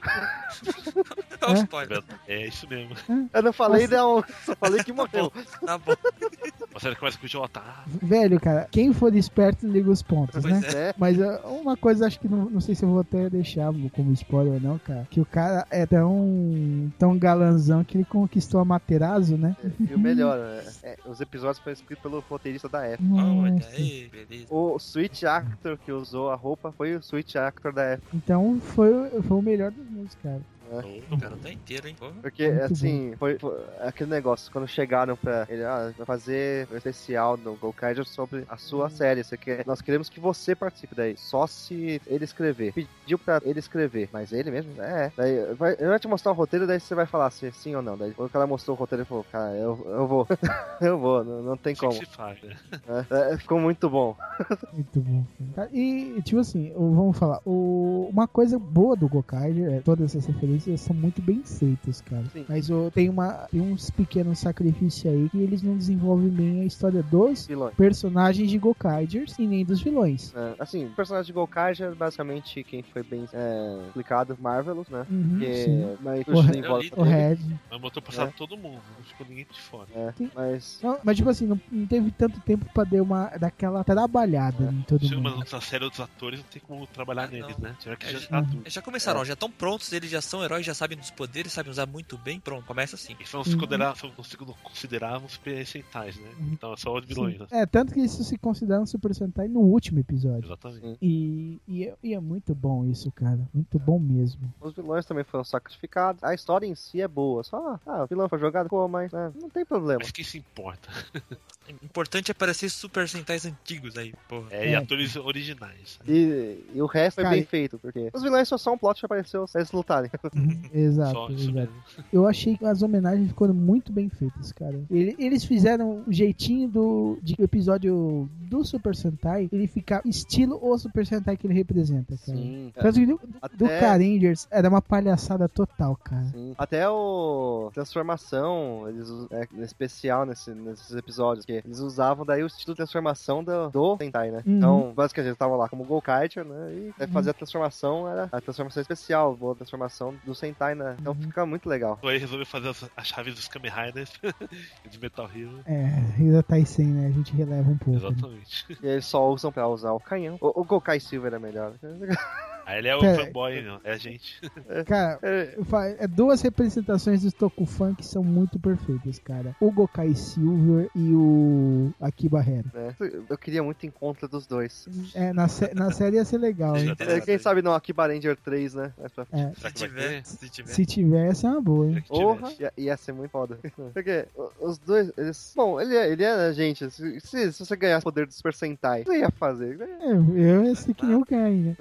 Speaker 4: Dá um
Speaker 2: É?
Speaker 4: spoiler.
Speaker 5: É isso mesmo. *laughs*
Speaker 3: Eu não falei,
Speaker 2: Nossa.
Speaker 3: não. Só falei que morreu.
Speaker 4: Tá bom.
Speaker 5: A série começa com o Jota. Ah,
Speaker 2: Velho, cara, quem for esperto liga os pontos, né?
Speaker 4: *laughs* Pois é.
Speaker 3: né?
Speaker 2: Mas ah, uma coisa, acho que não, não sei se eu vou até deixar como spoiler ou não, cara. Que o cara é tão, tão galanzão que ele conquistou a Materazzo, né?
Speaker 3: E o melhor, né? É, os episódios foram escritos pelo roteirista da época.
Speaker 4: Olha
Speaker 2: Nossa.
Speaker 4: aí, beleza.
Speaker 3: O Switch Actor que usou a roupa foi o Switch Actor da época.
Speaker 2: Então foi, foi o melhor dos mundos, cara.
Speaker 4: O cara tá inteiro, hein? Porra.
Speaker 3: Porque,
Speaker 2: Muito
Speaker 3: assim, foi, foi aquele negócio, quando chegaram pra ele, ah, vai fazer um especial do Gokaiger sobre a sua série. Você quer, nós queremos que você participe daí, só se ele escrever. Pediu pra ele escrever, mas ele mesmo? É. Daí, vai, ele vai te mostrar o roteiro, daí você vai falar se sim ou não. Daí, quando o cara mostrou o roteiro, ele falou, cara, eu, eu vou, *laughs* eu vou, não, não tem
Speaker 5: isso que
Speaker 3: como.
Speaker 5: se faz, né?
Speaker 3: É, é, ficou muito bom.
Speaker 2: Muito bom. cara. E, tipo assim, o- vamos falar. o- uma coisa boa do Gokai é todas essas referências são muito bem feitas, cara.
Speaker 3: Sim.
Speaker 2: Mas o- tem, uma, tem uns pequenos sacrifícios aí que eles não desenvolvem bem a história dos
Speaker 3: Vilões.
Speaker 2: personagens de Gokaigers e nem dos vilões.
Speaker 3: É, assim, o personagem de Gokaiger, basicamente, quem foi bem é, explicado, Marvelous, né?
Speaker 2: Uhum,
Speaker 3: Porque,
Speaker 2: sim.
Speaker 3: mas
Speaker 2: Porra.
Speaker 3: puxa, envolve
Speaker 4: Eu
Speaker 2: O
Speaker 3: ele,
Speaker 2: Red.
Speaker 5: Mas botou pra
Speaker 2: É.
Speaker 5: passar todo mundo, não ficou ninguém de fora.
Speaker 3: é,
Speaker 2: Sim.
Speaker 3: mas
Speaker 2: Não, mas, tipo assim, não, não teve tanto tempo pra dar uma daquela trabalhada em todo
Speaker 5: Chega uma
Speaker 2: mundo.
Speaker 5: outra série, outros atores, não tem como trabalhar
Speaker 4: Ah,
Speaker 5: neles,
Speaker 4: não.
Speaker 5: né? Tiveram que
Speaker 4: É,
Speaker 5: já
Speaker 4: já-
Speaker 5: tá tudo.
Speaker 4: Eles já começaram, ó, já estão prontos, eles já são heróis, já sabem dos poderes, sabem usar muito bem. Pronto, começa assim.
Speaker 5: Eles são os
Speaker 2: Uhum.
Speaker 5: considera- são- não se consideravam super centais, né?
Speaker 2: Uhum.
Speaker 5: Então é só os vilões, né?
Speaker 2: É, tanto que isso se considera um Super Sentai no último episódio.
Speaker 5: Exatamente.
Speaker 3: Sim.
Speaker 2: E, e, é, e é muito bom isso, cara. Muito bom mesmo.
Speaker 3: Os vilões também foram sacrificados. A história em si é boa. Só, ah, o vilão foi jogado, pô, mas né, não tem
Speaker 4: É.
Speaker 3: problema.
Speaker 5: Mas quem se importa?
Speaker 4: O importante é parecer Super Sentais antigos aí, porra.
Speaker 5: É, e
Speaker 2: É.
Speaker 5: atores originais. né?
Speaker 3: E, e o resto foi
Speaker 2: Cara,
Speaker 3: bem
Speaker 2: e-
Speaker 3: feito, porque os vilões só são um plot que apareceu se eles lutarem. Uhum.
Speaker 2: Exato,
Speaker 5: Só isso
Speaker 2: exato.
Speaker 5: mesmo.
Speaker 2: Eu achei que as homenagens ficaram muito bem feitas, cara. Ele- eles fizeram o jeitinho do de que o episódio do Super Sentai, ele ficar estilo o Super Sentai que ele representa, cara.
Speaker 3: É,
Speaker 2: Tanto que do, do
Speaker 3: Até-
Speaker 2: Carangers era uma palhaçada total, cara.
Speaker 3: sim. Até o Transformação, eles us- é, é especial nesse- nesses episódios, que eles usavam daí o estilo de transformação do, do Sentai, né?
Speaker 2: Uhum.
Speaker 3: Então, basicamente, eles estavam lá como Golkaiger, né? E daí fazia a transformação, era a transformação especial, boa transformação do Sentai, né? Então fica muito legal.
Speaker 5: Aí resolveu fazer as, as chaves dos Kamen Riders *laughs* de Metal Hero.
Speaker 2: É, ainda tá aí sem, né? A gente releva um pouco. né?
Speaker 5: Exatamente.
Speaker 3: E eles só usam pra usar o canhão. O, o Gokai Silver é melhor. *laughs*
Speaker 5: Aí ele é o
Speaker 2: Pera-
Speaker 5: fanboy, né? é a gente.
Speaker 2: Cara,
Speaker 3: É,
Speaker 2: eu fa- é duas representações do Tokufan que são muito perfeitas, cara. O Gokai Silver e o Akiba Hera.
Speaker 3: né? Eu queria muito encontro dos dois.
Speaker 2: É, na, sé- na série ia ser legal, hein?
Speaker 3: É, Quem sabe não, Akiba Ranger 3, né? Mais pra
Speaker 2: É,
Speaker 5: Será
Speaker 4: Se
Speaker 5: que vai
Speaker 4: tiver,
Speaker 5: ter?
Speaker 4: se tiver.
Speaker 2: se tiver, essa é uma boa, hein?
Speaker 5: Será que
Speaker 3: Porra,
Speaker 5: tiver?
Speaker 3: ia, ia ser muito foda. Porque o- os dois, eles. Bom, ele é, ele é a gente. Se, se se você ganhasse o poder do Super Sentai, o que você ia fazer? né?
Speaker 2: É, eu ia ser que nem o Kai, né?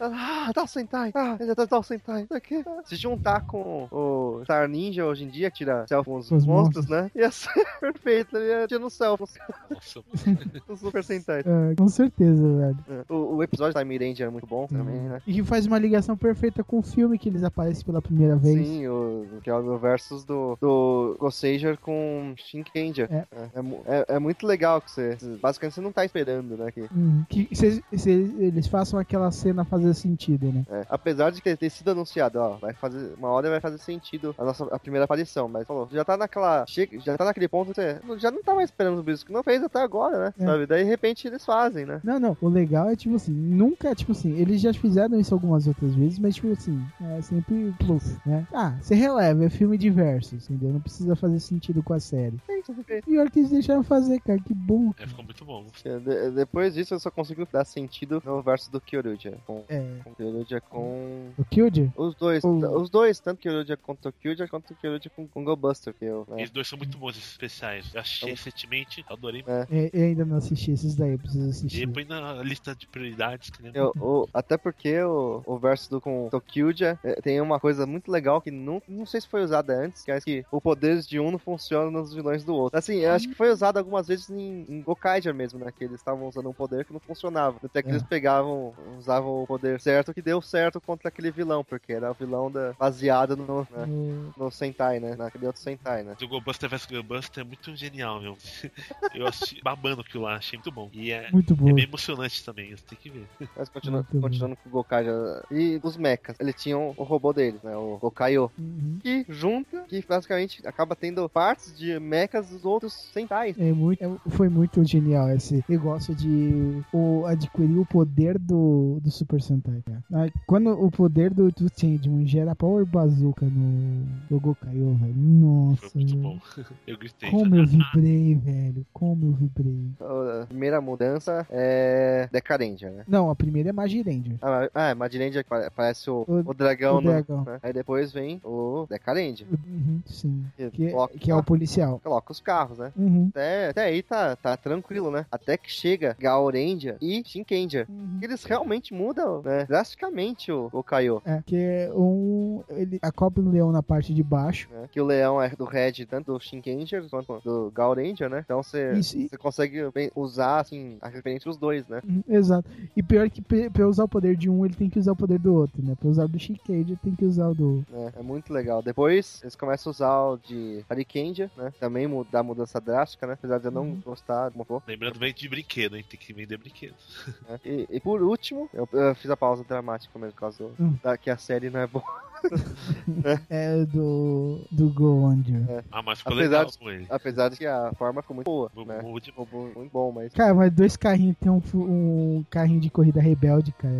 Speaker 3: Ah, tá o Sentai! Ah, ele tá, tá o Sentai! tá Aqui. Ah, Se juntar com o Star Ninja hoje em dia, tira selfie com os
Speaker 2: Com os
Speaker 3: monstros, né? Ia ser *laughs* perfeito, ele ia tirando selfie
Speaker 5: Nossa,
Speaker 3: *laughs* com o Super Sentai.
Speaker 2: *laughs* É, com certeza, velho.
Speaker 3: É. O, o episódio da Time Ranger é muito bom também, né?
Speaker 2: E que faz uma ligação perfeita com o filme que eles aparecem pela primeira vez.
Speaker 3: Sim, o, que é o versus do, do Gossager com Shinkenja.
Speaker 2: É.
Speaker 3: É, é mu- é- é muito legal que você. Basicamente você não tá esperando, né? Que,
Speaker 2: Hum, que se, se eles façam aquela cena fazer sentido, né?
Speaker 3: é, apesar de que ter sido anunciado, ó, vai fazer. Uma hora vai fazer sentido a nossa a primeira aparição, mas falou, já tá naquela. Chega, já tá naquele ponto que você não- já não tá mais esperando o isso que não fez até agora, né?
Speaker 2: É.
Speaker 3: Sabe? Daí de repente eles fazem, né?
Speaker 2: Não, não, o legal é tipo assim, nunca, tipo assim, eles já fizeram isso algumas outras vezes, mas tipo assim, é sempre plus, né? Ah, você releva, é filme diverso, entendeu? Não precisa fazer sentido com a série.
Speaker 3: É
Speaker 2: Pior que eles deixaram fazer, cara, que bom.
Speaker 5: é, ficou muito bom.
Speaker 3: De- é, depois disso eu só consigo dar sentido no verso do Kyoruja. Com,
Speaker 2: É,
Speaker 3: com Kyoruja com.
Speaker 2: o Killed?
Speaker 3: Os dois,
Speaker 2: Ou-
Speaker 3: t- os dois, tanto que o Kyoruja com Tokyuja quanto o Kyoruja com, com Go Buster, que eu, né?
Speaker 5: Eles dois são muito bons esses especiais. Eu achei
Speaker 3: Então,
Speaker 5: recentemente, adorei.
Speaker 2: É, eu ainda não assisti esses daí, eu preciso
Speaker 5: E
Speaker 2: assistir.
Speaker 5: põe na lista de prioridades que nem
Speaker 3: Eu- o- até porque o, o verso do com Tokyuja eh, tem uma coisa muito legal que não, não sei se foi usada antes, que é que o poder de um não funciona nos vilões do outro. Assim, eu acho que foi usado algumas vezes em, em Gokaiger mesmo, né? Que eles estavam usando um poder que não funcionava. Até que
Speaker 2: É.
Speaker 3: eles pegavam, usavam o poder certo, que deu certo contra aquele vilão, porque era o vilão da, baseado no, né,
Speaker 2: O-
Speaker 3: no Sentai, né? Naquele outro Sentai, né?
Speaker 5: Mas o GoBuster vs GoBuster é muito genial, meu. *laughs* Eu assisti babando aquilo lá, achei muito bom. E é,
Speaker 2: Muito
Speaker 5: é
Speaker 2: bom.
Speaker 5: bem emocionante também, você tem que ver.
Speaker 3: Mas continua,
Speaker 2: Muito bom.
Speaker 3: continuando com o Gokai já- e os mechas. Ele tinha o robô dele, né? O Gokaio.
Speaker 2: Uhum.
Speaker 3: que junta, que basicamente acaba tendo partes de mechas dos outros sentais.
Speaker 2: É muito, é- foi muito genial esse negócio de o, adquirir o poder do, do Super Sentai. cara. Ah, Quando o poder do, do Changeman gera Power Bazooka no, no Gokaiô, velho. Nossa,
Speaker 5: Foi muito
Speaker 2: velho.
Speaker 5: bom. *laughs* Eu gritei.
Speaker 2: Como eu vibrei, velho. Como eu vibrei.
Speaker 3: A primeira mudança é Decarendia, né?
Speaker 2: Não, a primeira é Magi Ranger.
Speaker 3: Ah, ah Madirendia parece o,
Speaker 2: O-
Speaker 3: o dragão,
Speaker 2: o
Speaker 3: no-
Speaker 2: dragão.
Speaker 3: né? Aí depois vem o Decarendia,
Speaker 2: Uhum, sim.
Speaker 3: que,
Speaker 2: Que,
Speaker 3: coloca,
Speaker 2: que é o policial.
Speaker 3: coloca os carros, né?
Speaker 2: Uhum.
Speaker 3: Até, até aí tá, tá tranquilo, né? Até que chega Gaurendia e Shinkendia.
Speaker 2: Uhum.
Speaker 3: Eles realmente mudam, né? Drasticamente o, o Kaiô.
Speaker 2: É, que é um. Ele acopla o leão na parte de baixo.
Speaker 3: né? Que o leão é do Red, tanto do Shinkenger quanto do Gaurendia, né? Então você
Speaker 2: Isso, e-
Speaker 3: você consegue bem, usar, assim, a referência dos dois, né?
Speaker 2: Uhum, Exato. E pior que pe- pra usar o poder de um, ele tem que usar o poder do outro, né? Pra usar o do Shinkage, ele tem que usar o do.
Speaker 3: É, é muito legal. Depois eles começam a usar o de Harikendia, né? Também mu- dá mudança drástica, né? Apesar de eu não
Speaker 2: Uhum.
Speaker 3: gostar como for.
Speaker 5: Lembrando, vende de brinquedo, hein? Tem que vender brinquedo.
Speaker 3: né? E, e por último, eu, eu fiz a pausa dramática mesmo, por causa do-
Speaker 2: Hum.
Speaker 3: da, que a série não é boa. *laughs*
Speaker 2: É o do. Do Goondio.
Speaker 5: Ah, mas ficou
Speaker 3: Apesar
Speaker 5: legal
Speaker 3: de- né?
Speaker 5: com ele.
Speaker 3: Apesar de que a forma ficou muito boa,
Speaker 5: O
Speaker 3: né?
Speaker 5: Mood-
Speaker 3: Ficou bu- muito bom, mas.
Speaker 2: Cara, mas dois carrinhos tem um, fu- um carrinho de corrida rebelde, cara.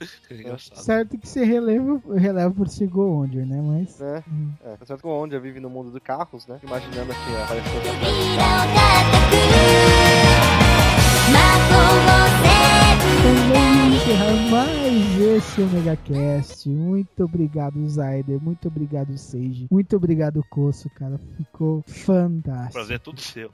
Speaker 2: É-
Speaker 5: é engraçado.
Speaker 2: Certo que você releva, releva por ser Goondio, né? Mas.
Speaker 3: Né?
Speaker 2: Hum.
Speaker 3: É, tá certo que onde eu vive no mundo dos carros, né? Imaginando que apareceu.
Speaker 8: 「まとうせずに」
Speaker 2: Então vamos encerrar mais esse Omega Cast. Muito obrigado, Zaider. Muito obrigado, Seiji. Muito obrigado, Coço, cara. Ficou
Speaker 5: O
Speaker 2: fantástico.
Speaker 5: prazer é todo seu.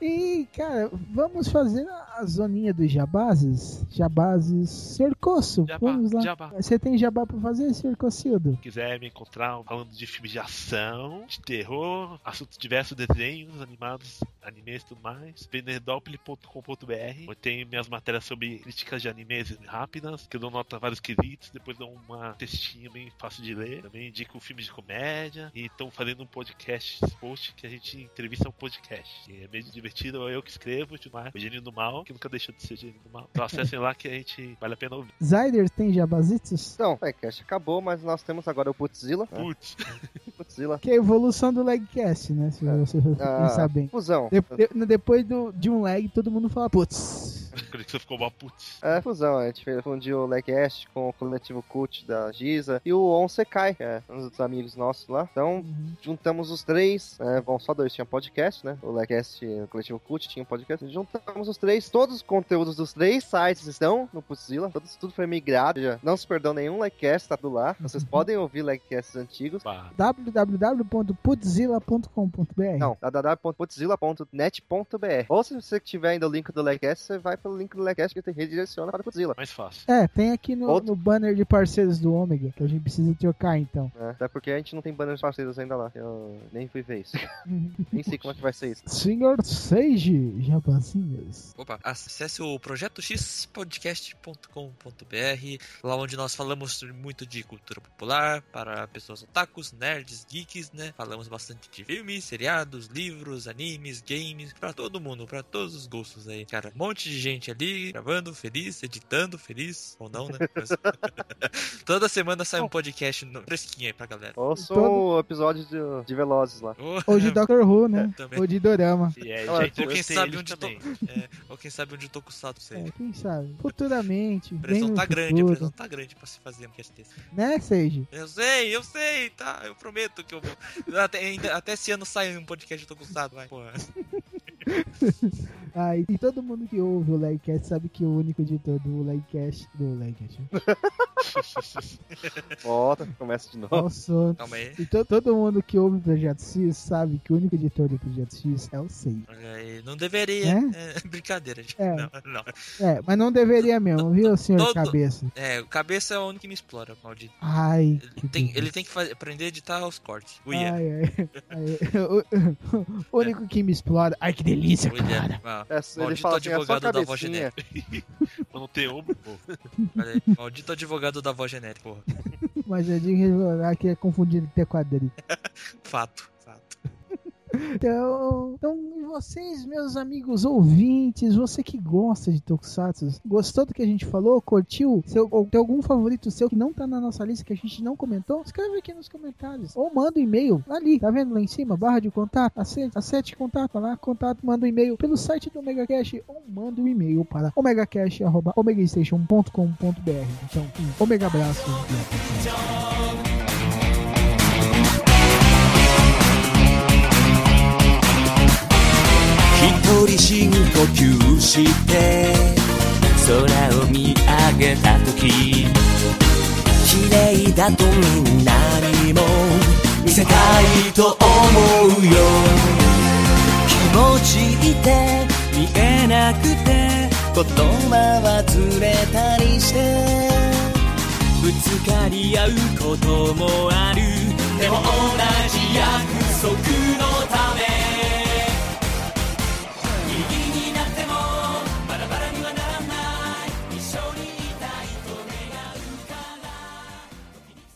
Speaker 2: E, cara, vamos fazer a zoninha dos jabazes? Jabazes cercoço.
Speaker 5: Jabá,
Speaker 2: vamos lá.
Speaker 5: jabá.
Speaker 2: Você tem jabá pra fazer, cercocildo?
Speaker 5: Se quiser me encontrar falando de filmes de ação, de terror, assuntos diversos, desenhos, animados, animes e tudo mais, venerdopoli.com.br, onde tem minhas matérias sobre críticas de animes rápidas, que eu dou nota a vários quesitos, depois dou uma textinha bem fácil de ler. Também indico filmes de comédia. E estão fazendo um podcast post que a gente entrevista um podcast. E é meio divertido, é eu que escrevo, tudo mais. o Gênio do Mal, que nunca deixou de ser Gênio do Mal. Então acessem lá que a gente vale a pena ouvir.
Speaker 2: Zyder tem jabazitos?
Speaker 3: Então, o Legcast acabou, mas nós temos agora o Putzilla. né?
Speaker 5: Putz, *laughs*
Speaker 3: Putzilla.
Speaker 2: Que é a evolução do legcast, né? Se você for
Speaker 3: Ah,
Speaker 2: pensar bem.
Speaker 3: Fusão.
Speaker 2: De- de- depois do- de um lag, todo mundo fala, putz.
Speaker 5: a conexão ficou mal, putz.
Speaker 3: É, fusão, a gente fez- fundiu o Legcast com o coletivo Cult da Giza e o Onsekai, que é um dos amigos nossos lá. Então, juntamos os três, é, bom, só dois tinham podcast, né? O Legcast, o coletivo Cult tinha um podcast. Juntamos os três, todos os conteúdos dos três sites estão no Putzilla, todos, tudo foi migrado, já não se perdeu nenhum Legcast, tá do lá.
Speaker 2: Uhum.
Speaker 3: Vocês podem ouvir Legcasts antigos.
Speaker 5: Bah,
Speaker 2: www.putzilla.com.br
Speaker 3: Não, www.putzilla.net.br. Ou se você tiver ainda o link do Legcast, você vai pelo link do Legcast que te redireciona para o Putzilla.
Speaker 5: mais fácil.
Speaker 2: É, tem aqui no,
Speaker 3: Outro-
Speaker 2: no banner de parceiros do Ômega, que a gente precisa trocar então.
Speaker 3: *laughs* né? Até porque a gente não tem banners parceiros ainda lá. Eu nem fui ver *laughs* isso. nem sei como é que vai ser isso.
Speaker 2: Senhor Seiji, jabazinhos.
Speaker 4: Opa, acesse o projetoxpodcast.com.br, lá onde nós falamos muito de cultura popular para pessoas otakus, nerds, geeks, né? Falamos bastante de filmes, seriados, livros, animes, games, pra todo mundo, pra todos os gostos aí, cara. Um monte de gente ali gravando, feliz, editando, feliz ou não, né? Mas- *laughs* Toda semana sai um podcast no- fresquinho aí pra galera.
Speaker 3: Ouça
Speaker 2: Todo-
Speaker 3: o episódio de, de Velozes lá.
Speaker 2: *laughs*
Speaker 4: Ô,
Speaker 2: Ou de Doctor Who, né?
Speaker 4: Também.
Speaker 2: Ou de Dorama.
Speaker 5: E é,
Speaker 3: Ou
Speaker 5: gente,
Speaker 4: quem
Speaker 5: eu sei
Speaker 4: sabe
Speaker 5: eles
Speaker 4: onde
Speaker 5: também. *laughs*
Speaker 4: é, ou quem sabe onde eu tô com o salto
Speaker 2: É,
Speaker 4: sei.
Speaker 2: quem sabe? Futuramente. bem
Speaker 4: A pressão
Speaker 2: no
Speaker 4: tá grande, a
Speaker 2: futuro.
Speaker 4: pressão tá grande pra se fazer um cast desse.
Speaker 2: Né, Seiji?
Speaker 4: Eu sei, eu sei, tá? Eu prometo que eu vou. Até, ainda- até esse ano sai um podcast, eu tô gostado, vai. Porra.
Speaker 2: Ah, e e todo mundo que ouve o Legcast sabe que o único editor do Legcast. Do Legcast. né?
Speaker 3: Volta, começa de
Speaker 2: É
Speaker 3: novo.
Speaker 2: o Sono.
Speaker 4: Calma aí.
Speaker 2: E to- todo mundo que ouve o Projeto X sabe que o único editor do Projeto X é o Seiji.
Speaker 4: Olha aí, Não deveria. É, *laughs* brincadeira, gente.
Speaker 2: É.
Speaker 4: Não, não.
Speaker 2: É, mas não deveria mesmo, viu, senhor
Speaker 4: Todo-
Speaker 2: cabeça?
Speaker 4: É, o cabeça é o único que me explora, maldito.
Speaker 2: Ai, que
Speaker 4: Ele tem,
Speaker 2: delícia.
Speaker 4: ele tem que fazer, aprender a editar os cortes. William.
Speaker 2: Ai, ai, ai. *laughs* O, o único que me explora. Ai, que delícia, cara.
Speaker 4: William. Ah,
Speaker 3: *laughs* É, ele
Speaker 4: Maldito
Speaker 3: fala assim, é só
Speaker 4: advogado da voz
Speaker 3: cabecinha.
Speaker 5: Quando tem ombro, um, pô.
Speaker 4: olha aí. Maldito advogado da voz genérica, porra.
Speaker 2: Mas eu digo revelar que é confundido ter quadrilho.
Speaker 4: Fato. Fato.
Speaker 2: Então, então, e vocês, meus amigos ouvintes, você que gosta de Tokusatsu, gostou do que a gente falou, curtiu? Seu, ou tem algum favorito seu que não tá na nossa lista, que a gente não comentou? Escreve aqui nos comentários. Ou manda um e-mail ali, tá vendo lá em cima? Barra de contato, acerte, acerte contato, vai lá, contato, manda um e-mail pelo site do Omega Cash ou manda um e-mail para omegacash.omegastation.com.br Então, um omega abraço e até.
Speaker 1: 一人深呼吸して空を見上げた時綺麗だとみんなにも見せたいと思うよ気持ちいいって見えなくて言葉はずれたりしてぶつかり合うこともあるでも同じ約